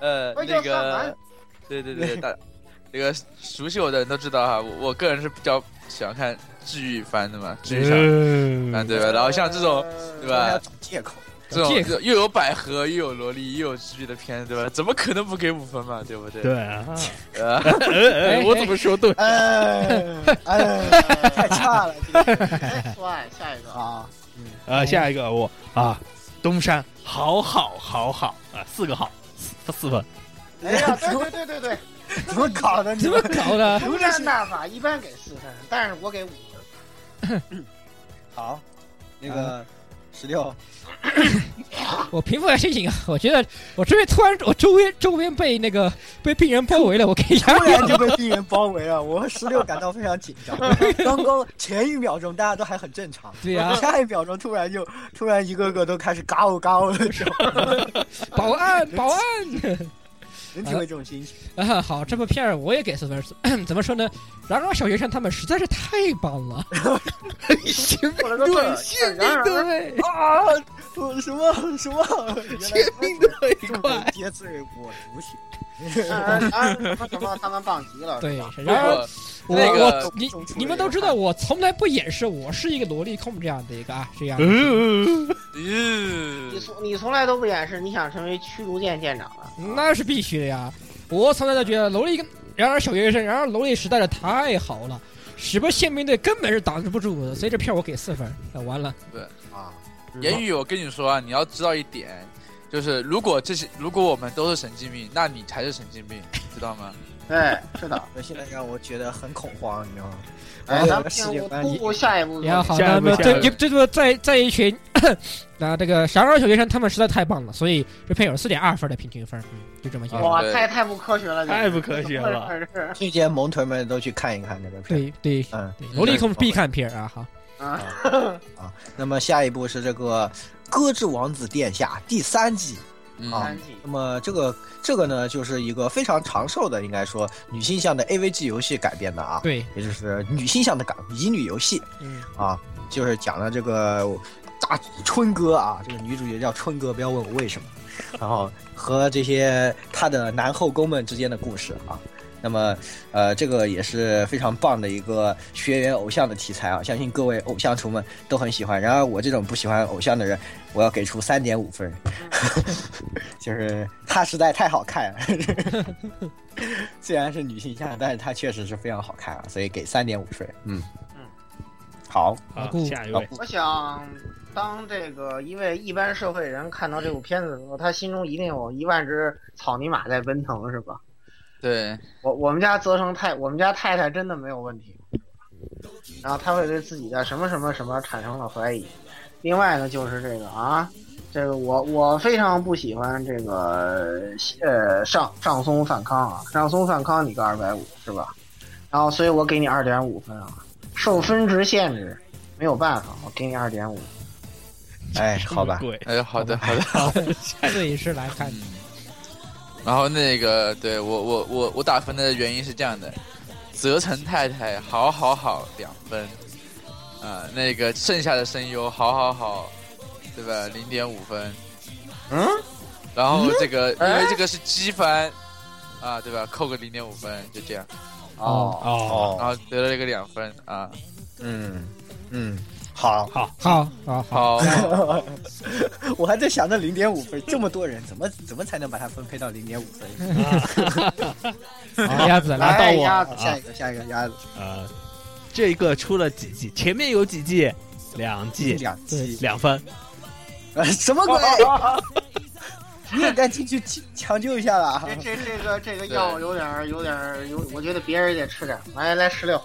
呃
我就
那
上
个
班，
对对对，大那个熟悉我的人都知道哈，我我个人是比较喜欢看治愈番的嘛，治愈番
嗯
啊，对吧？然后像这种
呃
对
还要
吧？
哎找借口？
这种
借
这种又有百合，又有萝莉，又有治愈的片子，对吧？怎么可能不给五分嘛？对不对？
对 (laughs) 啊，
呃，
呃
(laughs)
呃我怎么说对？
哎哎，太差了，这个
哎帅，
(laughs)
下一个啊，
啊！
呃，下一个我啊，东山，好好好好啊，四个好，四四分。
哎呀，对对对对对，
怎么搞的？你
怎么
们
搞的？
独占大法一般给四分，但是我给五分。
好，那个十六，
我平复一下心情啊！我觉得我这边突然，我周边周边被那个被病人包围了，我可以压
突
力
然就被病人包围了，我十六感到非常紧张。刚刚前一秒钟大家都还很正常，
对
啊
呀
下一秒钟突然就突然一个个都开始嘎哦嘎哦的时候，
保安保安
能体会这种心情。
啊！好，这部片儿 (clears throat) 我也给四分。怎么说呢？然而小学生他们实在是太棒了，
过了个对，现然而
对，
啊，我什么什么？前面的很快，皆醉我独醒。
然而什么什么他们棒极了，是
对
吧，
然而我
那个
我你
中出了
你们都知道，我从来不掩饰我是一个萝莉控这样的一个啊，这样的
嗯，
你
咦，
从你从来都不掩饰你想成为驱逐舰舰长啊了，
那是必须的呀！我从来都觉得萝莉跟，然而小学生，然而萝莉实在是太好了，什么宪兵队根本是挡不住的，所以这片儿我给四分。啊完了，
啊，
言语，我跟你说啊，你要知道一点，就是如果这些，如果我们都是神经病，那你才是神经病，知道吗？
对，哎是
(laughs)
的，
我现在让我觉得很恐慌，你知道吗？
哎，
哎
咱们
世界
进入
观
公布嗯下一步作品，
然后好，
下
那
一步
么
下
这
一
这
步
这个在在一群， (coughs) 那这个然而小学生他们实在太棒了，所以这片有四点二分的平均分，嗯，就这么一个。
哇，
对
太太不科学了，
太不科学了
这个 (laughs) 是
推荐萌豚们都去看一看这个片。，
对对
嗯，
对，萝莉控必看片儿啊！好，
啊，
那么下一部是这个《歌之王子殿下》第三季。
嗯，
啊
三季
那么这个这个呢，就是一个非常长寿的，应该说女性向的 AVG 游戏改编的啊，
对，
也就是女性向的港乙女游戏
嗯，
啊，就是讲了这个大春哥啊，这个女主角叫春哥，不要问我为什么，然后和这些她的男后宫们之间的故事啊。那么，呃，这个也是非常棒的一个学员偶像的题材啊，相信各位偶像厨们都很喜欢。然而，我这种不喜欢偶像的人，我要给出三点五分。 (laughs) 就是她实在太好看了，虽然是女性向，但是她确实是非常好看啊，所以给三点五分。嗯
嗯，
好，
好
老顾，
啊下一
老
位，
顾
我想，当这个一位一般社会人看到这部片子的时候，他心中一定有一万只草泥马在奔腾，是吧？
对，
我我们家泽成太，我们家太太真的没有问题，然后他会对自己的什么什么什么产生了怀疑。另外呢，就是这个啊，这个我我非常不喜欢这个呃上上松范康啊，上松范康你个二百五是吧？然后所以我给你二点五分啊，受分值限制，没有办法，我给你二点五。
哎，好吧，
鬼，
哎，好的，好的，好的。
摄影师来看
嗯，然后那个，对我我我我打分的原因是这样的：泽城太太好好好两分，啊、那个剩下的声优好好好，对吧？零点五分。
嗯，
然后这个、因为这个是机翻，啊，对吧？扣个零点五分，就这样，
哦，
哦，
然后得了一个两分啊。
嗯嗯，好，
好，
好好好，
好，
(laughs) 我还在想那零点五分，这么多人怎么怎么才能把它分配到零点五分？
好鸭子来到
来
我
鸭
啊
子
(laughs)
下一个，下一个鸭子，
呃，这一个出了几季？前面有几季？两季，
两期，
两分。
呃什
哦
么鬼？你也该进去抢抢救一下了
哎这。这这个这个药有点儿有点儿有，我觉得别人也得吃点儿。来来十六，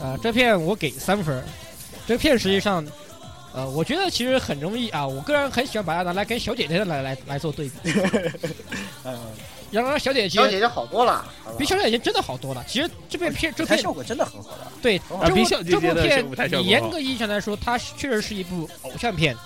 呃，这片我给三分儿。这片实际上，呃，我觉得其实很容易啊。我个人很喜欢把它拿来跟小姐姐来来来做对
(laughs)
比，
嗯，
然而小姐姐
小姐姐好多了，好吧
比小姐姐真的好多了。其实这片片这
它
片
效果真的很好的。
对
很好
这
啊比
部
小姐
这
姐
部
的
片
舞台效，果
你严格意义上来说，它是确实是一部偶像片。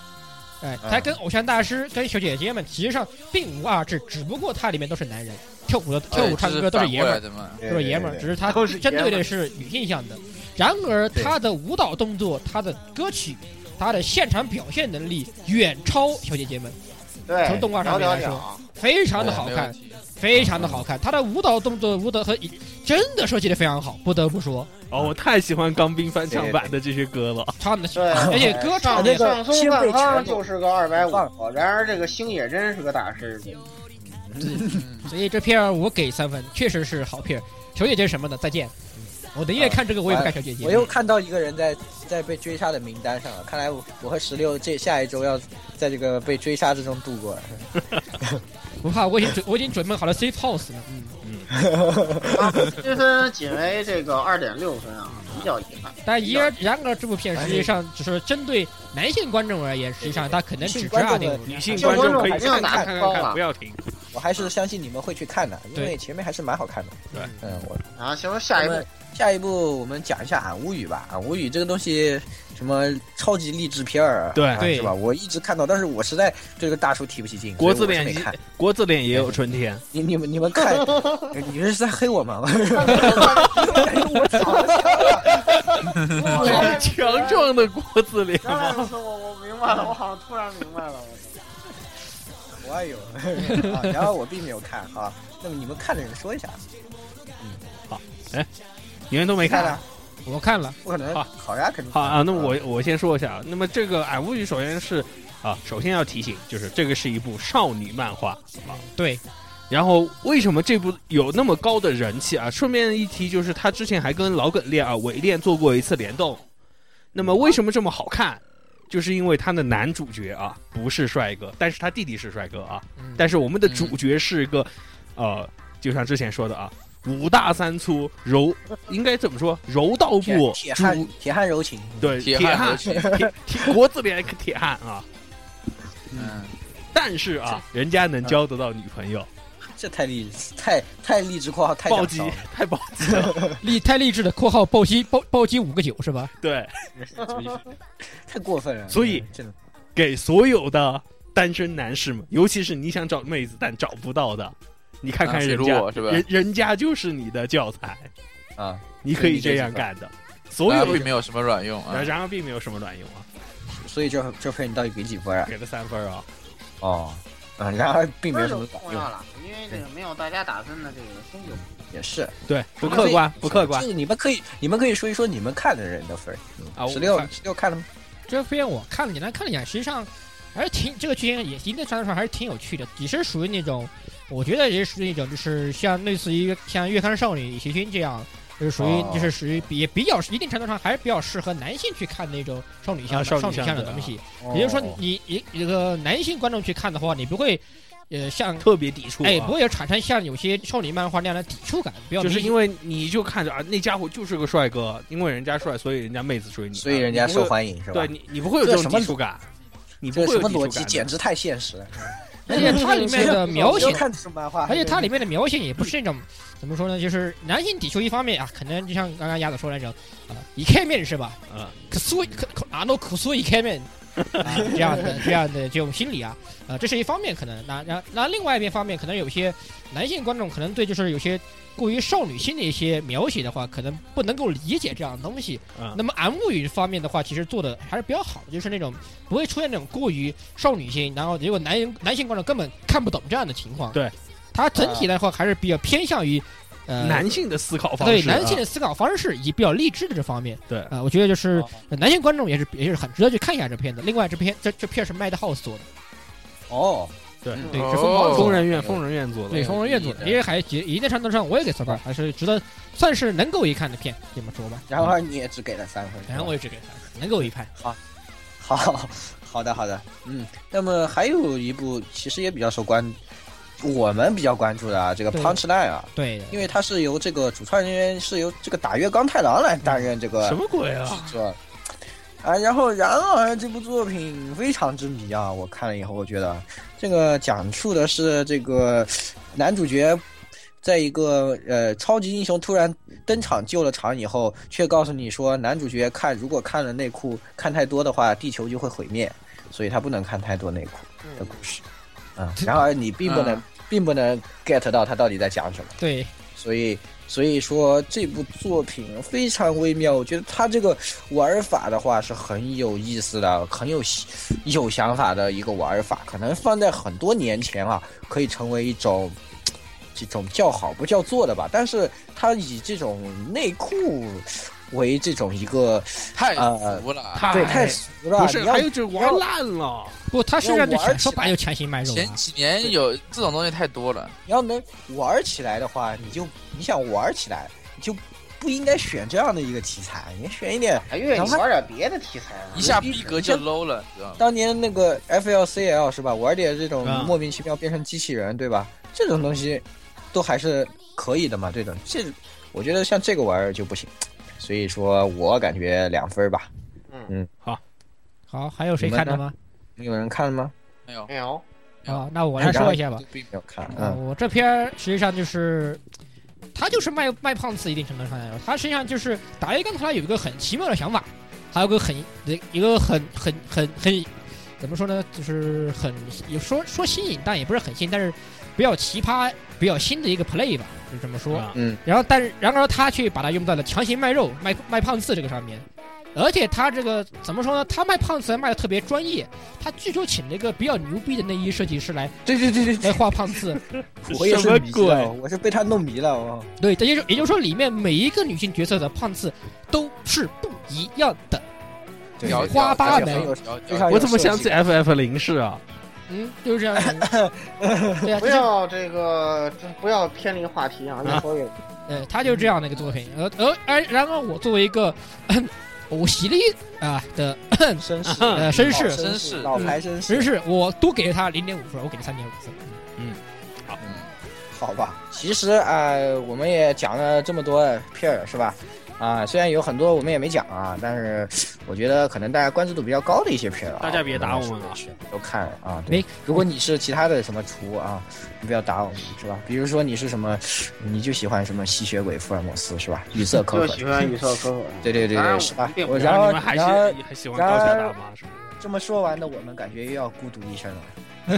哎，
啊
它跟偶像大师、跟小姐姐们其实上并无二致，只不过它里面都是男人，跳舞的跳
哎
舞、唱歌都是爷们儿
儿，的嘛。
都是爷们儿，只是它
都是
针
爷
对
们
的是女性向的。然而，他的舞蹈动作、他的歌曲、他的现场表现能力远超小姐姐们，
对，
从动画上面来说
聊聊啊
非常的
对
好
没
看
问，题
非常的好看。他的舞蹈动作、舞蹈和呃真的设计的非常好，不得不说，
哦，我太喜欢钢兵翻唱版的这些歌了。
唱的
对，
而且歌唱
那
的
个
上松
先
饭
辈
康
全
就是个二百
棒
五，然而这个星野真是个大师。
(laughs)
嗯
所以这片儿我给三分，确实是好片儿。小姐姐什么的，再见。我宁愿看这个，我也不看小姐姐。
我又看到一个人在在被追杀的名单上了，看来我我和石榴这下一周要在这个被追杀之中度过。
不怕，我已经准我已经准备好了 safe house 了。嗯，
啊，积分仅为这个二点六分啊，比较遗憾。
但一而然而这部片实际上只是针对男性观众而言，实际上它可能只是
性观
二
众
点
的
五。
女性
这
观
观
众可
众
以
肯定
看
打
看看
高
看看，
了
不要停。
我还是相信你们会去看的，因为前面还是蛮好看的。
对
嗯，我
啊，行，下一步
那么下一步我们讲一下《俺无语》吧，《俺无语》这个东西什么超级励志片儿，
对
啊
对
是吧？我一直看到，但是我实在对这个大叔提不起劲，
国字
所以我
脸
是没
也
看。
国字脸也有春天，
你 (laughs) 你们你们看，你们是在黑我吗？ (laughs)
好
(laughs)
强壮的国字脸。
原来如此，我我明白了，我好像突然明白了。
哎
我有，啊然后我并没有看哈。那么你们看的人说一下，
你们都没看
看
啊？
了
我看了，
不可能
好
好呀，肯定
好啊，那么我我先说一下，那么这个《俺物语》首先是啊，首先要提醒，就是这个是一部少女漫画，
对，
然后为什么这部有那么高的人气啊？顺便一提，就是他之前还跟老梗恋啊、伪恋做过一次联动。那么为什么这么好看？就是因为他的男主角啊不是帅哥，但是他弟弟是帅哥啊。
嗯
但是我们的主角是一个，呃，就像之前说的啊，五大三粗，柔应该怎么说？柔道
铁
部
铁
主
汉铁汉柔情，
对
铁
铁
汉
汉
柔
(laughs)
情
铁铁国字脸铁汉啊。
嗯，
但是啊，人家
嗯
能交得到女朋友，
这太励太太励志括号太
暴
讲
击
烧了
太暴击了，
励太励志的（括号暴击暴暴击五个九是吧？
(laughs)
对。
太过分了。
所以
嗯真的
给所有的单身男士们，尤其是你想找妹子但找不到的，你看看
啊比
人
如
家，
我是吧
人人家就是你的教材，
啊，
你可以这样干的。所
然后
有
并
的，
没有什么卵用啊。
然而并没有什么卵用啊，
所以这这份你到底给几分啊？
给了三分啊。
哦，啊，然而并没
分
有什么
就
卵
重
用
要，了，因为这个没有大家打分的这个分就
也是
对，不客观，不客观
就是你们可以你们可以说一说你们看的人的分儿。
嗯
啊！我
十六十六看了吗？
这片我看了，简单看了一下，实际上还是挺这个剧情也一定程度上还是挺有趣的，也是属于那种，我觉得也是属于那种，就是像类似于像《月刊少女》《协勋》这样，就是属于
哦
就是属于比也比较一定程度上还是比较适合男性去看那种少女向
啊
的
少女
少女
向
向的啊
的
东西。
哦
也就是说，你一一个男性观众去看的话，你不会呃像
特别抵触、啊，
哎不会产生像有些少女漫画那样的抵触感，不要
就是
迷
因为你就看着啊，那家伙就是个帅哥，因为人家帅，所以人家妹子追你，
所以人家受
迎，
欢迎是吧？
对你你不会有这种
这什么
抵触感，你不
这
会有
什么
抵触
逻辑
感，
简直太现实了。
而且它里面的描写
我就看这种漫画，
而且它里面的描写也不是那种怎么说呢，就是男性抵触一方面啊，可能呃就像刚刚鸭子说的那种啊，一开面是吧？
嗯， (laughs)
可苏可可阿诺可苏一开面，啊，这样的这样的这种心理啊，呃，这是一方面可能。那那那另外一边方面，可能有些呃男性观众可能对就是有些过于少女心的一些描写的话，可能不能够理解这样的东西。
啊
那么 M 物语方面的话，其实做的还是比较好的，就是那种不会出现那种过于少女心，然后结果男人男性观众根本看不懂这样的情况。
对，
它整体来说还是比较偏向于呃
嗯男性的思考方式
对
啊，
男性的思考方式以及比较励志的这方面。
对
啊、我觉得就是
哦
呃男性观众也是也是很值得去看一下这片子。另外，这片这这片是麦德 house 做的，
哦，
对
嗯
对，
哦
是疯狂
疯
做的。
人院疯人院做的，
对，疯人院做的，因为还也一定程度上我也给 super，还是值得，算是能够一看的片，这么说吧。
然
嗯
后你也只给了三分，
然后我也只给三，能够一看。
好，好的，好的，嗯，那么还有一部其实也比较受关，我们比较关注的啊，这个
对
Punchline 啊，
对的，
因为它是由这个主创人员是由这个打月刚太郎来担任这个
什么鬼啊？
是吧？啊，然后然而这部作品非常之迷啊！我看了以后，我觉得这个讲述的是这个男主角在一个呃超级英雄突然登场救了场以后，却告诉你说男主角看如果看了内裤看太多的话，地球就会毁灭，所以他不能看太多内裤的故事。啊、然而你并不能、
嗯
并不能 get 到他到底在讲什么。
对，
所以所以说这部作品非常微妙，我觉得他这个玩法的话是很有意思的，很有喜有想法的一个玩法，可能放在很多年前啊，可以成为一种。这种叫好不叫座的吧，但是他以这种内裤为这种一个
太
呃
服了。
太
对太俗了，
啊不是，
啊你要
还有就是玩烂了，
不，他身上这
要玩
强
起
说白
来
就强行卖肉
前
啊。
几年有这种东西太多了，
你要能玩儿起来的话，你就你想玩儿起来，你就不应该选这样的一个题材，你选一点
哎月，你玩点别的题材
嗯
啊
一！下逼格就 low 了，知道吗？
当年那个 FLCL 是吧，玩点这种
啊
莫名其妙变成机器人，对吧？这种东西都还是可以的嘛，这种这我觉得像这个玩意儿就不行，所以说我感觉两分吧。
好，还有谁看的吗？
有人看了吗？
没有，
没有，
啊，那我来说一下吧。
并
没有看，
啊，
嗯，
我这片儿实际上就是，他就是卖卖胖子一定程度上来说，他实际上就是打一刚才有一个很奇妙的想法，还有个很一个很很很很怎么说呢，就是很有说说新颖，但也不是很新，但是比较奇葩、比较新的一个 play 吧，就这么说。
啊
然后，但是然而他却把它用在了强行卖肉、卖卖胖子这个上面，而且他这个怎么说呢？他卖胖子还卖的特别专业，他据说请了一个比较牛逼的内衣设计师来
对对对对
来
对，
画胖子，
嗯我也
什
是
么
迷
鬼
了，我是被他弄迷了，我
对，也就是也就是说，里面每一个女性角色的胖子都是不一样的。
对
聊
对
花
而
疤
且
没
很
有
有非
非
哎常有
我怎么
设
想
计
起 FF 零式啊？
嗯， (laughs) 就是这样。对啊，就
不
是
要这个，这不要偏离话题啊！越说越
呃，他就是这样的一个作品。而而而然而，我作为一个 (clears throat) 我喜力啊的
绅士，
啊
嗯
呃绅
老
士
绅士
老牌绅
绅
士，
士，我多给了他零点五分，我给了三点五分。
好吧，其实啊、呃我们也讲了这么多片儿，是吧？啊，虽然有很多我们也没讲啊，但是我觉得可能大家关注度比较高的一些片儿、啊，
大家别打我们啊
了，都看啊。对
没，
如果你是其他的什么厨啊，你不要打我们，是吧？比如说你是什么，你就喜欢什么吸血鬼福尔摩斯，是吧？语塞可
就
可，
喜欢语塞 (laughs) 可可。
对对对
当然
对，
我
是吧
并？
哎
不
我
然
然
后
后
你们还
然后
喜还喜欢
然
高
而
桥大妈是吧？
这么说完的，我们感觉又要孤独一生了。 (laughs)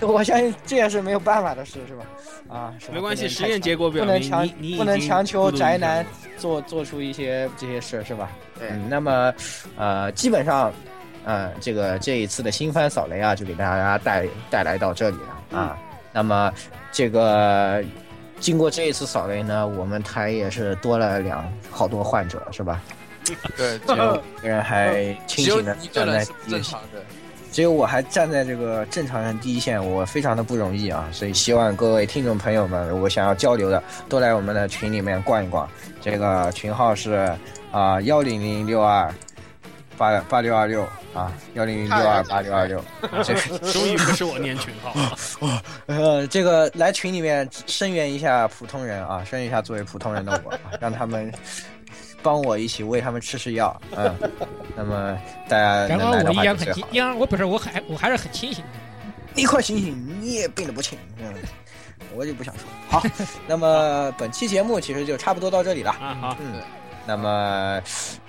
我相信这也是没有办法的事，是吧？啊，是吧
没关系，
不能
实
太
验
强
结果表
不能
明
强
你你已
不能
经
强求
孤独一
宅
生了
男 (laughs) 做做出一些这些事，是吧？
对
嗯，那么，呃，基本上，呃，这个这一次的新番扫雷啊，就给大家带带来到这里了啊。
嗯
那么，这个经过这一次扫雷呢，我们台也是多了两好多患者，是
(laughs)
吧？
(laughs)
对，
只有一个人还清
只有
醒的
一个
站在
人是不
第一
正常的。
只有我还站在这个正常人第一线，我非常的不容易啊，所以希望各位听众朋友们，我想要交流的，都来我们的群里面逛一逛。这个群号是啊幺零零六二八八六二六啊幺零零六二八六二六，这个
终于不是我念群号了，
呃这个来群里面声援一下普通人啊，声援一下作为普通人的我，啊让他们帮我一起喂他们吃吃药。嗯，那么大家
然
能来
而我
的
依
话就
然
最
很
好
清，。依然我表示我还我还是很清醒的。
你快醒醒，你也病得不轻。嗯，我就不想说。好，那么本期节目其实就差不多到这里了。
啊好，
那么，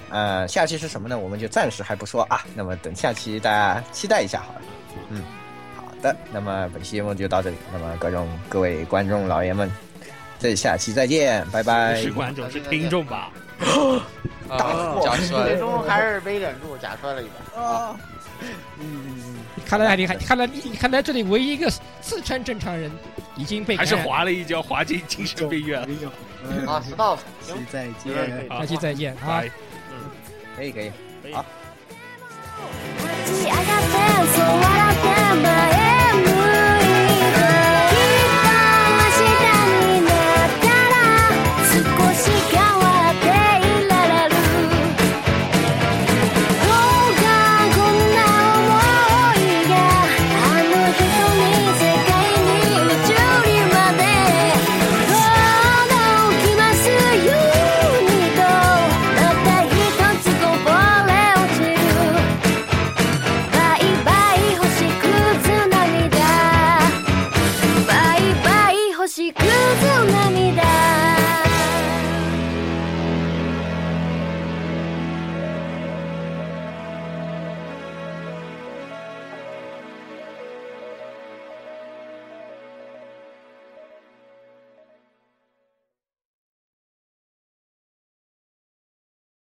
呃，下期是什么呢？我们就暂时还不说啊。那么等下期大家期待一下好了。嗯，好的。那么本期节目就到这里。那么各种各位观众老爷们，这下期再见，拜 (laughs)
不
拜
是。观众，是听众吧？
啊，假
最
摔，
终还是没忍住假摔了一 (laughs) 把。
看来你还看来你看来这里唯一一个四川正常人已经被
还是
感染
滑了一跤，滑进精神病院了？
啊，stop，
下
行
期，再
有点可
见
以。
下期再见啊
拜。！
可以可以。
立ち上がって座らって前へ向いて君の下になったら少し変わっていられるどうかこんな想いがあの人に世界に宇宙にまで届きますようにとたった一つこぼれ落ちるバイバイ星屑涙バイバイ星屑涙